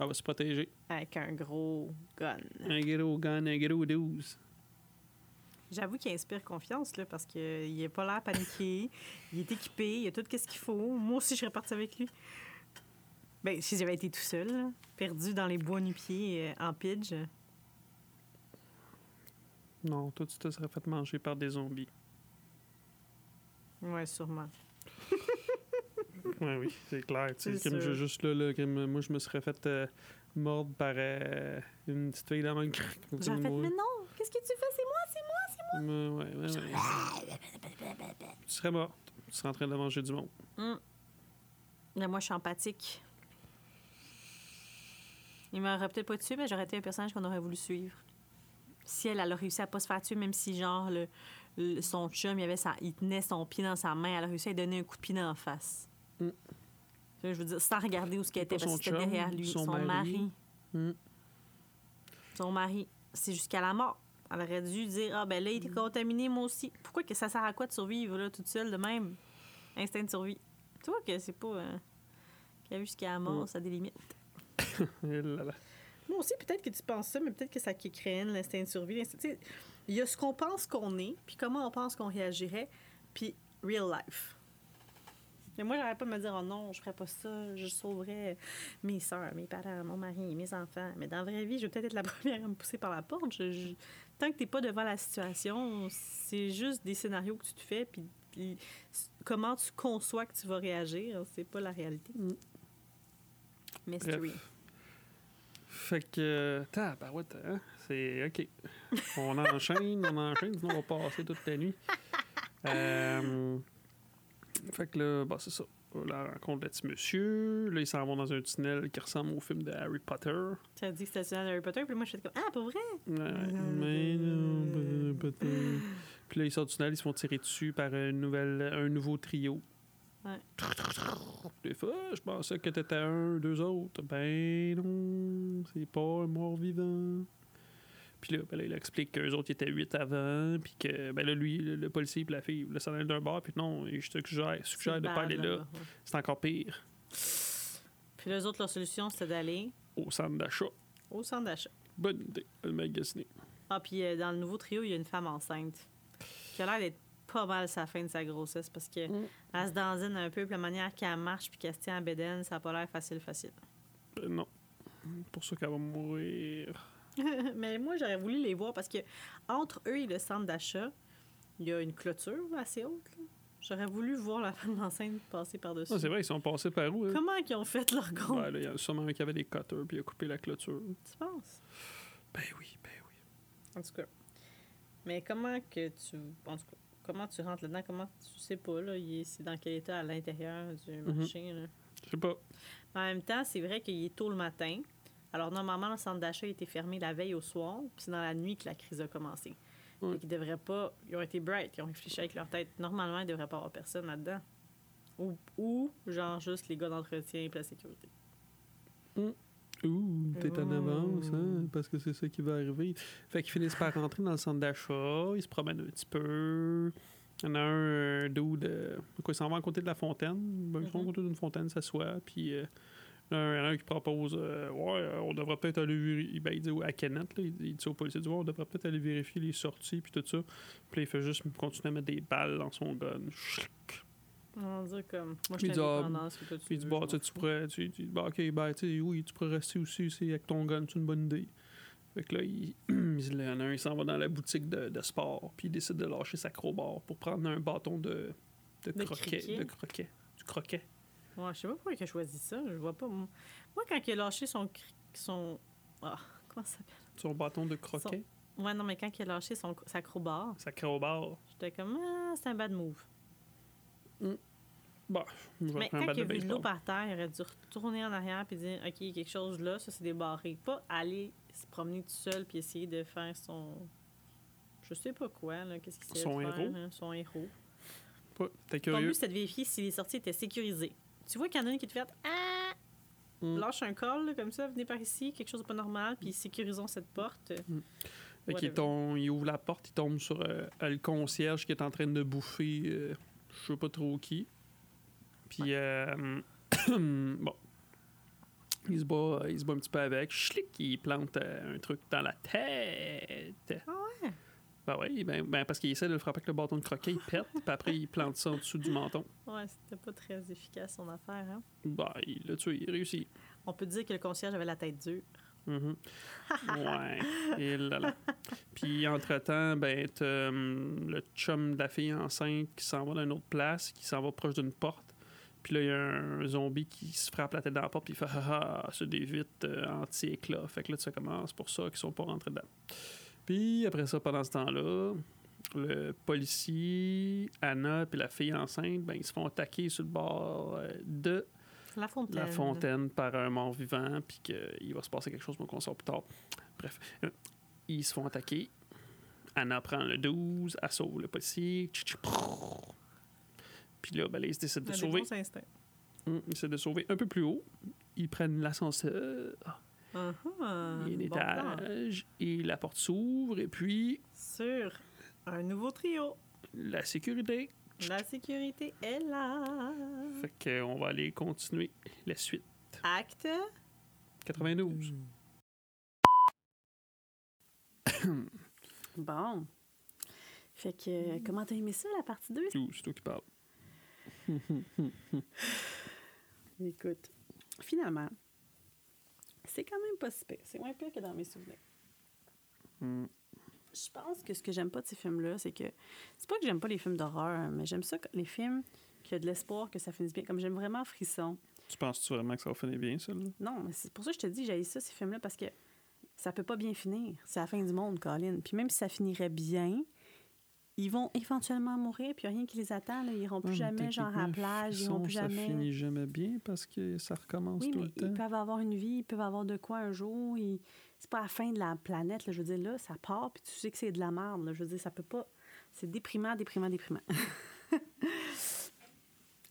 S1: Elle va se protéger.
S2: Avec un gros gun.
S1: Un gros gun, un gros 12.
S2: J'avoue qu'il inspire confiance, là, parce qu'il a pas l'air paniqué. il est équipé, il a tout ce qu'il faut. Moi aussi, je serais partie avec lui. Ben, si j'avais été tout seul, là, perdu dans les bois nu-pieds euh, en pidge.
S1: Non, toi, tu te serais fait manger par des zombies.
S2: Ouais, sûrement.
S1: Oui, oui, c'est clair. tu sais,
S2: C'est
S1: comme
S2: sûr.
S1: je- juste là, là, comme, euh, moi, je me serais fait euh, mordre par euh, une petite fille dans ma crrr, comme ça,
S2: J'aurais fait,
S1: moi.
S2: mais non, qu'est-ce que tu fais? C'est moi, c'est moi!
S1: Ouais, ouais, ouais, ouais. Tu serais morte. Tu serais en train de manger du monde.
S2: Hmm. Mais moi, je suis empathique. Il m'aurait peut-être pas tué, mais j'aurais été un personnage qu'on aurait voulu suivre. Si elle, elle a réussi à pas se faire tuer, même si, genre, le, le- son chum, il, avait sa- il tenait son pied dans sa main, elle a réussi à lui donner un coup de pied en face.
S1: Mm.
S2: Tu vois, Je veux dire, sans regarder où ce qu'elle
S1: Pas
S2: était, parce
S1: son
S2: que c'était
S1: chum,
S2: derrière lui.
S1: son
S2: Son,
S1: mari.
S2: mari.
S1: Mm.
S2: Son mari. C'est jusqu'à la mort. Elle aurait dû dire Ah, ben là, il
S1: Hmm.
S2: était contaminé, moi aussi. Pourquoi que ça sert à quoi de survivre, là, toute seule, de même Instinct de survie. Tu vois que c'est pas. euh, qu'elle a vu jusqu'à la mort,
S1: Ouais.
S2: ça délimite.
S1: Eh là là.
S2: Moi aussi, peut-être que tu penses ça, mais peut-être que ça craine l'instinct de survie. l'instinct- tu sais, Il y a ce qu'on pense qu'on est, puis comment on pense qu'on réagirait, puis real life. Mais moi, j'arrête pas de me dire, oh non, je ferais pas ça, je sauverais mes soeurs, mes parents, mon mari, mes enfants. Mais dans la vraie vie, je vais peut-être être la première à me pousser par la porte. Je- je- Tant que t'es pas devant la situation, c'est juste des scénarios que tu te fais, puis puis comment tu conçois que tu vas réagir, c'est pas la réalité. Mystery.
S1: Fait que. Tabarouette, hein? C'est OK. On enchaîne, on enchaîne, sinon on va passer toute la nuit. Euh, fait que là, bah, c'est ça. La rencontre de ce monsieur. Là, ils s'en vont dans un tunnel qui ressemble au film de Harry Potter. Ouais,
S2: Tu as dit que c'était le tunnel d'Harry Potter, puis moi, je suis comme, ah, pour vrai?
S1: mais
S2: ben,
S1: euh, non,
S2: euh,
S1: Harry Potter. ben. Puis là, ils sortent du tunnel, ils se font tirer dessus par une nouvelle, un nouveau trio.
S2: Ouais.
S1: Des fois, je pensais que t'étais un, deux autres. Ben non, c'est pas un mort-vivant. Puis là, ben là, il explique qu'eux autres ils étaient huit avant, puis que ben là, lui, le, le policier, puis la fille, le s'en aller d'un bar, puis non, il suggère, suggère
S2: C'est
S1: de pas
S2: bad,
S1: aller là.
S2: là-bas, ouais.
S1: C'est encore pire.
S2: Puis les autres, leur solution, c'était d'aller
S1: Au centre d'achat,
S2: au centre d'achat.
S1: bonne idée, le magasiner.
S2: Ah, puis euh, dans le nouveau trio, il y a une femme enceinte qui a l'air d'être pas mal sa fin de sa grossesse parce que
S1: Mm.
S2: elle se dandine un peu, puis la manière qu'elle marche puis qu'elle se tient en bédaine, ça a pas l'air facile, facile.
S1: Ben non, c'est pour ça qu'elle va mourir.
S2: Mais moi, j'aurais voulu les voir parce que entre eux et le centre d'achat, il y a une clôture assez haute. là. J'aurais voulu voir la femme enceinte passer par-dessus.
S1: Ah, c'est vrai, ils sont passés par où? hein?
S2: Comment qu'ils ont fait leur compte,
S1: Ouais, là, il y en a sûrement un qui avait des cutters, puis il a coupé la clôture.
S2: tu penses?
S1: Ben oui, ben oui.
S2: En tout cas. Mais comment que tu. En tout cas, comment tu rentres là-dedans? Comment tu sais pas, là? il est- C'est dans quel état à l'intérieur du
S1: Mhm.
S2: marché, là?
S1: Je sais pas.
S2: En même temps, c'est vrai qu'il est tôt le matin. Alors, normalement, le centre d'achat était fermé la veille au soir, puis c'est dans la nuit que la crise a commencé.
S1: Ouais.
S2: Donc, ils devraient pas. Ils ont été bright, ils ont réfléchi avec leur tête. Normalement, ils devraient pas avoir personne là-dedans. Ou, ou, genre, juste les gars d'entretien et la sécurité.
S1: Ouh, t'es en
S2: Ouh.
S1: avance, hein, parce que c'est ça qui va arriver. Fait qu'ils finissent par rentrer dans le centre d'achat, ils se promènent un petit peu. Il y en a un, un dude, euh, quoi, il s'en va à côté de la fontaine. Ben, Ils sont à
S2: Mhm.
S1: côté d'une fontaine, ils s'assoient, puis euh, là, il y en a un qui propose euh, Ouais, euh, on devrait peut-être aller vérifier. Ben, il dit à Kenneth, là, il, il dit au policier du on devrait peut-être aller vérifier les sorties, puis tout ça. Puis là, il fait juste continuer à mettre des balles dans son gun.
S2: On dit comme. Moi,
S1: Puis
S2: je
S1: il dit,
S2: suis
S1: ah,
S2: indépendante, c'est toi, tu
S1: Puis il dit,
S2: veux,
S1: bah,
S2: je
S1: tu sais,
S2: m'en
S1: tu
S2: fous.
S1: pourrais, tu, tu- bah, ok, ben, tu sais, oui, tu pourrais rester aussi, c'est avec ton gun, c'est une bonne idée. Fait que là, il, il y en a un, il s'en va dans la boutique de, de sport, puis il décide de lâcher sa crowbar pour prendre un bâton de, de,
S2: De
S1: croquet,
S2: criquet.
S1: de croquet, du croquet.
S2: Ouais, je sais pas pourquoi il a choisi ça. Je vois pas. Moi, Moi, quand il a lâché son. cri- son... Ah, comment ça s'appelle?
S1: Son bâton de croquet,
S2: Ouais, non, mais quand il a lâché son, sa crowbar,
S1: sa crowbar.
S2: j'étais comme, ah, c'est un bad move.
S1: Bah, je vais
S2: Mais
S1: prendre un
S2: quand
S1: bat
S2: il
S1: de
S2: a vu de l'eau
S1: baseball.
S2: par terre, il aurait dû retourner en arrière puis dire OK, il y a quelque chose là, ça c'est débarré. Pas aller se promener tout seul puis essayer de faire son. Je sais pas quoi, là. Qu'est-ce qu'il
S1: Son
S2: savait faire,
S1: héros.
S2: hein, son héros.
S1: Ouais, T'es
S2: Ton
S1: curieux?
S2: but, c'est de vérifier si les sorties étaient sécurisées. Tu vois qu'il y en a une qui te fait Ah
S1: Mm.
S2: Lâche un col, là, comme ça, venez par ici, quelque chose de pas normal, puis sécurisons cette porte.
S1: Fait qu'il
S2: Whatever.
S1: tombe- il ouvre la porte, il tombe sur euh, le concierge qui est en train de bouffer euh, je sais pas trop qui. Puis, euh, bon, il se, bat, il se bat un petit peu avec. Schlick, il plante euh, un truc dans la tête.
S2: Ah
S1: ouais? Ben oui, ben, ben parce qu'il essaie de le frapper avec le bâton de croquet, il pète, puis après il plante ça en dessous du menton.
S2: Ouais, c'était pas très efficace son affaire. Hein?
S1: Ben, il l'a tué, il réussit.
S2: On peut dire que le concierge avait la tête dure.
S1: Mhm. Ouais. Et là, là. Puis, entre-temps, ben, t'as, hum, le chum de la fille enceinte qui s'en va d'une autre place, qui s'en va proche d'une porte. Puis là, il y a un zombie qui se frappe la tête dans la porte, puis il fait Ah, ah, c'est des vitres euh, anti-éclat. Fait que là, ça commence pour ça qu'ils sont pas rentrés dedans. Puis après ça, pendant ce temps-là, le policier, Anna, puis la fille enceinte, ben, ils se font attaquer sur le bord euh, de
S2: La fontaine.
S1: la fontaine par un mort vivant, puis qu'il va se passer quelque chose, mais qu'on sort plus tard. Bref, Euh, ils se font attaquer. Anna prend le 12, elle sauve le policier. Tchou, tchou, prrrr. Puis là, ben, là, ils se décident de
S2: Un des
S1: sauver.
S2: bons instincts.
S1: Mm, Ils se décident de sauver un peu plus haut. Ils prennent l'ascenseur,
S2: Ah, ah,
S1: il y a un
S2: bon plan.
S1: étage, et la porte s'ouvre, et puis
S2: sur un nouveau trio.
S1: la sécurité.
S2: La sécurité est là.
S1: Fait qu'on va aller continuer la suite.
S2: Acte.
S1: 92.
S2: Mm. Bon. Fait que, comment t'as aimé ça, la partie 2?
S1: 12, c'est toi qui parles.
S2: Écoute, finalement, c'est quand même pas si pire. C'est moins pire que dans mes souvenirs.
S1: Hmm.
S2: Je pense que ce que j'aime pas de ces films-là, c'est que. C'est pas que j'aime pas les films d'horreur, mais j'aime ça, que- les films qui ont de l'espoir que ça finisse bien. Comme j'aime vraiment Frisson.
S1: Tu penses-tu vraiment que ça va finir bien, ça? là?
S2: Non, mais c'est pour ça que je te dis, j'ai ça, ces films-là, parce que ça peut pas bien finir. C'est la fin du monde, Colin. Puis même si ça finirait bien, ils vont éventuellement mourir, puis y a rien qui les attend. là. Ils iront plus
S1: Ouais, mais
S2: jamais, genre, à la
S1: techniquement,
S2: plage, ils iront
S1: Hum, Frisson,
S2: plus
S1: Ça
S2: jamais.
S1: finit jamais bien parce que ça recommence
S2: Oui,
S1: tout
S2: mais
S1: le
S2: ils
S1: temps.
S2: peuvent avoir une vie, ils peuvent avoir de quoi un jour. ils- C'est pas la fin de la planète. là. Je veux dire, là, ça part, puis tu sais que c'est de la merde. là. Je veux dire, ça peut pas. C'est déprimant, déprimant, déprimant.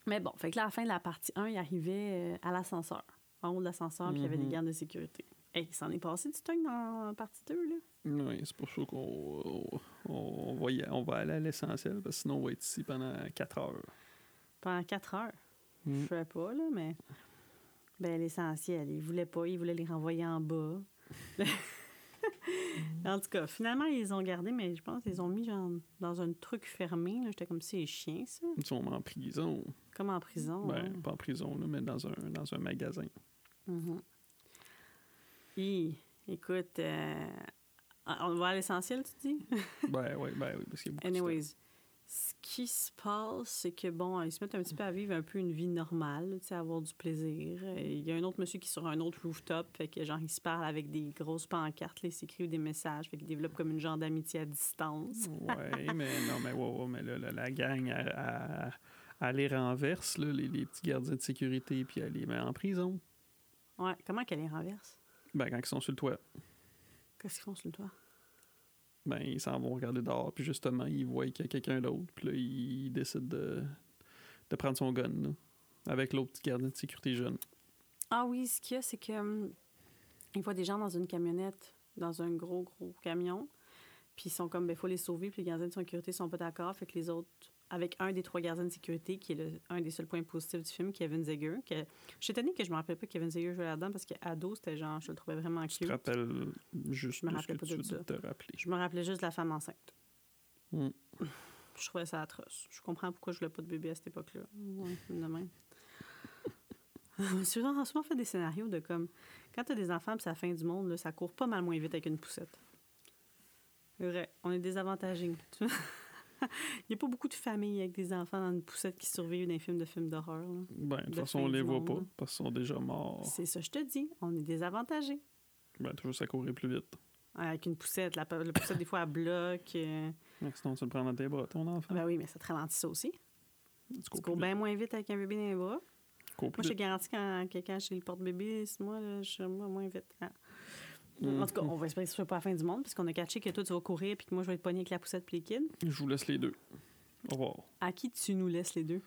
S2: mais bon, fait que là, à la fin de la partie 1, il arrivait euh, à l'ascenseur, en haut de l'ascenseur, puis il y avait des
S1: Mhm.
S2: gardes de sécurité. Hey, il s'en est passé du stock dans la partie 2, là.
S1: Oui, c'est pour ça qu'on on, on va, y- on va aller à l'essentiel parce que sinon on va être ici pendant 4 heures.
S2: Pendant 4 heures.
S1: Mm.
S2: Je sais pas, là, mais. Ben, l'essentiel. Ils voulaient pas, ils voulaient les renvoyer en bas. en tout cas, finalement, ils les ont gardés, mais je pense qu'ils les ont mis genre, dans un truc fermé. là. J'étais comme, c'est chien, ça.
S1: Ils sont en prison.
S2: Comme en prison.
S1: Ben,
S2: hein.
S1: pas en prison, là, mais dans un, dans un magasin.
S2: Mhm. Hi, écoute, euh, on va à l'essentiel, tu dis?
S1: ben oui, ben oui, parce qu'il y a beaucoup de
S2: Anyways, ce qui se passe, c'est que, bon, ils se mettent un petit peu à vivre un peu une vie normale, tu sais, avoir du plaisir. Et Il y a un autre monsieur qui est sur un autre rooftop, fait que, genre, il se parle avec des grosses pancartes, là, ils s'écrivent des messages, fait qu'ils développent comme une genre d'amitié à distance.
S1: stuff. Ouais, mais non, mais ouais, ouais, mais là, la, la gang, elle, elle- elle les renverse, là, les, les petits gardiens de sécurité, puis elle les met en prison.
S2: Ouais, comment qu'elle les renverse?
S1: Ben, quand ils sont sur le toit,
S2: Qu'est-ce qu'ils font sur le toit?
S1: ben, ils s'en vont regarder dehors, puis justement, ils voient qu'il y a quelqu'un d'autre, puis là, ils décident de, de prendre son gun, là, avec l'autre petit gardien de sécurité jeune.
S2: Ah oui, ce qu'il y a, c'est que hum, il voit des gens dans une camionnette, dans un gros, gros camion. Puis ils sont comme, ben, faut les sauver. Puis les gardiens de sécurité sont pas d'accord. Fait que les autres, avec un des trois gardiens de sécurité, qui est le- un des seuls points positifs du film, Kevin Zegger. Que, je suis étonnée que je me rappelle pas que Kevin Zegger jouait là-dedans parce qu'ado, c'était genre, je le trouvais vraiment
S1: Tu te
S2: cute.
S1: rappelles juste
S2: Je me
S1: de ce que
S2: rappelle pas
S1: tu
S2: de
S1: veux
S2: ça.
S1: te rappeler.
S2: Je me rappelais juste de la femme enceinte.
S1: Mm.
S2: Je trouvais ça atroce. Je comprends pourquoi je voulais pas de bébé à cette époque-là. Ouais, de même. Je me suis souvent souvent fait des scénarios de comme quand t'as des enfants pis c'est la fin du monde, là, ça court pas mal moins vite avec une poussette. C'est Vrai, on est désavantagés. Tu vois? Il n'y a pas beaucoup de familles avec des enfants dans une poussette qui survivent d'un film de film d'horreur. là.
S1: Ben, de toute
S2: de
S1: façon,
S2: fin
S1: on les
S2: du
S1: voit
S2: monde,
S1: pas,
S2: là.
S1: parce qu'ils sont déjà morts.
S2: C'est ça, je te dis, on est désavantagés.
S1: Ben, toujours, ça courait plus vite.
S2: Avec une poussette, la, la poussette des fois elle bloque. euh,
S1: Mais Ben, sinon, tu le prends dans tes bras, ton enfant.
S2: Ben oui, mais ça te ralentit ça aussi.
S1: tu
S2: Tu
S1: cours
S2: cours
S1: plus vite.
S2: bien moins vite avec un bébé dans les bras.
S1: tu cours
S2: Moi,
S1: plus
S2: je te
S1: vite.
S2: garantis quand quelqu'un chez le porte-bébé, c'est moi, là, je suis moi, moins vite. Ah.
S1: Mm.
S2: En tout cas, on va espérer que ce soit pas la fin du monde, puisqu'on a catché que toi, tu vas courir puis que moi, je vais être pogné avec la poussette puis les kids.
S1: Je vous laisse les deux. Au revoir.
S2: À qui tu nous laisses les deux?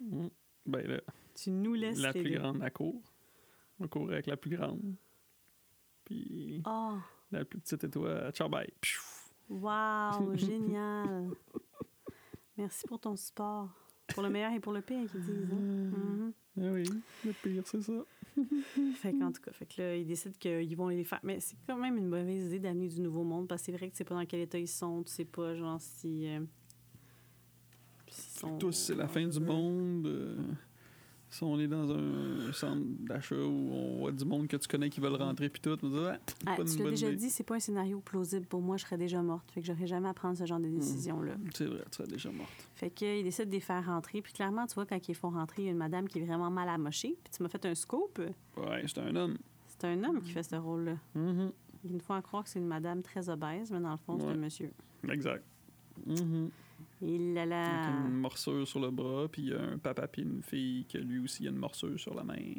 S1: Mm. Ben, là,
S2: Tu nous laisses
S1: la
S2: les
S1: plus
S2: deux.
S1: grande, à court. On court avec la plus grande. Puis
S2: Oh,
S1: la plus petite, et toi, ciao, bye. Pfff.
S2: wow, génial. Merci pour ton support. Pour le meilleur et pour le pire, qu'ils disent. hein. Mhm.
S1: Ah oui, le pire, c'est ça.
S2: Fait
S1: Mm.
S2: qu'en tout cas, fait que là, ils décident qu'ils vont les faire. Mais c'est quand même une mauvaise idée d'amener du nouveau monde parce que c'est vrai que tu sais pas dans quel état ils sont, tu sais pas, genre, si. euh, s'ils sont- Mm.
S1: Tous, c'est la fin du monde. euh, si on est dans un centre d'achat où on voit du monde que tu connais qui veulent rentrer, puis tout, on dit, ah, c'est
S2: Ah,
S1: pas
S2: tu
S1: une
S2: l'as
S1: bonne
S2: déjà
S1: idée.
S2: dit, c'est pas un scénario plausible pour moi, je serais déjà morte. Fait que j'aurais jamais à prendre ce genre de
S1: Mm.
S2: décision-là.
S1: C'est vrai, tu serais déjà morte.
S2: Fait qu'ils décident de les faire rentrer. Puis clairement, tu vois, quand ils les font rentrer, il y a une madame qui est vraiment mal amochée. Puis tu m'as fait un scoop.
S1: Ouais, c'est un homme.
S2: C'est un homme qui fait ce rôle-là.
S1: Mhm.
S2: Il nous faut en croire que c'est une madame très obèse, mais dans le fond, c'est
S1: Ouais.
S2: un monsieur.
S1: Exact. Mhm.
S2: Il a la.
S1: Avec une morsure sur le bras, puis il y a un papa puis une fille que lui aussi il a une morsure sur la main.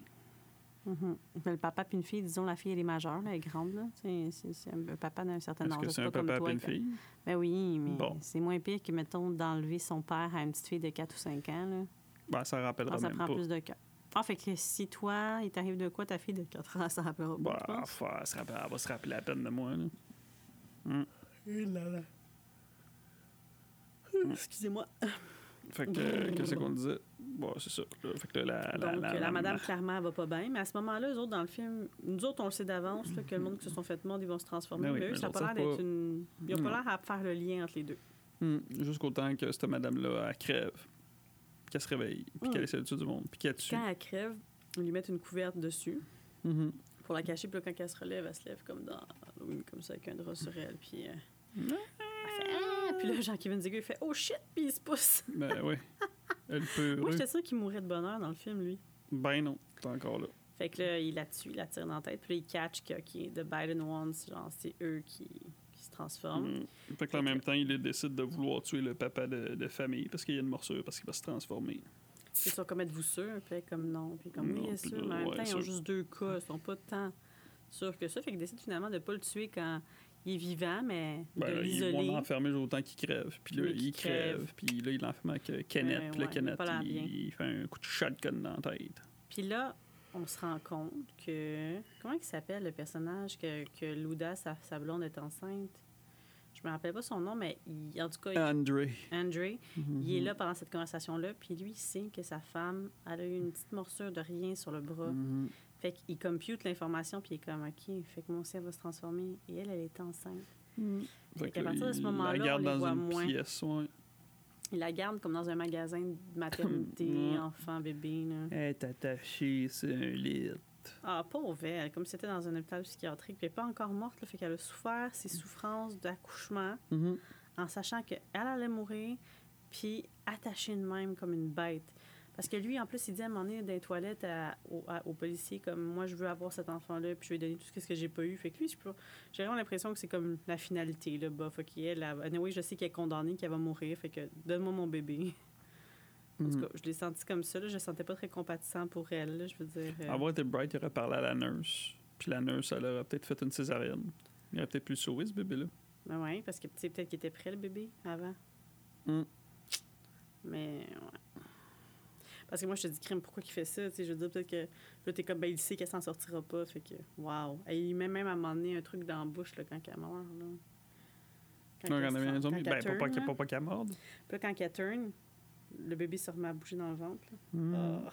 S2: Mhm. Ben, le papa puis une fille, disons, la fille, elle est majeure, là, elle est grande. là. C'est- C'est c'est un un papa d'un certain
S1: Est-ce
S2: âge.
S1: que
S2: là,
S1: c'est un
S2: pas comme
S1: papa
S2: toi,
S1: puis une
S2: que-
S1: fille?
S2: Ben oui, mais
S1: Bon.
S2: c'est moins pire que, mettons, d'enlever son père à une petite fille de 4 ou 5 ans. Là.
S1: Ben, ça rappellera
S2: Ah, ça
S1: même
S2: prend
S1: pas.
S2: plus de cœur. Ah, fait que si toi, il t'arrive de quoi, ta fille de 4 ans, ça rappellera pas.
S1: Bah,
S2: tu penses?
S1: enfin, elle, se rappelle- elle va se rappeler la peine de moi. Là.
S2: Excusez-moi.
S1: Fait que, euh, qu'est-ce qu'on disait? Bon, c'est ça. là. Fait que Ah, là, la, la,
S2: Donc, euh,
S1: la-
S2: la,
S1: la-
S2: madame, clairement, elle va pas bien. Mais à ce moment-là, eux autres, dans le film, nous autres, on le sait d'avance, là, que le monde qui se sont fait monde, ils vont se transformer.
S1: Ben oui,
S2: mais eux,
S1: mais
S2: ça a
S1: ils
S2: pas
S1: le
S2: l'air
S1: savent
S2: d'être
S1: pas. Hmm.
S2: une. Ils ont
S1: Non.
S2: pas l'air à faire le lien entre les deux.
S1: Hmm, Jusqu'au temps que cette madame-là elle crève. qu'elle se réveille, puis
S2: Mm.
S1: qu'elle essaie de tuer du monde, puis qu'elle tue.
S2: Quand elle crève, on lui met une couverte dessus
S1: Mhm.
S2: pour la cacher. Puis là, quand elle se relève, elle se lève comme dans Halloween, comme ça, avec un drap sur elle. Puis euh, elle fait Ah! Puis là, Jean-Kevin Diego, il fait Oh shit! Puis il se pousse.
S1: Ben ouais. Elle peut.
S2: Moi, j'étais sûre qu'il mourrait de bonheur dans le film, lui.
S1: Ben non, t'es encore là.
S2: Fait que là, il la tue, il la tire dans la tête. Puis là, il catch que OK, The Biden Ones, genre, c'est eux qui, qui se transforment.
S1: Mm. Fait que en même temps, il décide de vouloir tuer le papa de, de famille parce qu'il y a une morsure, parce qu'il va se transformer.
S2: Puis ils sont comme êtes-vous sûr? Puis elle est comme non. Puis comme
S1: Non,
S2: oui,
S1: puis là,
S2: sûr. Mais en même
S1: ouais,
S2: temps, ils ont
S1: sûr.
S2: juste deux cas. Ils sont pas tant sûrs que ça. Fait qu'ils décident finalement de pas le tuer quand il est vivant, mais
S1: Ben,
S2: de
S1: ils vont
S2: l'isoler.
S1: l'enfermer autant qu'il crève. Puis là,
S2: Mais qu'il
S1: il crève. Puis là, il l'enferme avec euh, Kenneth. puis là,
S2: Ben Ouais, ouais, il a
S1: Kenneth,
S2: pas l'air
S1: il,
S2: bien.
S1: il fait un coup de shotgun dans la tête.
S2: Puis là, on se rend compte que. Comment il s'appelle le personnage que, que Luda, sa, sa blonde, est enceinte? Je me rappelle pas son nom, mais il- en tout cas, il-
S1: André.
S2: André,
S1: Mm-hmm.
S2: il est
S1: Mhm.
S2: là pendant cette conversation-là, puis lui, il sait que sa femme, elle a eu une petite morsure de rien sur le bras.
S1: Mhm.
S2: Fait qu'il compute l'information, puis il est comme, OK, fait que mon ciel va se transformer. Et elle, elle est enceinte.
S1: Fait
S2: Fait
S1: que
S2: qu'à
S1: là,
S2: partir de ce
S1: il la
S2: moment-là, on
S1: garde
S2: les
S1: dans
S2: voit
S1: une
S2: moins.
S1: pièce, ouais.
S2: Il la garde comme dans un magasin de maternité,
S1: Ouais.
S2: enfant, bébé. là.
S1: Elle est attachée, c'est un lit.
S2: Ah, pauvre elle, comme si c'était dans un hôpital psychiatrique. Puis elle n'est pas encore morte, là, fait qu'elle a souffert ses souffrances d'accouchement
S1: Mhm.
S2: en sachant qu'elle allait mourir, puis attachée de même comme une bête. Parce que lui, en plus, il dit à un moment donné dans les toilettes à- au, à- au policier, comme moi, je veux avoir cet enfant-là, puis je vais lui donner tout ce que j'ai pas eu. Fait que lui, je sais pas, j'ai vraiment l'impression que c'est comme la finalité, là, bah, fuck elle. elle- Anyway, je sais qu'elle est condamnée, qu'elle va mourir, fait que donne-moi mon bébé. En
S1: Mhm. Hmm.
S2: tout cas, je l'ai senti comme ça, là, je le sentais pas très compatissant pour elle, là, je veux dire. euh,
S1: Avoir été Bright, il aurait parlé à la nurse. Puis la nurse, elle aurait peut-être fait une césarienne. Il aurait peut-être pu le sauver, ce bébé-là.
S2: Ben ouais, parce que tu sais, peut-être qu'il était prêt, le bébé, avant.
S1: Mm.
S2: Mais, ouais. Parce que moi, je te dis, crime, pourquoi il fait ça? Tu sais, je veux dire, peut-être que là, t'es comme, ben, il sait qu'elle s'en sortira pas. Fait que, waouh. Et il met même à m'emmener un truc dans la bouche, là, quand elle meurt, là. Quand
S1: Non,
S2: elle
S1: quand elle
S2: se hein.
S1: avait un
S2: rend-
S1: zombie.
S2: quand
S1: Ben,
S2: elle
S1: pour pas
S2: turn,
S1: qu'elle-
S2: là.
S1: pour pas qu'elle morde.
S2: Puis là, quand elle turn, le bébé se remet à bouger dans le ventre, là.
S1: Mhm.
S2: Ah.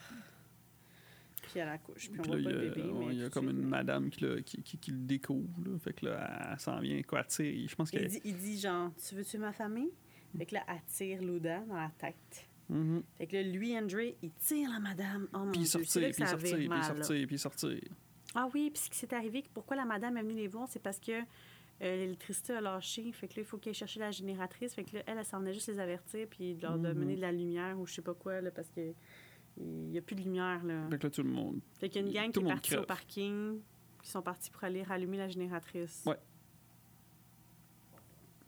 S2: Puis elle accouche. Puis
S1: Mm.
S2: on
S1: Puis
S2: voit
S1: là,
S2: pas
S1: il y a,
S2: le bébé.
S1: ouais,
S2: mais
S1: il y a
S2: tout de
S1: comme
S2: suite,
S1: une
S2: là.
S1: madame qui, le- qui, qui- qui le découvre. là. Fait que là, elle s'en vient. Quoi, elle tire. Je pense
S2: Il
S1: qu'elle.
S2: dit, il dit, genre, tu veux tuer ma famille? Fait que là, elle tire Luda dans la tête.
S1: Mhm.
S2: Fait que là, lui, André, il tire la madame. Oh mon
S1: Puis il
S2: Dieu, c'est
S1: sortir,
S2: là que
S1: puis il
S2: ça
S1: sortir,
S2: vire
S1: puis il
S2: mal. là.
S1: sortir, puis il sortir.
S2: Ah oui, puis ce qui s'est arrivé, que pourquoi la madame est venue les voir, c'est parce que euh, l'électricité a lâché. Fait que là, il faut qu'elle cherche la génératrice. Fait que là, elle, elle s'en venait juste les avertir, puis de leur
S1: Mhm.
S2: donner de la lumière ou je sais pas quoi, là, parce que il n'y a plus de lumière, là.
S1: Fait que là, tout le monde.
S2: Fait qu'il y a une gang
S1: tout
S2: qui
S1: le
S2: est
S1: monde
S2: partie au
S1: crève.
S2: parking, qui sont partis pour aller rallumer la génératrice.
S1: Ouais.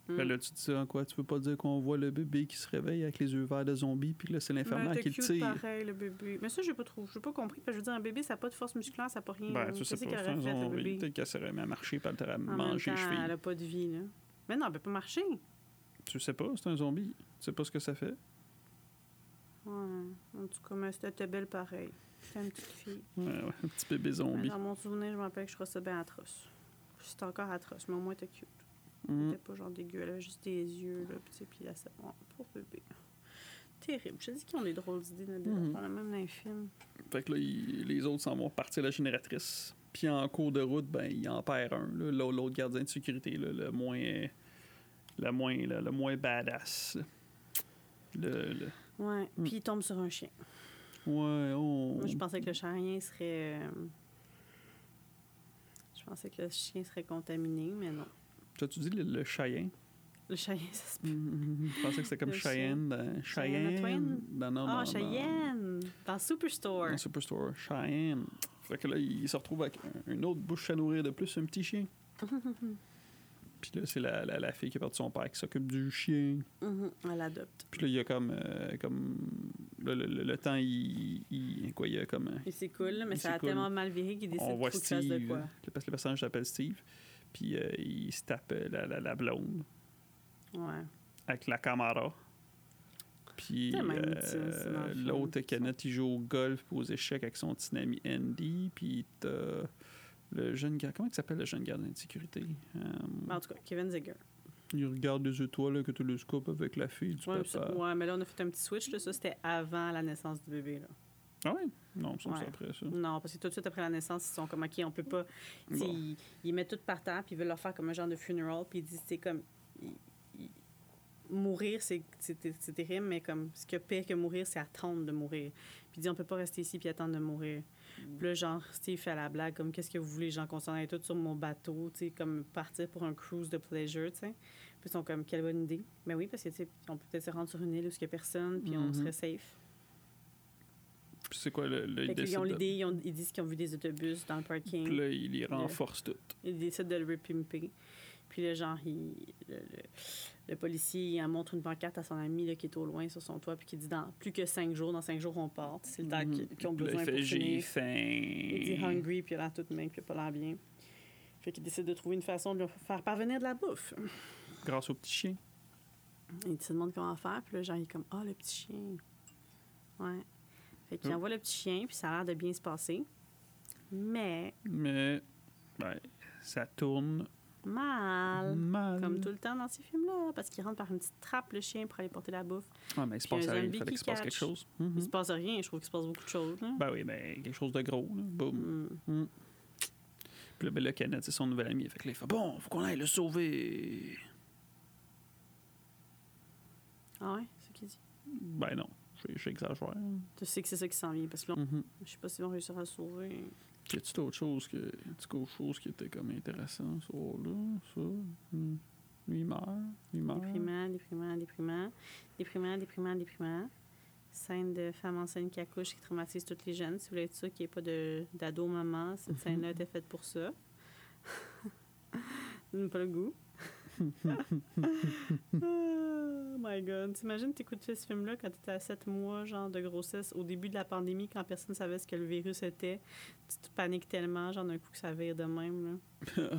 S2: Hmm.
S1: Ben là, tu dis ça en quoi Tu peux pas dire qu'on voit le bébé qui se réveille avec les yeux verts de zombie, puis là, c'est
S2: Mais
S1: l'infirmière
S2: t'es
S1: qui le
S2: Ben, cute
S1: tire.
S2: pareil, le bébé. Mais ça, j'ai pas trouvé. J'ai pas compris. Parce que je veux dire, un bébé, ça n'a pas de force musculaire, ça n'a pas rien.
S1: Ben,
S2: là.
S1: tu sais
S2: Qu'est-ce
S1: pas,
S2: qu'elle
S1: c'est un
S2: aurait fait, le
S1: zombie.
S2: bébé?
S1: Peut-être qu'elle serait à marcher, puis elle t'aurait
S2: En même
S1: mangé les
S2: temps, elle
S1: chevilles.
S2: n'a pas de vie, là. Mais non, elle peut pas marcher.
S1: Tu sais pas, c'est un zombie. Tu sais pas ce que ça fait.
S2: Ouais. En tout cas, mais c'était belle pareil. C'était une petite fille.
S1: Ouais, ouais, un petit bébé
S2: Mais
S1: zombie.
S2: dans mon souvenir, je me rappelle que je trouvais ça bien atroce. C'était encore atroce, mais au moins, t'es cute. Elle
S1: Mhm.
S2: était pas genre dégueu. Elle avait juste des yeux, là, pis tu sais, puis là, ça... Oh, pauvre bébé. Terrible. Je te dis qu'ils ont des drôles d'idées, là, de
S1: Mhm.
S2: faire la même dans les films.
S1: Fait que là, il- les autres s'en vont partir la génératrice. Puis en cours de route, ben, il en perd un. là. L'au- L'autre gardien de sécurité, là, le moins. Le moins, le, le moins badass. Le, le-
S2: Ouais.
S1: Mm.
S2: Puis il tombe sur un chien.
S1: Ouais, on.
S2: Moi, je pensais que le charien serait. euh, Je pensais que le chien serait contaminé, mais non.
S1: T'as-tu dit le, le Cheyenne
S2: Le charien, ça se peut. Mm-hmm.
S1: Mhm. Je pensais que c'était comme
S2: Le chien.
S1: Cheyenne. dans- Cheyenne.
S2: Cheyenne à Twin?
S1: dans- non,
S2: Ah,
S1: dans- dans-
S2: Cheyenne! Dans Superstore!
S1: Dans Superstore. Cheyenne. Fait que là, il se retrouve avec un- une autre bouche à nourrir de plus, un petit chien. Puis là, c'est la, la, la fille qui a perdu son père qui s'occupe du chien.
S2: Mhm, elle adopte.
S1: Puis là, il y a comme. euh, comme le, le- le- le temps, il, il- Quoi, il y a comme. euh,
S2: Il s'écoule, mais
S1: Il
S2: ça a
S1: s'écoule.
S2: tellement mal viré qu'il décide
S1: on
S2: qu'il
S1: voit
S2: faut qu'il fasse
S1: Steve.
S2: de quoi.
S1: le- Parce que le personnage s'appelle Steve. Puis euh, il se tape euh, la, la, la blonde
S2: Ouais.
S1: avec la caméra. Puis
S2: Tellement
S1: euh,
S2: inutile, ça, dans le film.
S1: l'autre, Kenneth, il joue au golf puis aux échecs avec son petit ami Andy. Puis t'as le jeune gars. Comment il s'appelle le jeune gardien de sécurité Euh,
S2: Mais Ben, en tout cas, Kevin Zegger.
S1: Il regarde les étoiles que tu le scope avec la fille du
S2: Ouais, mais
S1: papa.
S2: ça- ouais, mais là, on a fait un petit switch. Là. Ça, c'était avant la naissance du bébé. Là.
S1: Ah ouais? Non, ça,
S2: Ouais.
S1: c'est après ça.
S2: Non, parce que tout de suite après la naissance, ils sont comme, OK, on peut pas. Tu sais,
S1: Bon.
S2: Ils, ils mettent tout par terre, puis ils veulent leur faire comme un genre de funeral, puis ils disent, c'est comme. Ils, ils- mourir, c'est c'est- c'est- c'est terrible, mais comme ce que pire que mourir, c'est attendre de mourir. Puis il dit, on peut pas rester ici puis attendre de mourir. Puis là, genre, Steve fait la blague, comme, qu'est-ce que vous voulez, j'en consolerai tout sur mon bateau, tu sais, comme partir pour un cruise de pleasure, tu sais. Puis ils sont comme, quelle bonne idée. Mais oui, parce que, tu sais, on peut peut-être se rendre sur une île où il n'y a personne, puis on
S3: Mhm.
S1: Mm-hmm.
S2: serait safe.
S1: Puis c'est quoi le, le
S2: Fait
S1: il
S2: qu'ils
S1: décide
S2: ont
S1: de-
S2: l'idée, ils, ont- ils disent qu'ils ont vu des autobus dans le parking.
S1: Puis là, il les renforce toutes.
S2: Il décide de le repimper. Puis le genre, il- le, le- le policier il en montre une pancarte à son ami là, qui est au loin sur son toit, puis qui dit dans plus que cinq jours, dans cinq jours, on part. C'est le temps qu'ils qu'ils ont
S1: Mhm. Puis là,
S2: besoin
S1: il
S2: pour
S1: fait j'ai
S2: finir. Il dit
S1: faim.
S2: hungry, puis il a l'air tout maigre, puis il a pas l'air bien. Fait qu'il décide de trouver une façon de lui faire parvenir de la bouffe.
S1: Grâce au petit chien.
S2: Il se demande comment faire, puis là, genre, il est comme Ah, le petit chien. Ouais. Fait qu'il
S1: Oh.
S2: envoie le petit chien, puis ça a l'air de bien se passer. Mais
S1: Mais ben, ça tourne
S2: mal.
S1: mal.
S2: Comme tout le temps dans ces films-là, parce qu'il rentre par une petite trappe, le chien, pour aller porter la bouffe.
S1: Ah, mais il se
S2: Puis
S1: passe
S2: un
S1: rien. Il
S2: zombie
S1: fallait
S2: qui
S1: qu'il se passe
S2: catch.
S1: quelque chose.
S2: Il
S1: Mhm.
S2: se passe rien, je trouve qu'il se passe beaucoup de choses. là.
S1: Ben oui, mais quelque chose de gros. Là. Boum.
S2: Mm.
S1: Puis là, ben, là, Kenneth, c'est son nouvel ami. Fait que là, il fait Bon, faut qu'on aille le sauver.
S2: Ah ouais, c'est ce qu'il dit.
S1: Ben non, j'ai- j'exagère.
S2: Tu sais que c'est ça qui s'en vient, parce que là,
S1: Mhm.
S2: on- je sais pas si on réussira à le sauver.
S1: Y a-tu d'autres choses que. Tu autre chose qui était comme intéressant ce soir-là? Ça? Hmm. Lui, il meurt. Il meurt.
S2: Déprimant, déprimant, déprimant. Déprimant, déprimant, déprimant. Scène de femme enceinte qui accouche qui traumatise toutes les jeunes. Si vous voulez être sûr qu'il n'y ait pas de- d'ado-maman, cette scène-là était faite pour ça. Ça donne pas le goût. oh my god. T'imagines, t'écoutais ce film-là quand t'étais à 7 mois, genre de grossesse, au début de la pandémie, quand personne savait ce que le virus était. Tu te paniques tellement, genre d'un coup que ça vire de même. Là.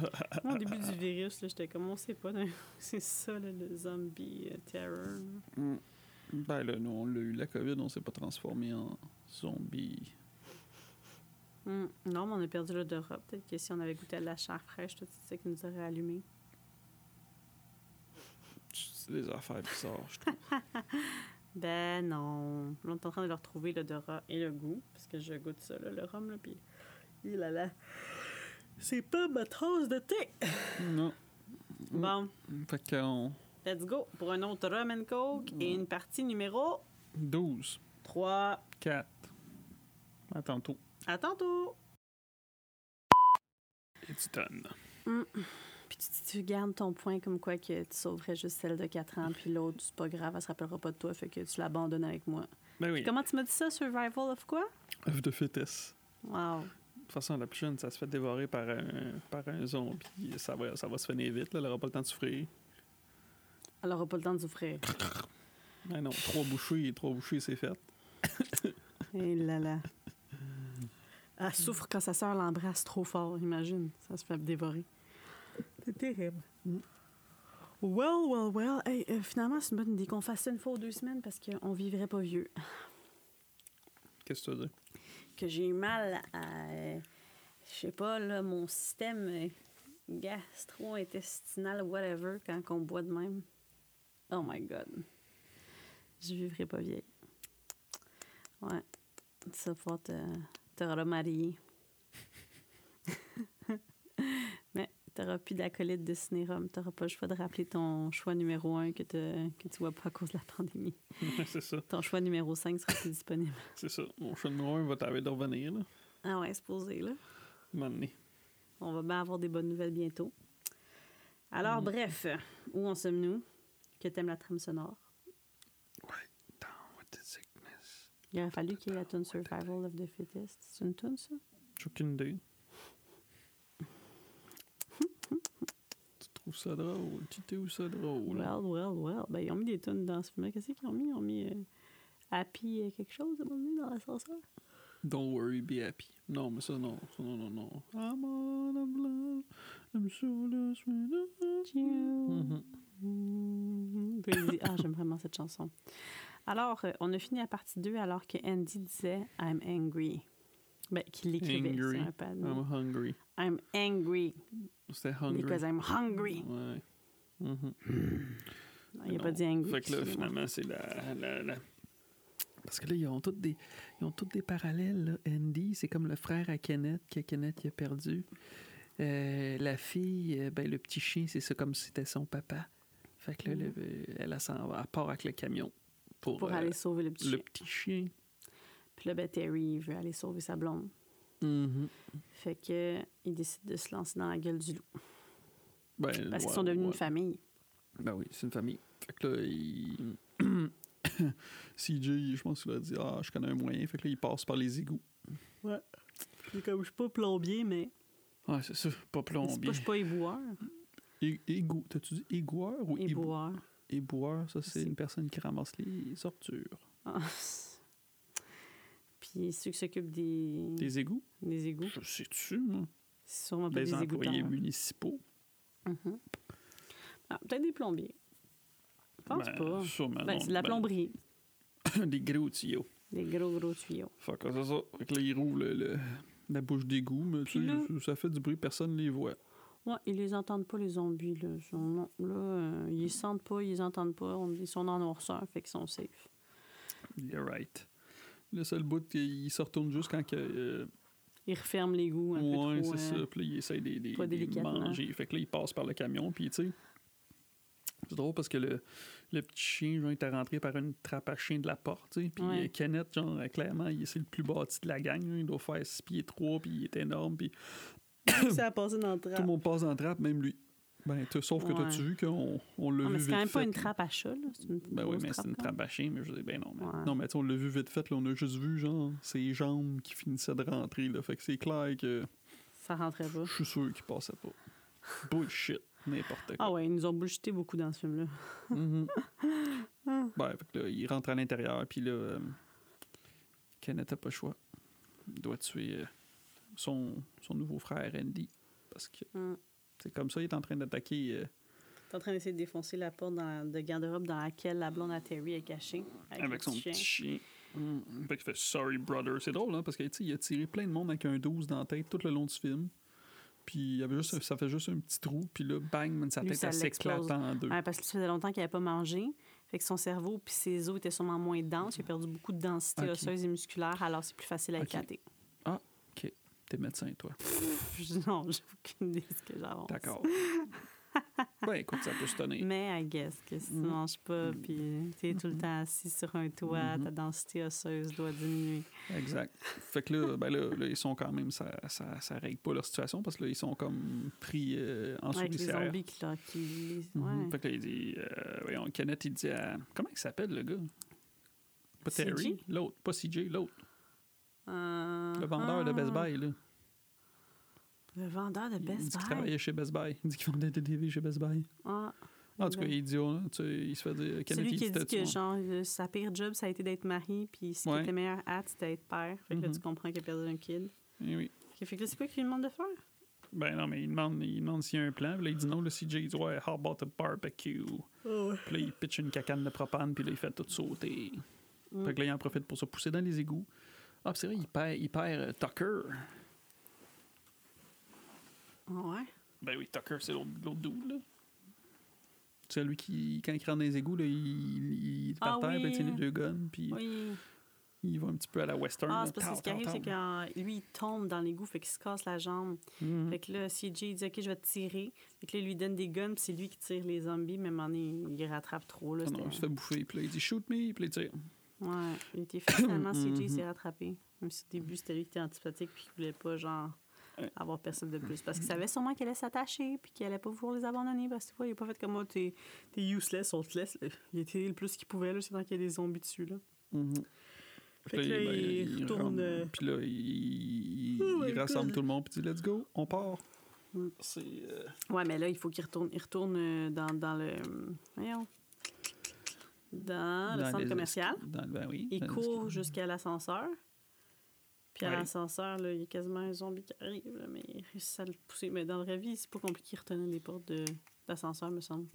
S2: Moi, au début du virus, là, j'étais comme, on sait pas, d'un coup, c'est ça, là, le zombie euh, terror.
S1: Hmm. Ben là, nous, on l'a eu la COVID, on s'est pas transformé en zombie.
S2: Hmm. Non, mais on a perdu l'odorat. Peut-être que si on avait goûté à de la chair fraîche, tout ça qui nous aurait allumé.
S1: C'est des affaires bizarres, je trouve.
S2: Ben non. Là, on est en train de leur trouver l'odorat et le goût, parce que je goûte ça, là, le rhum, là, puis... Il a là. C'est pas ma tasse de thé!
S1: non. Mm.
S2: Bon,
S1: Fait qu'on.
S2: let's go pour un autre rum and coke et une partie numéro
S1: 12,
S2: 3.
S1: 4. À tantôt.
S2: À tantôt!
S1: Et tu donnes.
S2: Puis tu, tu gardes ton point comme quoi que tu sauverais juste celle de 4 ans, puis l'autre, c'est pas grave, elle se rappellera pas de toi, fait que tu l'abandonnes avec moi.
S1: Ben oui.
S2: Comment tu m'as dit ça, Survival of quoi?
S1: œuf de fœtus.
S2: Wow.
S1: De toute façon, la plus jeune, ça se fait dévorer par un, par un zombie. Ça va, ça va se finir vite, là. Elle aura pas le temps de souffrir.
S2: Elle aura pas le temps de souffrir.
S1: Ben non, trois bouchées, trois bouchées, c'est fait.
S2: Et Eh là là. Elle souffre quand sa sœur l'embrasse trop fort, imagine. Ça se fait dévorer. C'est terrible. Well, well, well. Hey, euh, finalement, c'est une bonne idée qu'on fasse ça une fois ou deux semaines parce qu'on vivrait pas vieux.
S1: Qu'est-ce que tu veux dire?
S2: que j'ai mal à, euh, je sais pas, là, mon système euh, gastro-intestinal, whatever, quand on boit de même. Oh my God. Je vivrai pas vieille. Ouais. Ça va te, te remarier. Mais t'auras plus d'acolyte de cinérum. T'auras pas le choix de rappeler ton choix numéro un que, te- que tu vois pas à cause de la pandémie.
S1: c'est ça,
S2: Ton choix numéro 5 sera plus disponible.
S1: c'est ça. Mon chat numéro un va t'arrêter de revenir, là.
S2: Ah ouais, supposé, là.
S1: Un moment donné.
S2: On va bien avoir des bonnes nouvelles bientôt. Alors, bref, où en sommes-nous? Que t'aimes la trame sonore?
S1: Down with the sickness.
S2: Il aurait fallu qu'il y ait la tune Survival of the Fittest. C'est une tune, ça?
S1: J'ai aucune idée. tu trouves ça drôle? Tu trouves ça drôle?
S2: Well, well, well. Ben, ils ont mis des tunes dans ce film-là. Qu'est-ce qu'ils ont mis? Ils ont mis euh, Happy euh, quelque chose, à un moment donné, dans l'ascenseur.
S1: Don't worry, be happy. Non, mais ça, non. Ça, non, non, non. I'm all of love. I'm so lost without you.
S2: Mm-hmm.
S1: Mhm.
S2: Mm. Puis il dit, Ah, j'aime vraiment cette chanson. Alors, euh, on a fini la partie 2 alors que Andy disait I'm angry. Ben, qu'il l'écrivait
S1: Angry.
S2: sur un pad.
S1: I'm hungry.
S2: I'm angry
S1: C'était hungry.
S2: because I'm hungry.
S1: Ouais. Mhm.
S2: Non, Il n'a
S1: Non.
S2: Ah, pas dit angry.
S1: Fait que là,
S2: excusez-moi.
S1: finalement, c'est la, la- la- Parce que là, ils ont tous des, ils ont toutes des parallèles. là. Andy, c'est comme le frère à Kenneth que Kenneth il a perdu. Euh, la fille, euh, ben, le petit chien, c'est ça comme si c'était son papa. Fait que là,
S2: Mhm.
S1: le- elle, elle s'en va, elle part avec le camion pour,
S2: pour
S1: euh,
S2: aller sauver le petit
S1: le
S2: chien.
S1: petit chien.
S2: Puis là, ben, Terry il veut aller sauver sa blonde.
S1: Mhm.
S2: Fait que il décide de se lancer dans la gueule du loup.
S1: Ben,
S2: Parce
S1: ouais,
S2: qu'ils sont devenus
S1: ouais.
S2: une famille.
S1: Ben oui, c'est une famille. Fait que là, il... CJ, je pense qu'il a dit Ah, je connais un moyen. Fait que là, il passe par les égouts.
S2: Puis comme je suis pas plombier, mais
S1: Ouais, c'est ça, pas
S2: c'est pas,
S1: plombier.
S2: je suis pas éboueur.
S1: É- Égout. T'as-tu dit égoueur ou ébou-
S2: Éboueur.
S1: Éboueur, ça, c'est
S2: C'est-
S1: une personne qui ramasse les ordures.
S2: Ah. Puis ceux qui s'occupent des, des...
S1: Des égouts
S2: égouts,
S1: Je sais-tu, moi.
S2: c'est sûrement pas
S1: Des
S2: Mmh. des
S1: employés
S2: égouteurs.
S1: municipaux.
S2: Mhm. Ah, Peut-être des plombiers. Je pense
S1: Ben,
S2: pas.
S1: Sûrement.
S2: Ben,
S1: non.
S2: c'est de la
S1: Ben,
S2: plomberie.
S1: des gros tuyaux.
S2: Des gros, gros tuyaux.
S1: Fait que c'est ça. Fait que là, il roule le- le- la bouche d'égout, mais tu
S2: Puis
S1: sais,
S2: là-
S1: ça- ça fait du bruit, personne les voit.
S2: Ouais, ils les entendent pas, les zombies. Là, Ils sont- non, là euh, ils les sentent pas, ils les entendent pas. On- Ils sont en noirceur, fait qu'ils sont safe.
S1: You're right. Le seul bout, il il se retourne juste quand que, euh,
S2: Ils referment les goûts un
S1: ouais,
S2: peu trop.
S1: c'est
S2: hein.
S1: ça. Puis là, il essaie de les
S2: pas délicatement.
S1: manger. Fait que là, il passe par le camion. Puis, tu sais, c'est drôle parce que le, le petit chien, genre, il était rentré par une trappe à chien de la porte. tu sais. Puis
S2: Ouais.
S1: euh, Kenneth, genre, euh, clairement, il- c'est le plus bâti de la gang. hein. Il doit faire 6 pieds 3, puis il est énorme. Puis
S2: ça a passé dans le trappe.
S1: tout le monde passe dans la trappe, même lui. Ben, t'as- sauf que
S2: Ouais.
S1: t'as-tu vu qu'on on l'a
S2: Ah,
S1: vu
S2: mais
S1: vite
S2: c'est quand même pas
S1: fait,
S2: une
S1: là.
S2: trappe à chat, là. C'est une
S1: Ben oui,
S2: grosse
S1: mais c'est une
S2: quand même.
S1: trappe à chien, mais je dis, ben non. Mais...
S2: Ouais.
S1: Non, mais tu sais, on l'a vu vite fait, là, on a juste vu, genre, ses jambes qui finissaient de rentrer, là. Fait que c'est clair que
S2: Ça rentrait pas.
S1: je suis sûr qu'il passait pas. Bullshit, n'importe quoi.
S2: Ah ouais, ils nous ont bullshité beaucoup dans ce film-là.
S1: Mhm. ben, fait que là, il rentre à l'intérieur, puis là, euh, Kenneth a pas le choix. Il doit tuer euh, son, son nouveau frère, Andy, parce que
S2: Hum.
S1: c'est comme ça, il est en train d'attaquer. euh,
S2: T'es en train d'essayer de défoncer la porte dans la- de garde-robe dans laquelle la blonde à Terry est cachée. Avec,
S1: Avec
S2: le
S1: son
S2: chien.
S1: petit chien. Mm. Fait qu'il fait Sorry Brother. C'est drôle, hein, parce qu'il il a tiré plein de monde avec un 12 dans la tête tout le long du film. Puis il y avait juste, un- ça fait juste un petit trou, puis là, bang, man, sa
S2: Lui,
S1: tête
S2: ça
S1: elle s'éclate
S2: l'explose.
S1: en deux.
S2: Ouais, parce que ça faisait longtemps qu'il n'avait pas mangé. Fait que son cerveau puis ses os étaient sûrement moins denses. Il a perdu beaucoup de densité
S1: Ok.
S2: osseuse et musculaire, alors c'est plus facile à
S1: Ok.
S2: éclater.
S1: T'es médecin, toi.
S2: Je- Non, j'ai aucune idée de ce que j'avance.
S1: D'accord. ben écoute, ça peut se tenir.
S2: Mais I guess que si tu
S1: Mhm.
S2: manges pas,
S1: Mhm.
S2: puis tu es tout le temps assis sur un toit,
S1: Mhm.
S2: ta densité osseuse doit diminuer.
S1: Exact. Fait que là, ben là, là, ils sont quand même, ça, ça, ça règle pas leur situation, parce que là, ils sont comme pris euh, en
S2: Avec les
S1: souricière.
S2: zombies qui leur. Qui...
S1: Mhm.
S2: Ouais.
S1: Fait que là, il dit, euh, voyons, Kenneth, il dit à. Comment il s'appelle, le gars Pas
S2: CJ?
S1: Terry, l'autre, pas CJ, l'autre.
S2: Euh,
S1: Le vendeur de Best
S2: ah,
S1: Buy, là.
S2: Le vendeur de
S1: il dit
S2: Ah, Best
S1: qu'il
S2: Buy.
S1: travaillait chez Best Buy. Il dit qu'il vendait des DVD chez Best Buy.
S2: Ah,
S1: En tout cas,
S2: Ben.
S1: il dit, oh, tu sais, il se fait dire, Kenneth,
S2: celui
S1: il
S2: qui a dit
S1: dit
S2: que genre, euh, sa pire job, ça a été d'être mari, puis ce qui
S1: Ouais.
S2: était meilleur hâte, c'était d'être père. Fait que là,
S1: Mhm.
S2: tu comprends qu'il a perdu un kid.
S1: Eh oui.
S2: Ok, fait que là, c'est quoi qu'il lui demande de faire?
S1: Ben non, mais il demande, il demande s'il y a un plan. Puis là, il dit non. Le CJ, il dit, ouais, how about a barbecue? Puis là, il pitch une cacane de propane, puis là, il fait tout sauter.
S2: Mm.
S1: Fait que là, il en profite pour se pousser dans les égouts. Ah, puis c'est vrai, il perd, il perd euh, Tucker.
S2: Ah ouais?
S1: Ben oui, Tucker, c'est l'autre l'autre dude, là. C'est lui qui, quand il rentre dans les égouts, là, il, il, il est par
S2: Ah
S1: terre,
S2: oui.
S1: puis il tient les deux guns, puis
S2: Oui.
S1: il va un petit peu à la western.
S2: Ah,
S1: là.
S2: c'est parce que
S1: Pow,
S2: ce qui
S1: pow,
S2: arrive, c'est
S1: pow.
S2: que lui, il tombe dans l'égout, fait qu'il se casse la jambe.
S1: Mhm.
S2: Fait que là, CJ, il dit, OK, je vais te tirer. Fait que là, il lui donne des guns, puis c'est lui qui tire les zombies, mais à un moment donné, il rattrape trop. Là,
S1: Ah non, il
S2: c'était-
S1: se fait bouffer. Puis là, il dit shoot me. Puis là, il tire.
S2: Ouais, il était fait, Mm-hmm. finalement, CJ il
S1: Mhm.
S2: s'est rattrapé. Même si au début, c'était lui qui était antipathique puis qui voulait pas, genre,
S1: Ouais.
S2: avoir personne de plus. Parce qu'il savait sûrement qu'elle allait s'attacher puis qu'elle allait pas vouloir les abandonner. Parce que tu vois, il a pas fait comme moi, t'es t'es useless, on te laisse. Il était le plus qu'il pouvait, là, c'est tant qu'il y a des zombies dessus, là.
S1: Mhm. Puis ben,
S2: Fait que là, il retourne,
S1: rentre.
S2: euh,
S1: Puis là, il, il-
S2: Oh
S1: il
S2: my
S1: rassemble
S2: God.
S1: tout le monde. Puis il dit let's go, on part.
S2: Mm.
S1: C'est. euh,
S2: Ouais, mais là, il faut qu'il retourne, il retourne euh, dans, dans le. Voyons. Dans, Ah, le
S1: dans
S2: centre
S1: les-
S2: commercial.
S1: Dans, ben oui.
S2: Il
S1: dans les-
S2: court jusqu'à l'ascenseur. Puis à
S1: Ouais.
S2: l'ascenseur, là, il y a quasiment un zombie qui arrive, là, mais il réussit à le pousser. Mais dans la vraie vie, c'est pas compliqué de retenir les portes de l'ascenseur, me semble.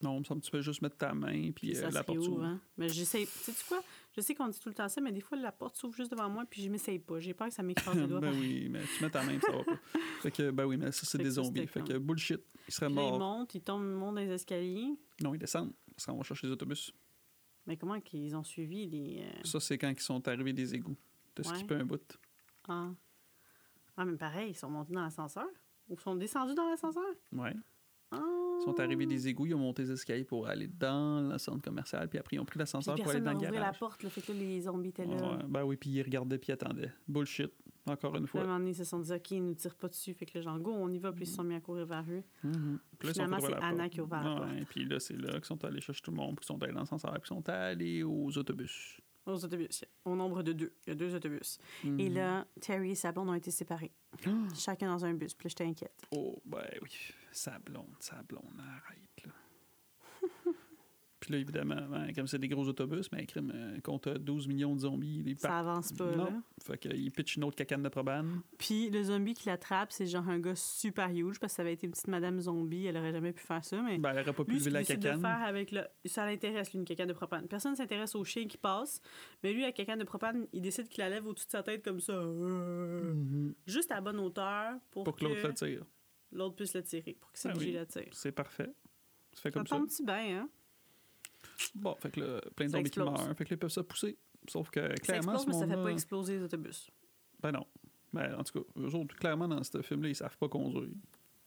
S1: Non, me semble que tu peux juste mettre ta main. Puis,
S2: Puis
S1: euh,
S2: ça
S1: la
S2: se
S1: porte
S2: réouvre.
S1: s'ouvre.
S2: hein. Mais j'essaie. Tu sais quoi? Je sais qu'on dit tout le temps ça, mais des fois, la porte s'ouvre juste devant moi, puis je m'essaye pas. J'ai peur que ça m'écrase les doigts.
S1: ben oui, mais tu mets ta main, puis ça va pas. Fait que, ben oui, mais ça, c'est
S2: Fait que
S1: des
S2: ça,
S1: zombies.
S2: c'était
S1: Fait que
S2: comme-
S1: bullshit. Il serait
S2: Puis là, ils
S1: mort.
S2: montent, ils tombent, ils montent dans les escaliers.
S1: Non, ils descendent. Parce qu'on va chercher les autobus.
S2: Mais comment qu'ils ont suivi les. euh,
S1: Ça, c'est quand ils sont arrivés des égouts. T'as
S2: Ouais.
S1: skippé un bout.
S2: Ah. ah, mais pareil, ils sont montés dans l'ascenseur. Ou sont descendus dans l'ascenseur?
S1: Ouais.
S2: Ils
S1: Ils sont arrivés des égouts, ils ont monté les escaliers pour aller dans le centre commercial, puis après, ils ont pris l'ascenseur pour aller
S2: Personne
S1: dans le
S2: n'a ouvert la
S1: garage.
S2: porte, le fait que là, les zombies étaient là.
S1: Ouais, ben oui, puis ils regardaient, puis ils attendaient. Bullshit, encore une
S2: Puis
S1: fois.
S2: à un moment donné, ils se sont dit, OK, ils nous tirent pas dessus. Fait que là, genre, go, on y va. Puis ils se sont mis à courir vers eux.
S1: Mhm. Puis là, ils sont
S2: Finalement,
S1: allés
S2: c'est
S1: ouvrir la
S2: Anna
S1: porte.
S2: qui a ouvert la
S1: Ouais,
S2: porte.
S1: et puis là, c'est là qu'ils sont allés chercher tout le monde, puis qu'ils sont allés dans l'ascenseur, puis qu'ils sont allés aux autobus.
S2: Aux autobus. Au nombre de deux. Il y a deux autobus. Et
S1: Mhm.
S2: là, Terry et sa blonde ont été séparés. Chacun dans un bus. Puis là, j'étais inquiète.
S1: Oh, ben oui, sa blonde, sa blonde, arrête, là. Puis là, évidemment, ben, comme c'est des gros autobus, mais crime, euh, quand t'as 12 millions de zombies, ils
S2: Ça
S1: partent.
S2: avance pas,
S1: Bah, Non.
S2: là.
S1: Fait qu'ils pitchent une autre cacane de probane.
S2: Puis le zombie qui l'attrape, c'est genre un gars super huge. Parce que ça avait été une petite madame zombie. Elle aurait jamais pu faire ça. Mais
S1: Ben, elle aurait pas pu
S2: Lui, ce
S1: lever la
S2: qu'il décide de
S1: cacane.
S2: faire avec le... Ça l'intéresse, lui, une cacane de propane. Personne ne s'intéresse au chien qui passe, mais lui, la cacane de propane, il décide qu'il la lève au-dessus de sa tête comme ça. euh,
S1: Mhm.
S2: Juste à la bonne hauteur pour,
S1: Pour que l'autre le tire.
S2: l'autre puisse le tirer, pour que c'est
S1: Ah
S2: obligé
S1: oui.
S2: de le tirer.
S1: C'est parfait. Ça fait
S2: Ça
S1: comme ça.
S2: tombe-tu bien, hein?
S1: Bon, fait que là, plein de
S2: Ça
S1: zombies qui
S2: explose.
S1: meurent. Fait que là, ils peuvent se pousser. Sauf que
S2: Ça
S1: clairement,
S2: explose, mais
S1: ce
S2: ça fait
S1: monde-là-
S2: pas exploser les autobus.
S1: Ben non. Ben, en tout cas, eux autres, clairement, dans ce film-là, ils savent pas conduire.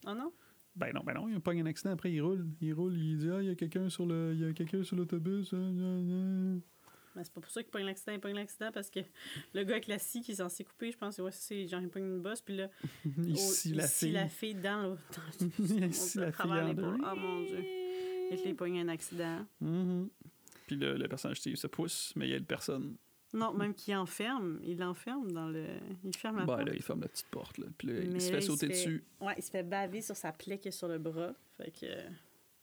S2: Ah non?
S1: Ben non, ben non, il pas un accident, après il roule. Il roule, il dit Ah, il y a quelqu'un sur le. Il y a quelqu'un sur l'autobus. hein, gna, gna.
S2: Mais Ben, c'est pas pour ça qu'il pogne l'accident, il pogne l'accident parce que le gars avec la scie qui est censé couper, je pense, ouais, c'est genre il pogne une bosse, puis là, oh,
S1: Il scie la
S2: scie la
S1: fille.
S2: fille dans le. dans le-
S1: Il scie
S2: à
S1: la fille
S2: travers
S1: en deux.
S2: l'épaule. Oh mon dieu. Et là, il pogne un accident.
S1: Mhm. Puis le, le personnage Steve se pousse, mais il y a une personne.
S2: Non, même qu'il enferme. Il l'enferme dans le. Il ferme la
S1: Ben
S2: porte.
S1: là, il ferme la petite porte, là. Puis là,
S2: Mais
S1: il se fait
S2: là, il se
S1: sauter
S2: fait-
S1: dessus.
S2: Ouais, il se fait baver sur sa plaie qui est sur le bras. Fait que. euh,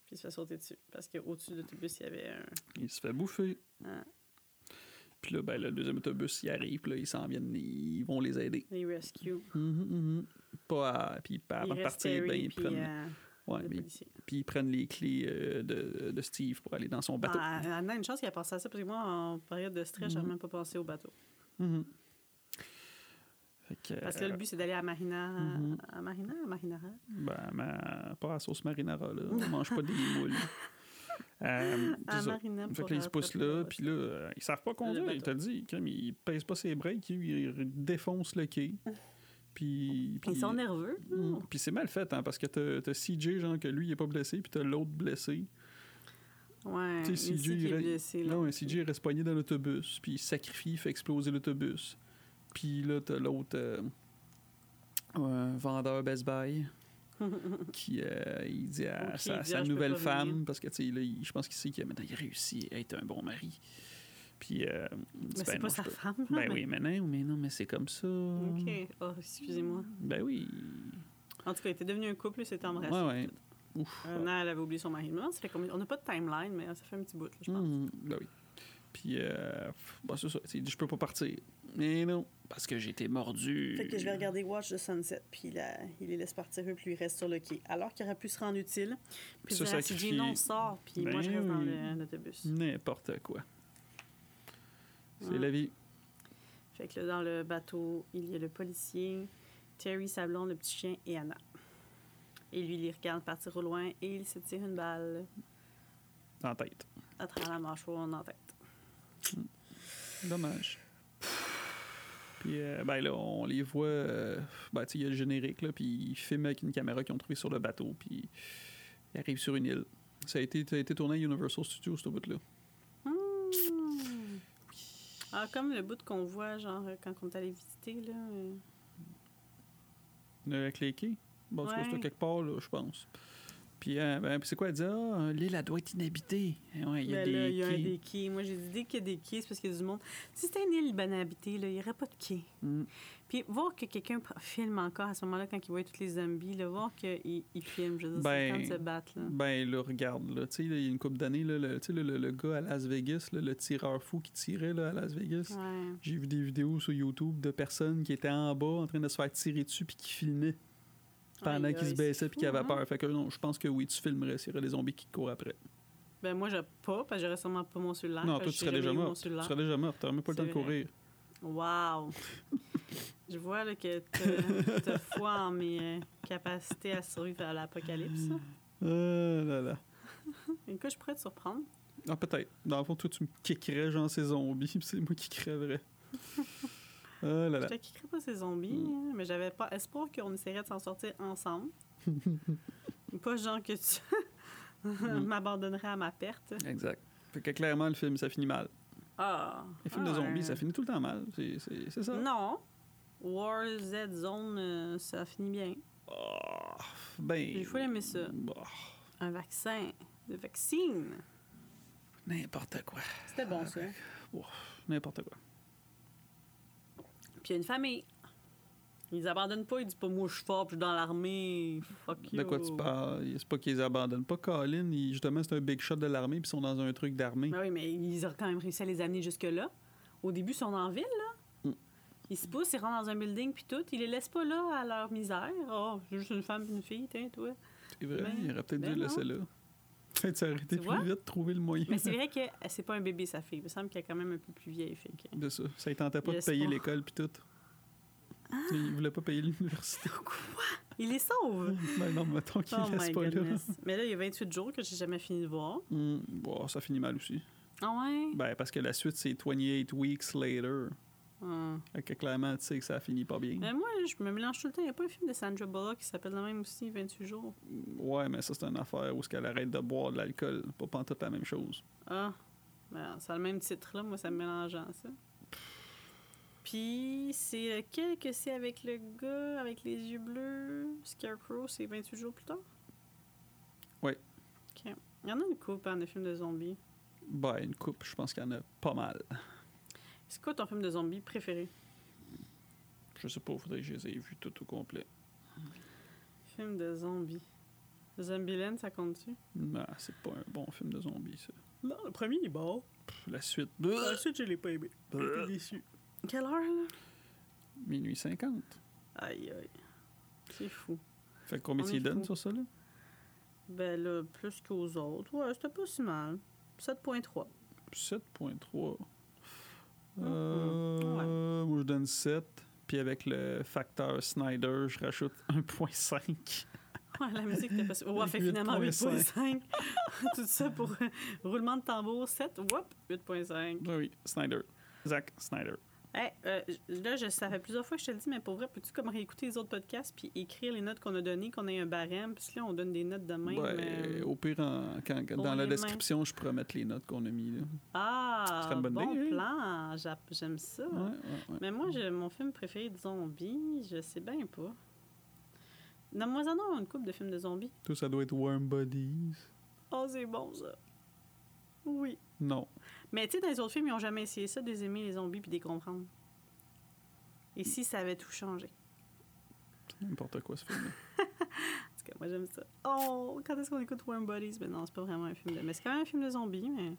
S2: Puis il se fait sauter dessus. Parce qu'au-dessus de l'autobus, il y avait un.
S1: Il se fait bouffer.
S2: Ah.
S1: Puis là, ben, le deuxième autobus, il arrive, puis là, ils s'en viennent, ils vont les aider.
S2: Les rescue.
S1: Mhm, mhm. Pas à- Puis pas
S2: il
S1: avant de
S2: reste
S1: partir,
S2: Terry,
S1: ben, ils
S2: puis,
S1: prennent.
S2: euh,
S1: ouais,
S2: le
S1: mais-
S2: policier.
S1: puis ils prennent les clés euh, de, de Steve pour aller dans son bateau.
S2: Ah, Anna, une chance qu'il a pensé à ça. Parce que moi, en période de stress, j'avais même pas pensé au bateau.
S1: Mhm. Fait que,
S2: Parce que là, le but, c'est d'aller à Marina.
S1: Euh, Mhm.
S2: À Marina hein? À Marinara
S1: Ben, ma- pas à sauce marinara, là. On mange pas des moules. Euh, c'est
S2: À
S1: ça.
S2: Marina.
S1: Fait
S2: pour,
S1: que là, ils
S2: euh,
S1: se poussent
S2: pour-
S1: là, puis là, euh, ils savent pas conduire,
S2: bateau.
S1: il t'a dit. Crime, Ils pèsent pas ses breaks, ils ils défoncent le quai. Puis. puis-
S2: Ils sont nerveux.
S1: Mm. Puis c'est mal fait, hein, parce que t'as t'as CJ, genre, que lui, il est pas blessé, puis t'as l'autre blessé.
S2: Ouais.
S1: Tu sais,
S2: il
S1: CJ,
S2: sait qu'il
S1: il
S2: est
S1: reste-
S2: blessé, là.
S1: Non, un CJ reste poigné dans l'autobus, puis il sacrifie, il fait exploser l'autobus. Puis là, t'as l'autre euh, un vendeur Best Buy qui euh, il dit à
S2: Oh, qui
S1: sa,
S2: dit,
S1: sa
S2: Ah, je peux
S1: nouvelle
S2: pas venir.
S1: femme, parce que tu sais, là, il- je pense qu'il sait qu'il a maintenant il a réussi à être un bon mari. Puis euh, il dit,
S2: Mais c'est
S1: Ben non,
S2: pas
S1: je
S2: sa
S1: peux-
S2: femme. là,
S1: Ben
S2: mais-
S1: oui, Mhm. mais non, mais non, mais c'est comme ça.
S2: OK. Oh, excusez-moi.
S1: Ben oui.
S2: En tout cas, il était devenu un couple, c'était embrassé.
S1: Ouais, ouais. Ouf.
S2: Euh, non, elle avait oublié son mari. Non, ça fait combien- On n'a pas de timeline, mais ça fait un petit bout, là, je pense.
S1: Mhm, ben oui. Puis, euh, pff, bah, c'est ça. Il dit, je peux pas partir. Mais non, parce que j'ai été mordu.
S2: regarder Watch the Sunset, puis il les laisse partir eux, puis il reste sur le quai. Alors qu'il aurait pu se rendre utile,
S1: puis Se dire à sacrifier. CJ, non,
S2: sort, puis
S1: Ben
S2: moi, je reste dans
S1: oui.
S2: le- l'autobus.
S1: N'importe quoi. C'est
S2: Ouais.
S1: la vie.
S2: Fait que là, dans le bateau, il y a le policier, Terry, Sablon, le petit chien et Anna. Et lui, il les regarde partir au loin et il se tire une balle
S1: En tête.
S2: à travers la mâchoire en tête.
S1: Dommage. Puis, euh, ben là, on les voit. euh, ben, tu sais, il y a le générique, là. Puis, ils filment avec une caméra qu'ils ont trouvée sur le bateau. Puis, ils arrivent sur une île. Ça a été, ça a été tourné à Universal Studios, ce bout-là.
S2: Hmm. Ah, comme le bout qu'on voit, genre, euh, quand on est allé visiter, là. euh,
S1: Euh, Avec les quais? Bon, en tout cas,
S2: Ouais.
S1: c'était quelque part, là, je pense. Puis, euh, ben, puis c'est quoi, elle dit, ah, l'île, elle doit être inhabitée. Eh ouais, il y a
S2: ben
S1: des
S2: là, il y a
S1: quais.
S2: des quais. Moi, j'ai dit, dès qu'il y a des quais, c'est parce qu'il y a du monde. Si c'était une île bien habitée, là, il n'y aurait pas de quais.
S1: Mm.
S2: Puis voir que quelqu'un pr- filme encore à ce moment-là, quand il voit tous les zombies, là, voir qu'ils filment, je veux dire,
S1: Ben,
S2: c'est le temps de se battre, là.
S1: Ben là, regarde, là, tu sais, là, il y a une couple d'années, là, le, tu sais, le, le- le gars à Las Vegas, là, le tireur fou qui tirait là, à Las Vegas,
S2: Ouais.
S1: j'ai vu des vidéos sur YouTube de personnes qui étaient en bas en train de se faire tirer dessus puis qui filmaient pendant
S2: Aïe,
S1: qu'ils se
S2: aïe,
S1: baissaient
S2: c'est
S1: puis qu'ils
S2: fou,
S1: avaient
S2: hein?
S1: peur. Fait que non, je pense que oui, tu filmerais s'il y aurait des zombies qui te courent après.
S2: Ben, moi, j'ai pas, parce que j'aurais sûrement pas mon cellulaire.
S1: non,
S2: parce
S1: toi,
S2: que
S1: tu
S2: je sais
S1: serais déjà
S2: jamais où
S1: mort.
S2: mon
S1: Tu
S2: cellulaire.
S1: serais déjà mort. T'aurais même pas le temps
S2: C'est
S1: de courir.
S2: Wow! je vois, là, que t'as- t'as foi en mes euh, capacités à survivre à l'apocalypse.
S1: Mm. Ah là là.
S2: Écoute, je pourrais te surprendre.
S1: Ah, peut-être. Dans le fond, toi, tu me kickerais genre ces zombies, puis c'est moi qui crèverais. oh là là.
S2: Je te
S1: Mm.
S2: kickerais pas ces zombies, hein, mais j'avais pas espoir qu'on essaierait de s'en sortir ensemble. Pas genre que tu
S1: Mm.
S2: m'abandonnerais à ma perte.
S1: Exact. Fait que clairement, le film, ça finit mal.
S2: Ah.
S1: Les films
S2: Ah
S1: de zombies,
S2: ouais.
S1: ça finit tout le temps mal. C'est- C'est c'est ça.
S2: Non. War Z Zone, euh, ça finit bien.
S1: Ah, ben.
S2: J'ai fou aimé ça.
S1: bah,
S2: Un vaccin. Le vaccine.
S1: n'importe quoi.
S2: C'était bon, ça.
S1: N'importe quoi.
S2: Puis il y a une famille. Ils abandonnent pas, ils disent pas moi je suis fort, puis je suis dans l'armée. Fuck you.
S1: De quoi tu parles? C'est pas qu'ils abandonnent pas Colin. ils- justement, c'est un big shot de l'armée, puis ils sont dans un truc d'armée.
S2: Ben oui, mais ils ont quand même réussi à les amener jusque-là. Au début, ils sont en ville, là.
S1: Mm.
S2: Ils se poussent, ils rentrent dans un building, puis tout. Ils les laissent pas là à leur misère. Oh, j'ai juste une femme et une fille, tiens, toi.
S1: C'est vrai,
S2: Ben,
S1: il aurait peut-être
S2: ben
S1: dû le
S2: non.
S1: laisser là. Peut-être s'arrêter
S2: Tu vois?
S1: plus vite, trouver le moyen.
S2: Mais c'est vrai que euh, c'est pas un bébé, sa fille. Il me semble qu'elle est quand même un peu plus vieille. Fait que...
S1: de ça. Ça ne tentait pas de
S2: Yes,
S1: payer
S2: bon.
S1: l'école puis tout.
S2: Ah.
S1: Il voulait pas payer l'université.
S2: Il les sauve!
S1: ben non, mettons qu'il
S2: Mm. Oh
S1: laisse
S2: my
S1: pas
S2: goodness. Mais là, il y a 28 jours que j'ai jamais fini de voir.
S1: là. Hmm, bon, ça finit mal aussi.
S2: Ah ouais?
S1: Ben, parce que la suite, c'est 28 weeks later.
S2: Ah.
S1: Fait que clairement, tu sais que ça finit pas bien.
S2: Mais moi, je me mélange tout le temps. Il n'y a pas un film de Sandra Bullock qui s'appelle le même aussi, 28 jours.
S1: Ouais, mais ça, c'est une affaire où ce qu'elle arrête de boire de l'alcool. Pas pantoute la même chose.
S2: Ah, ben, ça a le même titre, là. Moi, ça me mélange en ça. Puis, c'est lequel que c'est avec le gars avec les yeux bleus? Scarecrow, c'est 28 jours plus tard?
S1: Ouais.
S2: OK. Il y en a une coupe hein, de films de zombies.
S1: Ben, une coupe, je pense qu'il y en a pas mal.
S2: C'est quoi ton film de zombies préféré?
S1: Je sais pas, faudrait que je les ai vus tout au complet.
S2: Film de zombies. Zombieland, ça compte-tu?
S1: Non, c'est pas un bon film de zombies, ça.
S2: Non, le premier, il est bon.
S1: Pff, la suite.
S2: suite, je l'ai pas aimé.
S1: J'étais
S2: déçu. Quelle heure, là?
S1: Minuit 50.
S2: Aïe, aïe. C'est fou.
S1: Fait que combien
S2: On
S1: tu
S2: est
S1: y donnes
S2: fou.
S1: sur ça, là?
S2: Ben là, plus qu'aux autres. Ouais, c'était pas si mal. 7.3.
S1: 7.3.
S2: Mhm.
S1: Euh, Moi, je donne 7. Puis avec le facteur Snyder, je rajoute 1.5.
S2: Ouais, la musique t'as passé. Ouais, fait finalement 8.5.
S1: 8.5.
S2: Tout ça pour euh, roulement de tambour 7. Whoop, 8.5.
S1: Ben oui, Snyder. Zach Snyder.
S2: Hey, euh, j- là, je, ça fait plusieurs fois que je te le dis, mais pour vrai, peux-tu comme réécouter les autres podcasts puis écrire les notes qu'on a données, qu'on ait un barème, puis là, on donne des notes de même.
S1: Ouais,
S2: euh,
S1: Ben, au pire, en- quand-
S2: Pour
S1: dans la
S2: les
S1: description, je pourrais mettre les notes qu'on a mis. Là. ce
S2: Ah,
S1: serait une bonne
S2: bon
S1: idée.
S2: plan. J'a- J'aime ça.
S1: Ouais, ouais, ouais.
S2: Mais moi, j'ai- mon film préféré de zombies, je sais bien pas. Non, moi, en a une couple de films de zombies.
S1: Tout ça doit être Warm Bodies.
S2: Oh, c'est bon, ça. Oui.
S1: Non.
S2: Mais tu sais, dans les autres films, ils ont jamais essayé ça, des aimer les zombies puis des comprendre. Et si ça avait tout changé?
S1: C'est n'importe quoi ce film-là.
S2: En tout cas, moi, j'aime ça. Oh, quand est-ce qu'on écoute Warm Bodies? Ben non, c'est pas vraiment un film de... Mais c'est quand même un film de zombies, mais...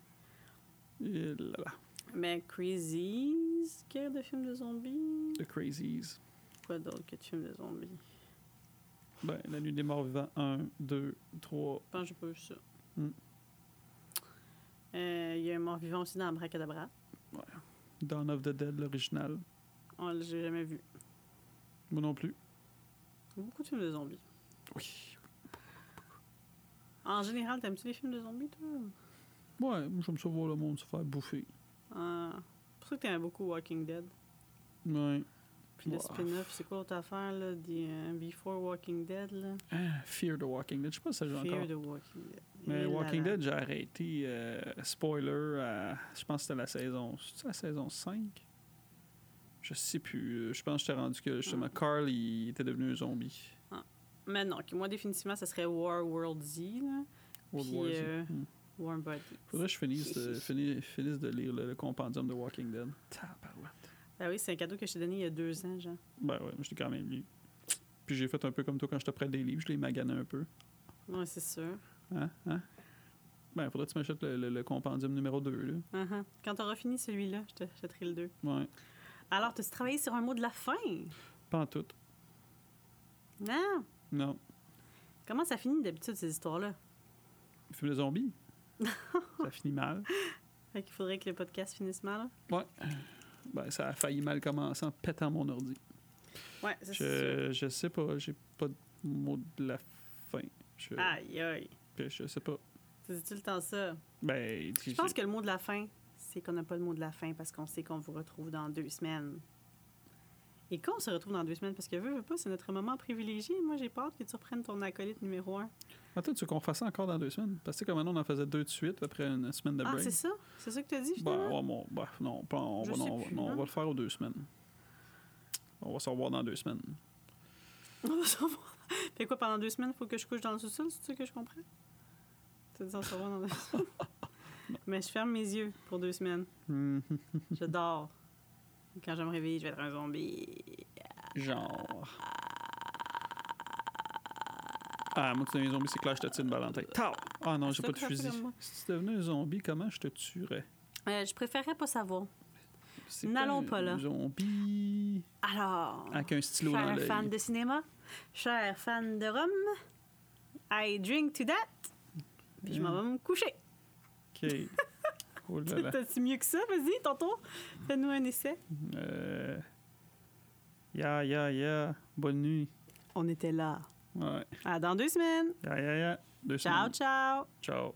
S1: Et là, là,
S2: Mais Crazies, que de films de zombies?
S1: The Crazies.
S2: Quoi d'autre que de films de zombies?
S1: Ben, la nuit des morts vivants, 1, 2, 3.
S2: Je pense que j'ai pas vu ça. Euh,
S1: Mm.
S2: Il y a un mort-vivant aussi dans Abracadabra.
S1: Dawn of the Dead, l'original.
S2: On l'a j'ai jamais vu.
S1: Moi non plus.
S2: Beaucoup de films de zombies.
S1: Oui.
S2: En général, t'aimes-tu les films de zombies, toi?
S1: Ouais, moi, j'aime ça voir le monde se faire bouffer.
S2: Ah, c'est pour ça que t'aimes beaucoup Walking Dead.
S1: Ouais.
S2: Puis le
S1: Wow.
S2: spin-off, c'est quoi l'autre affaire, là? des, euh, Before Walking Dead, là?
S1: Ah, Fear the Walking Dead. Je sais pas si ça joue
S2: Fear
S1: encore.
S2: the Walking Dead.
S1: Mais
S2: Et là
S1: Walking
S2: là.
S1: Dead, j'ai arrêté. euh, spoiler, à- je pense que c'était la saison. c'est la saison 5 Je sais plus. euh, Je pense que j'étais rendu que justement
S2: Ah.
S1: Carl il était devenu un zombie.
S2: Mais non, que moi, définitivement, ça serait War World Z, là.
S1: World
S2: Puis,
S1: War Z.
S2: euh,
S1: Hmm.
S2: Warm Body.
S1: Faudrait que je finisse, de, fini- finisse de lire le, le compendium de Walking Dead. Tabarouette.
S2: Ah oui, c'est un cadeau que je t'ai donné il y a deux ans, genre.
S1: Ben ouais, je l'ai quand même lu. Puis j'ai fait un peu comme toi quand je te prête des livres, je les magané un peu.
S2: Ouais, c'est sûr.
S1: Hein? Hein? Ben, faudrait que tu m'achètes le, le- le compendium numéro 2, là.
S2: Uh-huh. Quand t'auras fini celui-là, je t'achèterai le deux.
S1: Ouais.
S2: Alors, t'as-tu travaillé sur un mot de la fin?
S1: Pas en tout.
S2: Non?
S1: Non.
S2: Comment ça finit d'habitude, ces histoires-là?
S1: Le film de zombies? ça finit mal.
S2: Fait qu'il faudrait que le podcast finisse mal, là.
S1: Ouais. Ben, ça a failli mal commencer en pétant mon ordi.
S2: Ouais, c'est sûr.
S1: Je, je sais pas, j'ai pas de mot de la fin. Je,
S2: Aïe, aïe.
S1: je sais pas.
S2: Tu dis tout le temps ça.
S1: Ben,
S2: Je pense que le mot de la fin, c'est qu'on n'a pas le mot de la fin parce qu'on sait qu'on vous retrouve dans deux semaines. Et qu'on se retrouve dans deux semaines, parce que veux, veux pas, c'est notre moment privilégié. Moi, j'ai peur que tu reprennes ton acolyte numéro un.
S1: Attends, tu veux qu'on fasse ça encore dans deux semaines? Parce que tu sais, comme nous, on en faisait deux de suite après une semaine de
S2: Ah,
S1: break.
S2: c'est ça? C'est ça que tu as dit,
S1: Ben,
S2: finalement?
S1: ouais, bon, ben, non, pas- on,
S2: Je
S1: va, non,
S2: sais
S1: on va-
S2: plus,
S1: non, on
S2: hein.
S1: va le faire aux deux semaines. On va se revoir dans deux semaines.
S2: On va s'en voir. Fait quoi, pendant deux semaines, faut que je couche dans le sous-sol, c'est ça que je comprends? Tu dis on se revoit dans deux semaines. Mais je ferme mes yeux pour deux semaines.
S1: Mhm.
S2: Je dors. Et Quand je me réveille, je vais être un zombie.
S1: Genre. Ah, moi, tu deviens zombie, c'est clair, je te tire une balle en tête. Tao! Ah non, j'ai
S2: C'est
S1: pas de
S2: ça que ça fait
S1: fusil.
S2: comme moi.
S1: Si tu devenais un zombie, comment je te tuerais?
S2: Euh, je préférerais pas savoir.
S1: C'est
S2: N'allons pas
S1: un
S2: là.
S1: zombie
S2: Alors,
S1: avec un stylo dans
S2: cher fan
S1: l'œil.
S2: de cinéma, cher fan de rhum, I drink to that. Puis je m'en vais me coucher.
S1: OK. Oh là là.
S2: T'as-tu mieux que ça? Vas-y, tonton, fais-nous un essai.
S1: Euh... Ya, ya, ya. Bonne nuit.
S2: On était là.
S1: Ouais.
S2: À dans deux semaines.
S1: Ya, ya, ya. Deux
S2: Ciao,
S1: semaines.
S2: ciao.
S1: Ciao.